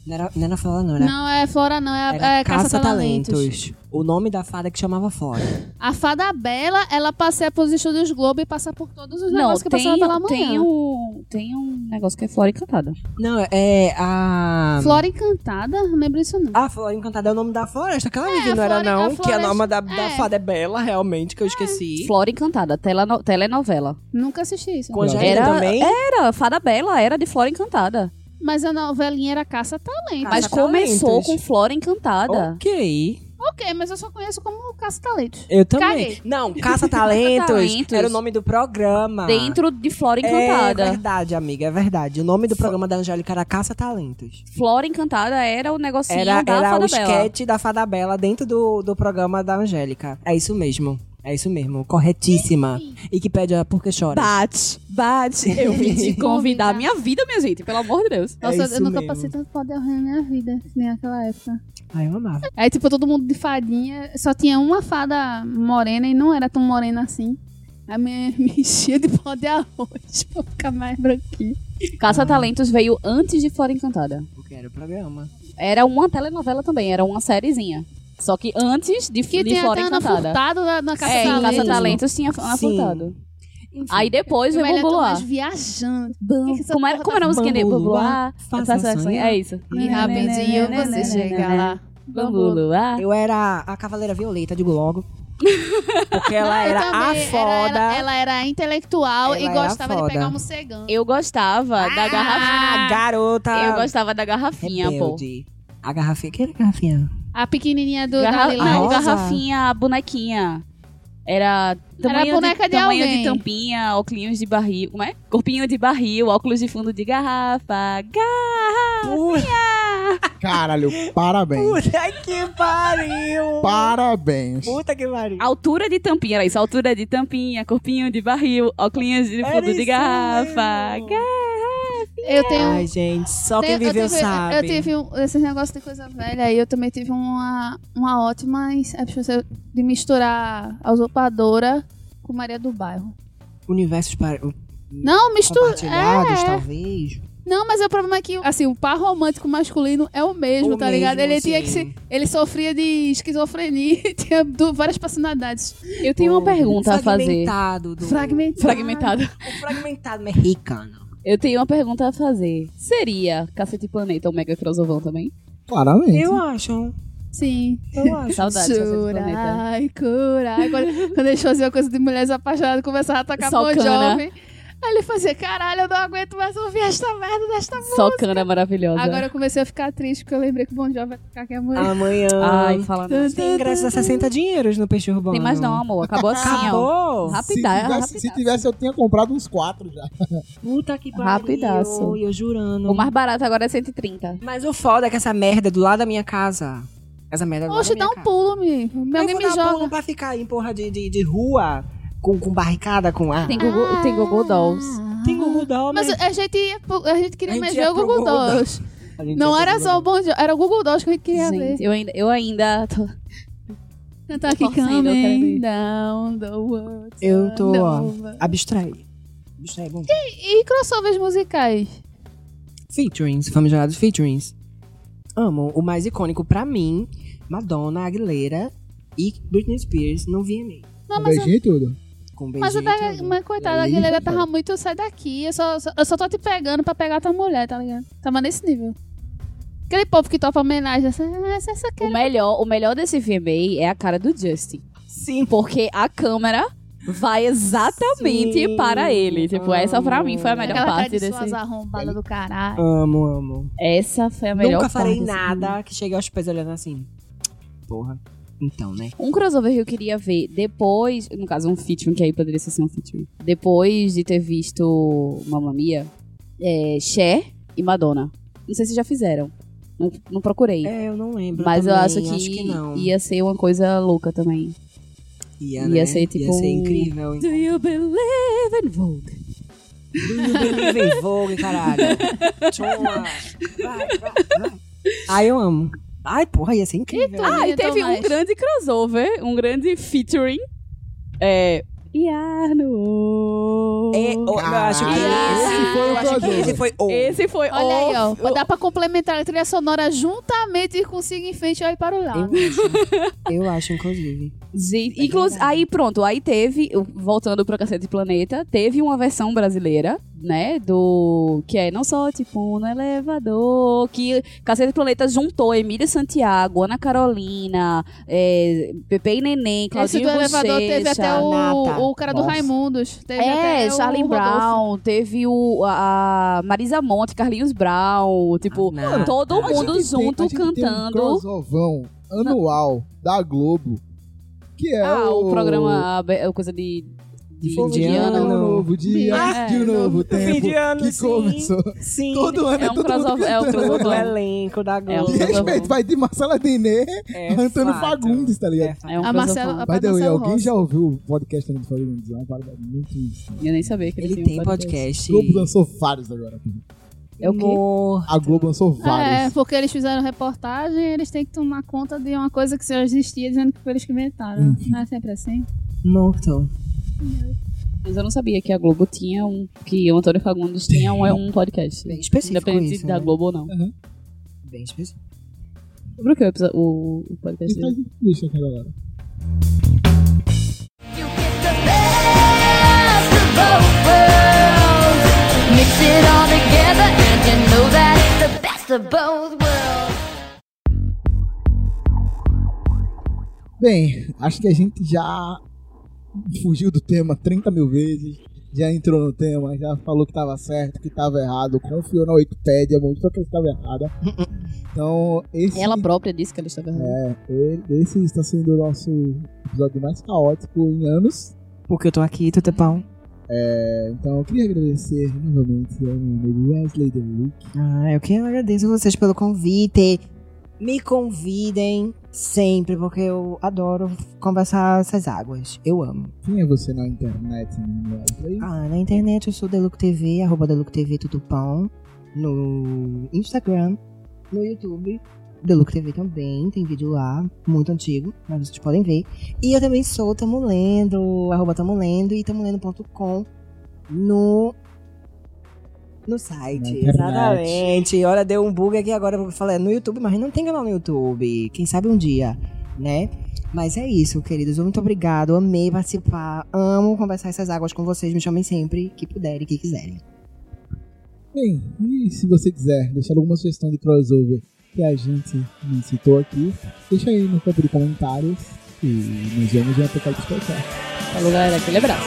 Speaker 3: Não era, não era Flora, não, era,
Speaker 2: Não é Flora, não. É,
Speaker 3: Né? era
Speaker 2: é Caça Talentos.
Speaker 3: O nome da fada que chamava Flora.
Speaker 2: A Fada Bela, ela passeia pelos estúdios Globo e passa por todos os
Speaker 5: Não,
Speaker 2: negócios que passaram pela
Speaker 5: tem, um- tem,
Speaker 2: manhã.
Speaker 5: um, tem um negócio que é Flora Encantada.
Speaker 3: Não, é a...
Speaker 2: Flora Encantada? Não lembro disso, não.
Speaker 3: Ah, Flora Encantada é o nome da floresta. Aquela ali que
Speaker 2: a
Speaker 3: não era
Speaker 2: flore-
Speaker 3: não,
Speaker 2: a
Speaker 3: que é o
Speaker 2: floresta-
Speaker 3: nome da, da
Speaker 2: é.
Speaker 3: fada é Bela, realmente, que eu esqueci.
Speaker 5: Flora Encantada, teleno- telenovela.
Speaker 2: Nunca assisti isso.
Speaker 3: Com a Jair
Speaker 5: Era-
Speaker 3: também.
Speaker 5: Era, Fada Bela era de Flora Encantada.
Speaker 2: Mas a novelinha era Caça Talentos.
Speaker 5: Mas
Speaker 3: Caça
Speaker 5: começou
Speaker 3: Talentos.
Speaker 5: com Flora Encantada.
Speaker 3: Ok.
Speaker 2: Ok, mas eu só conheço como Caça Talentos.
Speaker 3: Eu também.
Speaker 2: Caguei.
Speaker 3: Não, Caça Talentos
Speaker 5: Talentos.
Speaker 3: era o nome do programa.
Speaker 5: Dentro de Flora
Speaker 3: Ah. É
Speaker 5: Encantada.
Speaker 3: verdade, amiga, é verdade. O nome do programa da Angélica era Caça Talentos.
Speaker 5: Flora Encantada era o negocinho
Speaker 3: era
Speaker 5: da
Speaker 3: era
Speaker 5: Fada
Speaker 3: o
Speaker 5: Bela.
Speaker 3: esquete da Fada Bela dentro do, do programa da Angélica. É isso mesmo. É isso mesmo. Corretíssima. E que pede a Por que chora.
Speaker 5: Bate, bate.
Speaker 6: Eu vim
Speaker 5: (laughs)
Speaker 6: te
Speaker 2: Convidar.
Speaker 6: convidar. Minha vida, minha gente, pelo amor de Deus.
Speaker 2: Nossa,
Speaker 3: É isso
Speaker 2: eu nunca
Speaker 3: mesmo.
Speaker 2: passei tanto poder na minha vida, que nem naquela época.
Speaker 3: Ai, eu amava.
Speaker 2: Aí, tipo, todo mundo de fadinha. Só tinha uma fada morena e não era tão morena assim. Aí me, (laughs) me enchia de pó de arroz pra ficar mais branquinho.
Speaker 5: Caça Talentos veio antes de Flora Encantada.
Speaker 3: Porque era o programa.
Speaker 5: Era uma telenovela também, era uma sériezinha. Só que antes de,
Speaker 2: Que
Speaker 5: de
Speaker 2: tem
Speaker 5: Flora
Speaker 2: até Ana
Speaker 5: Encantada.
Speaker 2: Furtado na, na Caça
Speaker 5: É, em
Speaker 2: Talentos.
Speaker 5: Caça Talentos tinha Ana
Speaker 3: Sim.
Speaker 5: Furtado.
Speaker 3: Enfim.
Speaker 5: Aí depois
Speaker 2: Eu
Speaker 5: veio
Speaker 2: melhor
Speaker 5: Bambu
Speaker 2: tô
Speaker 5: Luar.
Speaker 2: mais viajando.
Speaker 5: Bam.
Speaker 2: que essa
Speaker 5: Como era,
Speaker 2: porra
Speaker 5: como era a musiquinha de
Speaker 3: Bambu
Speaker 5: Bambu Luar?
Speaker 3: Luar,
Speaker 5: Faça
Speaker 3: faça
Speaker 5: sonho.
Speaker 3: sonho.
Speaker 5: É isso. Né,
Speaker 2: E rapidinho você chega lá.
Speaker 5: Bambu Luar.
Speaker 3: Eu era a Cavaleira Violeta, digo
Speaker 2: (laughs)
Speaker 3: logo. Porque ela
Speaker 2: Ah, Eu
Speaker 3: era a
Speaker 2: também,
Speaker 3: foda.
Speaker 2: Ela, ela era intelectual
Speaker 3: Ela
Speaker 2: e
Speaker 3: era
Speaker 2: gostava de
Speaker 3: foda.
Speaker 2: pegar um cegão.
Speaker 5: Eu gostava da garrafinha.
Speaker 3: Ah, garota.
Speaker 5: Eu gostava da garrafinha, pô.
Speaker 3: rebelde. A garrafinha. Quem era a garrafinha?
Speaker 2: A pequenininha do
Speaker 5: Garra-
Speaker 2: Dalila.
Speaker 5: não,
Speaker 3: Rosa?
Speaker 5: garrafinha, bonequinha. Era tamanho,
Speaker 2: boneca
Speaker 5: é de,
Speaker 2: de
Speaker 5: tamanho
Speaker 2: alguém.
Speaker 5: de tampinha, óculos de barril. Como é? Corpinho de barril, óculos de fundo de garrafa. Garrafa!
Speaker 1: Caralho, parabéns.
Speaker 3: Puta que pariu!
Speaker 1: Parabéns.
Speaker 3: Puta que pariu!
Speaker 5: Altura de tampinha, era isso. Altura de tampinha, corpinho de barril, óculos de
Speaker 3: Era
Speaker 5: fundo
Speaker 3: isso
Speaker 5: de garrafa.
Speaker 3: mesmo.
Speaker 5: Garrafa!
Speaker 2: Eu tenho. um,
Speaker 3: Ai, gente, só quem
Speaker 2: tenho- eu
Speaker 3: viveu
Speaker 2: tive,
Speaker 3: sabe.
Speaker 2: Eu tive um, esse negócio de coisa velha aí. Eu também tive uma, uma ótima é, incepção de misturar a usurpadora com Maria do Bairro.
Speaker 3: Hum, Universos para...
Speaker 2: Não, mistura.
Speaker 3: compartilhados,
Speaker 2: é.
Speaker 3: talvez.
Speaker 2: Não, mas o problema é que, assim, o par romântico masculino é o mesmo,
Speaker 3: O
Speaker 2: tá ligado?
Speaker 3: mesmo,
Speaker 2: Ele tinha que
Speaker 3: sim.
Speaker 2: se, Ele sofria de esquizofrenia, (laughs) tinha du- várias personalidades.
Speaker 5: Eu tenho uma
Speaker 3: O
Speaker 5: pergunta a fazer.
Speaker 3: Fragmentado. Do...
Speaker 2: Fragmentado.
Speaker 5: Fragmentada.
Speaker 3: O fragmentado é mexicano.
Speaker 5: Eu tenho uma pergunta a fazer. Seria Cacete Planeta um mega crossovão também?
Speaker 1: Claramente.
Speaker 3: Eu acho.
Speaker 2: Sim.
Speaker 3: (laughs) Eu acho.
Speaker 5: Saudades de Cacete Planeta.
Speaker 2: Churai, curai. Quando, (laughs) quando eles faziam coisa de mulheres apaixonadas, começava a tocar Bon
Speaker 5: Socana.
Speaker 2: Jovem. Aí ele fazia, caralho, eu não aguento mais ouvir esta merda desta música.
Speaker 5: Socana é maravilhosa.
Speaker 2: Agora eu comecei a ficar triste, porque eu lembrei que o Bon Jovem vai tocar
Speaker 3: Ah,
Speaker 2: aqui amanhã.
Speaker 3: Amanhã.
Speaker 5: Ai, fala não.
Speaker 3: Tem ingressos a 60 dinheiros no Peixe Urbano.
Speaker 5: Tem mais não, amor. Acabou assim, ó. é
Speaker 3: Acabou.
Speaker 1: Se
Speaker 5: Rapidar,
Speaker 1: tivesse, se tivesse, eu tinha comprado uns quatro já.
Speaker 3: Puta que pariu.
Speaker 5: Rapidaço.
Speaker 3: Eu jurando.
Speaker 5: O mais barato agora é 130.
Speaker 3: Mas o foda é que essa merda é do lado da minha casa. Essa merda é do
Speaker 2: Oxe,
Speaker 3: lado da
Speaker 2: dá
Speaker 5: então,
Speaker 3: minha
Speaker 2: um
Speaker 3: casa.
Speaker 2: pulo, me.
Speaker 3: Eu
Speaker 2: Alguém
Speaker 3: vou
Speaker 2: me
Speaker 3: dar
Speaker 2: joga.
Speaker 3: pulo pra ficar em porra de, de, de rua, com, com barricada, com ar.
Speaker 5: Tem Google, tem Google Dolls.
Speaker 3: Tem um né? Google Doll,
Speaker 2: Mas a gente, ia pro- a gente queria
Speaker 3: A gente
Speaker 2: mais
Speaker 3: ia
Speaker 2: ver o
Speaker 3: pro
Speaker 2: Google
Speaker 3: Google
Speaker 2: Dolls. Não
Speaker 3: é
Speaker 2: era só o Bon Jovi, era o Google Dolls que a gente queria ver.
Speaker 5: Gente, eu ainda, eu ainda tô...
Speaker 2: Cantar aqui,
Speaker 5: forçando, eu quero
Speaker 2: coming
Speaker 5: ver.
Speaker 2: down the world.
Speaker 3: Eu tô, ó,
Speaker 2: over.
Speaker 3: Abstrai. Abstrai, bom.
Speaker 2: E crossovers musicais?
Speaker 3: Featurings, famigerados featurings. Amo. O mais icônico pra mim, Madonna, Aguilera e Britney Spears no VMA.
Speaker 2: Não,
Speaker 1: Um
Speaker 2: mas
Speaker 1: beijinho e tudo.
Speaker 3: Com um
Speaker 2: Mas, eu tava,
Speaker 3: beijinho.
Speaker 2: mas coitada, a
Speaker 1: Aí,
Speaker 2: galera
Speaker 1: coitada.
Speaker 2: tava muito, sai daqui, eu só, só- eu só tô te pegando pra pegar tua mulher, tá ligado? Tava nesse nível. Aquele povo que topa homenagem, essa, essa, essa
Speaker 5: O
Speaker 2: aquela.
Speaker 5: melhor, o melhor desse VMA é a cara do Justin.
Speaker 3: Sim,
Speaker 5: Porque a câmera
Speaker 6: vai exatamente
Speaker 3: Sim.
Speaker 6: para ele. Tipo, essa pra mim foi a melhor
Speaker 2: Aquela
Speaker 6: parte
Speaker 2: parte
Speaker 6: desse.
Speaker 2: suas arrombadas do caralho.
Speaker 3: Amo, amo.
Speaker 6: Essa foi a melhor
Speaker 3: Nunca farei
Speaker 6: parte desse
Speaker 3: nada que chegue aos pés olhando assim. Porra. Então, né?
Speaker 6: filme.
Speaker 5: Um crossover que eu queria ver depois, no caso um featuring, que aí poderia ser um featuring, depois de ter visto Mamma Mia, é Cher e Madonna. Não sei se já fizeram, não, não procurei.
Speaker 3: É, eu não lembro.
Speaker 5: Mas eu
Speaker 3: também,
Speaker 5: acho que,
Speaker 3: acho que não.
Speaker 5: ia ser uma coisa louca também.
Speaker 3: Ia,
Speaker 5: ia
Speaker 3: né?
Speaker 5: ser, tipo,
Speaker 3: Ia ser um incrível. (laughs)
Speaker 5: Do you believe in Vogue?
Speaker 3: Vem Vogue, caralho. Tchuma. Vai, vai, vai. Ai, eu amo. Ai, porra, ia ser incrível.
Speaker 6: Ah, e
Speaker 2: Então,
Speaker 6: teve um
Speaker 2: mas-
Speaker 6: grande crossover, um grande featuring. É. E ar no.
Speaker 3: É, o- eu acho que
Speaker 1: Caralho.
Speaker 3: Ah, esse foi o
Speaker 1: Acho que
Speaker 3: crossover. Esse foi o.
Speaker 6: Esse foi.
Speaker 2: Olha aí, ó.
Speaker 6: o-
Speaker 2: Dá pra complementar a trilha sonora juntamente e consigo em frente e olhar para o lado.
Speaker 3: Eu acho, inclusive.
Speaker 1: (laughs)
Speaker 2: É
Speaker 5: Gente,
Speaker 6: Inclus-
Speaker 5: inclusive.
Speaker 6: aí pronto, aí teve, voltando pro Cacete Planeta, teve uma versão brasileira, né, do, que é não só tipo no elevador, que Cacete Planeta juntou Emília Santiago, Ana Carolina, é, Pepe e Neném,
Speaker 2: Esse do
Speaker 6: Claudinho
Speaker 2: elevador teve
Speaker 6: Bochecha.
Speaker 2: até
Speaker 3: Nata.
Speaker 2: o, o cara do
Speaker 3: Nossa.
Speaker 2: Raimundos. Teve
Speaker 6: É,
Speaker 2: até o
Speaker 6: Charlie
Speaker 2: Rodolfo.
Speaker 6: Brown, teve o, a a Marisa Monte, Carlinhos Brown, tipo,
Speaker 3: Nata.
Speaker 6: todo
Speaker 3: A
Speaker 6: mundo junto
Speaker 1: Tem um
Speaker 6: cantando.
Speaker 1: crossovão anual da Globo, que é
Speaker 6: ah,
Speaker 1: o,
Speaker 6: o programa, a, a coisa de, de,
Speaker 3: Fim de
Speaker 6: de ano.
Speaker 3: ano.
Speaker 1: novo dia,
Speaker 6: Ah,
Speaker 1: de
Speaker 6: é,
Speaker 1: novo
Speaker 3: Fim de
Speaker 1: tempo.
Speaker 3: ano,
Speaker 1: que
Speaker 3: sim.
Speaker 1: começou.
Speaker 3: Sim.
Speaker 1: Todo ano
Speaker 6: É
Speaker 1: é
Speaker 6: um
Speaker 1: todo mundo
Speaker 6: crossover, é um
Speaker 1: cantando.
Speaker 3: o
Speaker 6: crossover.
Speaker 3: elenco da
Speaker 6: É um
Speaker 3: Globo.
Speaker 1: E respeito,
Speaker 6: crossover.
Speaker 1: vai de Marcela Denê
Speaker 3: É
Speaker 1: a Antônio
Speaker 3: fato.
Speaker 1: Fagundes, tá ligado?
Speaker 6: É um crossover.
Speaker 2: A Marcela, a
Speaker 1: Vai
Speaker 2: Padre
Speaker 1: daí,
Speaker 2: Marcelo
Speaker 1: alguém
Speaker 2: Rossi.
Speaker 1: já ouviu o podcast do Fagundes? É uma parada muito isso.
Speaker 5: Eu nem sabia que ele,
Speaker 3: Ele
Speaker 5: tinha
Speaker 3: tem
Speaker 5: um
Speaker 3: podcast.
Speaker 1: Globo lançou vários agora.
Speaker 5: É o quê?
Speaker 3: Amor.
Speaker 1: A Globo lançou
Speaker 2: É,
Speaker 1: vários.
Speaker 2: porque eles fizeram reportagem eles têm que tomar conta de uma coisa que já existia, dizendo que foi eles que inventaram. Não é sempre assim?
Speaker 3: Morto.
Speaker 5: Mas eu não sabia que a Globo tinha um. Que o Antônio Fagundes tinha um, é um podcast.
Speaker 3: Bem específico
Speaker 5: Independente
Speaker 3: isso, né?
Speaker 5: da Globo ou não.
Speaker 3: Bem específico.
Speaker 5: Sobre o que é o episo- o, o podcast
Speaker 1: E tá
Speaker 5: dele?
Speaker 1: faz isso aqui agora. Bem, acho que a gente já fugiu do tema 30 mil vezes, já entrou no tema, já falou que estava certo, que estava errado, confiou na Wikipédia, mostrou que estava errada. Então, esse,
Speaker 5: Ela própria disse que ela estava errada.
Speaker 1: e- esse está sendo o nosso episódio mais caótico em anos.
Speaker 3: Porque eu tô aqui, tu pão.
Speaker 1: É, então, eu queria agradecer novamente ao meu amigo Wesley The Luke.
Speaker 3: Ah, eu que agradeço vocês pelo convite. Me convidem sempre, porque eu adoro conversar essas águas. Eu amo.
Speaker 1: Quem é você na internet, menino Wesley?
Speaker 3: Ah, na internet eu sou Deluco TV, arroba Deluco TV tudo pão. No Instagram, no YouTube. Deluco TV também, tem vídeo lá, muito antigo, mas vocês podem ver. E eu também sou Tamo Lendo, arroba Tamo Lendo e tamolendo.com no, no
Speaker 1: Na
Speaker 3: site.
Speaker 1: internet.
Speaker 3: Exatamente. Olha, deu um bug aqui agora, eu falei, é no YouTube, mas não tem canal no YouTube. Quem sabe um dia, né? Mas é isso, queridos. Muito obrigado. Amei participar. Amo conversar essas águas com vocês. Me chamem sempre que puderem, que quiserem.
Speaker 1: Bem, e se você quiser deixar alguma sugestão de crossover que a gente não citou aqui, deixa aí no campo de comentários e nos vemos em Apocalipse Podcast.
Speaker 5: Falou, galera. Aquele abraço.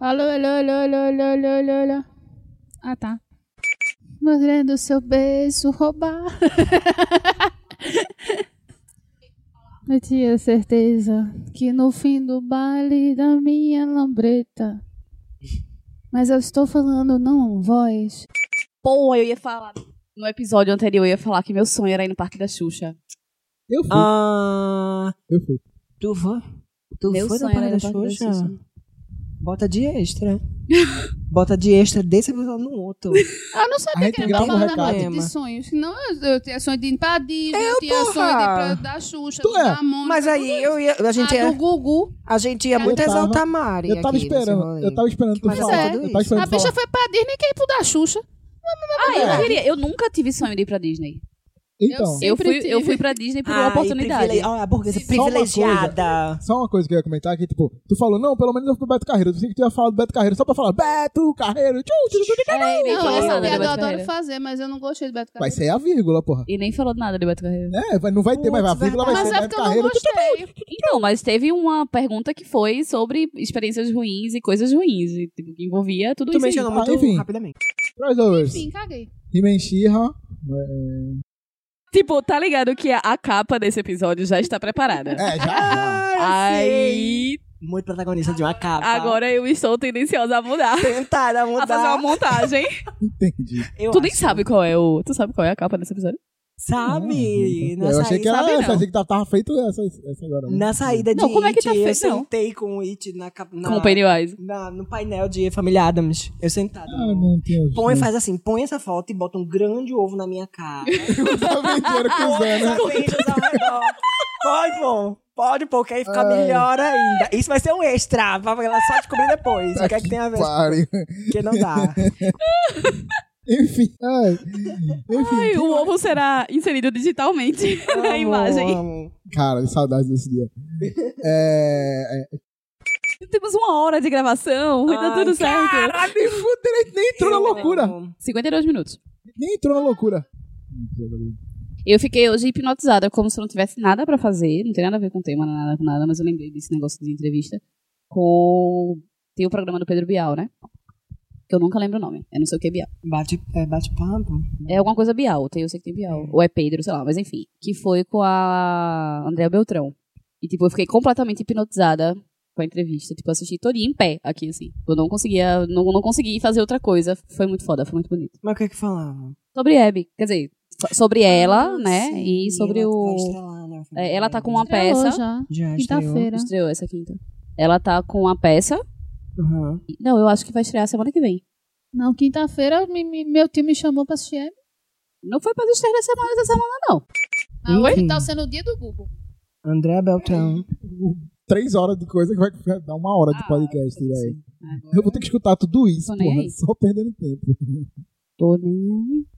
Speaker 2: Alô, alô, alô, alô, alô, alô, alô, alô. Ah, tá. Mandando seu beijo roubar. (laughs) Eu tinha certeza que no fim do baile da minha lambreta. Mas eu estou falando não um voz.
Speaker 5: Pô, eu ia falar. No episódio anterior eu ia falar que meu sonho era ir no Parque da Xuxa.
Speaker 1: Eu fui,
Speaker 3: Ah,
Speaker 1: eu fui.
Speaker 3: tu foi? Tu
Speaker 5: meu
Speaker 3: foi na
Speaker 5: sonho era
Speaker 3: Parada
Speaker 5: ir no Parque da
Speaker 3: Xuxa?
Speaker 5: Xuxa.
Speaker 3: Bota de (laughs) extra. Bota de extra desse episódio no outro.
Speaker 2: Eu não
Speaker 1: A
Speaker 2: sabia
Speaker 1: gente
Speaker 2: que era
Speaker 1: grava
Speaker 2: pra
Speaker 1: um
Speaker 2: falar da
Speaker 1: recado.
Speaker 2: parte de sonhos. Não, eu, eu tinha sonho de ir pra Disney, eu, tinha
Speaker 3: porra!
Speaker 2: sonho de ir pra, da Xuxa,
Speaker 1: Tu
Speaker 2: do
Speaker 1: é?
Speaker 2: Damon,
Speaker 3: Mas aí eu ia, a
Speaker 2: a
Speaker 3: gente é-
Speaker 2: do
Speaker 3: ia,
Speaker 2: Gugu.
Speaker 3: a gente ia
Speaker 2: Eu
Speaker 3: muito
Speaker 1: Ah, tava-
Speaker 3: exaltar a Mari.
Speaker 1: Eu tava
Speaker 3: aqui nesse
Speaker 1: esperando,
Speaker 3: rolê.
Speaker 1: eu tava esperando tu
Speaker 3: Mas
Speaker 2: é
Speaker 1: falar. Eu tava
Speaker 3: tudo isso.
Speaker 1: esperando
Speaker 2: A
Speaker 1: tu
Speaker 2: bicha
Speaker 1: falar.
Speaker 2: foi pra Disney que ir pro da Xuxa.
Speaker 5: Ah, eu queria. Eu nunca tive sonho de ir pra Disney.
Speaker 1: Então,
Speaker 5: Eu
Speaker 2: Sempre
Speaker 5: fui, eu
Speaker 2: tive.
Speaker 5: fui pra Disney por uma
Speaker 3: Ai,
Speaker 5: oportunidade.
Speaker 3: privile- Olha, a burguesa
Speaker 1: Só uma coisa.
Speaker 3: privilegiada.
Speaker 1: só uma coisa que eu ia comentar que, tipo, tu falou, não, pelo menos eu fui pro Beto Carreiro. Eu pensei que tu ia falar do Beto Carreiro só pra falar Beto Carreiro. Tchum, tchum, tchum, tchum.
Speaker 5: É, e nem
Speaker 2: Não,
Speaker 5: falou
Speaker 2: essa
Speaker 5: nada de
Speaker 2: piada eu
Speaker 5: Beto
Speaker 2: adoro
Speaker 5: Carreiro.
Speaker 2: fazer, mas eu não gostei do Beto
Speaker 1: Vai
Speaker 2: Carreiro.
Speaker 1: ser a vírgula, porra.
Speaker 5: E nem falou nada de Beto Carreiro.
Speaker 1: É, vai- não vai ter, mas vai, a
Speaker 3: Putz,
Speaker 1: vírgula vai
Speaker 2: Mas
Speaker 1: ser
Speaker 2: é
Speaker 1: Beto
Speaker 2: porque eu não
Speaker 1: Carreiro. Tchum,
Speaker 2: gostei.
Speaker 5: Então, mas teve uma pergunta que foi sobre experiências ruins e coisas ruins. E, tipo, que envolvia tudo
Speaker 3: Tu
Speaker 5: isso. aí.
Speaker 3: mencionou
Speaker 1: Ah,
Speaker 3: muito
Speaker 1: enfim.
Speaker 3: rapidamente.
Speaker 1: tchum. Crossovers.
Speaker 2: Enfim, caguei.
Speaker 1: He-Man, She-Ra.
Speaker 5: Tipo, tá ligado que a, a capa desse episódio já está preparada.
Speaker 3: (laughs)
Speaker 1: É, já.
Speaker 5: Aí,
Speaker 3: Muito protagonista de uma Ah, capa.
Speaker 5: agora eu estou tendenciosa a mudar.
Speaker 3: Tentada
Speaker 5: A fazer
Speaker 3: mudar.
Speaker 5: uma montagem.
Speaker 1: Entendi.
Speaker 3: (laughs) Eu
Speaker 5: tu nem
Speaker 3: acho.
Speaker 5: sabe qual é o. Tu sabe qual é a capa desse episódio?
Speaker 3: Sabe? Na
Speaker 1: Hum. Uhum. eu achei
Speaker 3: saída,
Speaker 1: que era
Speaker 5: sabe
Speaker 1: essa,
Speaker 5: não.
Speaker 1: achei que tava, tava feito essa, essa agora. né?
Speaker 3: na saída de
Speaker 5: Não, como é que
Speaker 3: It,
Speaker 5: tá
Speaker 3: eu
Speaker 5: feito, não?
Speaker 3: sentei com o It na, cap- na,
Speaker 5: Com o Pennywise.
Speaker 3: na- no painel de Família Adams. Eu sentada.
Speaker 1: Ah, não tinha.
Speaker 3: Põe, faz assim, põe essa foto e bota um grande ovo na minha cara.
Speaker 1: Os Avengers com
Speaker 5: né?
Speaker 1: né? os
Speaker 3: Põe
Speaker 1: anos.
Speaker 3: os Avengers ao redor. Pode, bom. Pode, pô, que aí fica
Speaker 1: Ai.
Speaker 3: melhor ainda. Isso vai ser um extra, pra ela só descobrir depois. o que é que tem a ver?
Speaker 1: Pare.
Speaker 3: Porque não
Speaker 5: (laughs)
Speaker 3: dá.
Speaker 1: Enfim. ai. Enfim.
Speaker 5: Ai, o ovo será inserido digitalmente (laughs) na
Speaker 3: Amo,
Speaker 5: imagem.
Speaker 3: amo.
Speaker 1: Cara, saudades desse dia. É. é-
Speaker 5: Temos uma hora de gravação e tá
Speaker 3: Ai,
Speaker 5: tudo certo.
Speaker 1: Caralho, nem fudeu, nem entrou na
Speaker 3: Eu
Speaker 1: loucura.
Speaker 3: amo.
Speaker 5: 52 minutos.
Speaker 1: Nem entrou na loucura.
Speaker 5: Eu fiquei hoje hipnotizada, como se eu não tivesse nada pra fazer. Não tem nada a ver com o tema, nada com nada, mas eu lembrei desse negócio de entrevista com. Tem o programa do Pedro Bial, né? Que eu nunca lembro o nome. É não sei o que Bial.
Speaker 3: Bate, é, bate papo.
Speaker 5: É alguma coisa Bial, tem, eu sei que tem Bial.
Speaker 3: Hum.
Speaker 5: Ou é Pedro, sei lá, mas enfim. Que foi com a Andréa Beltrão. E, tipo, eu fiquei completamente hipnotizada com a entrevista. Tipo, eu assisti todinha em pé aqui, assim. Eu não conseguia, não, não consegui fazer outra coisa. Foi muito foda, foi muito bonito.
Speaker 3: Mas o que é que falava?
Speaker 5: Sobre Hebe, quer dizer, so- sobre ela, né?
Speaker 3: Ah, Sim,
Speaker 5: e sobre
Speaker 3: ela vai
Speaker 5: o.
Speaker 3: estrelar, né, o
Speaker 5: é, ela tá com uma
Speaker 2: Estreou
Speaker 5: peça.
Speaker 2: já.
Speaker 3: Já estreou.
Speaker 2: Quinta-feira.
Speaker 5: Estreou essa quinta. Ela tá com a peça.
Speaker 3: Uhum.
Speaker 5: Não, eu acho que vai estrear semana que vem.
Speaker 2: Não, quinta-feira me- me- meu time me chamou pra assistir.
Speaker 5: Não foi pra estrear da semana essa semana, não.
Speaker 2: Ah, hoje
Speaker 3: Enfim.
Speaker 2: tá sendo o dia do Google.
Speaker 3: André Beltrão.
Speaker 1: Três horas de coisa que vai dar uma hora de podcast, velho. Eu vou ter que escutar tudo isso,
Speaker 5: Tô nem
Speaker 1: porra.
Speaker 5: aí.
Speaker 1: Só perdendo tempo.
Speaker 5: Tô nem aí.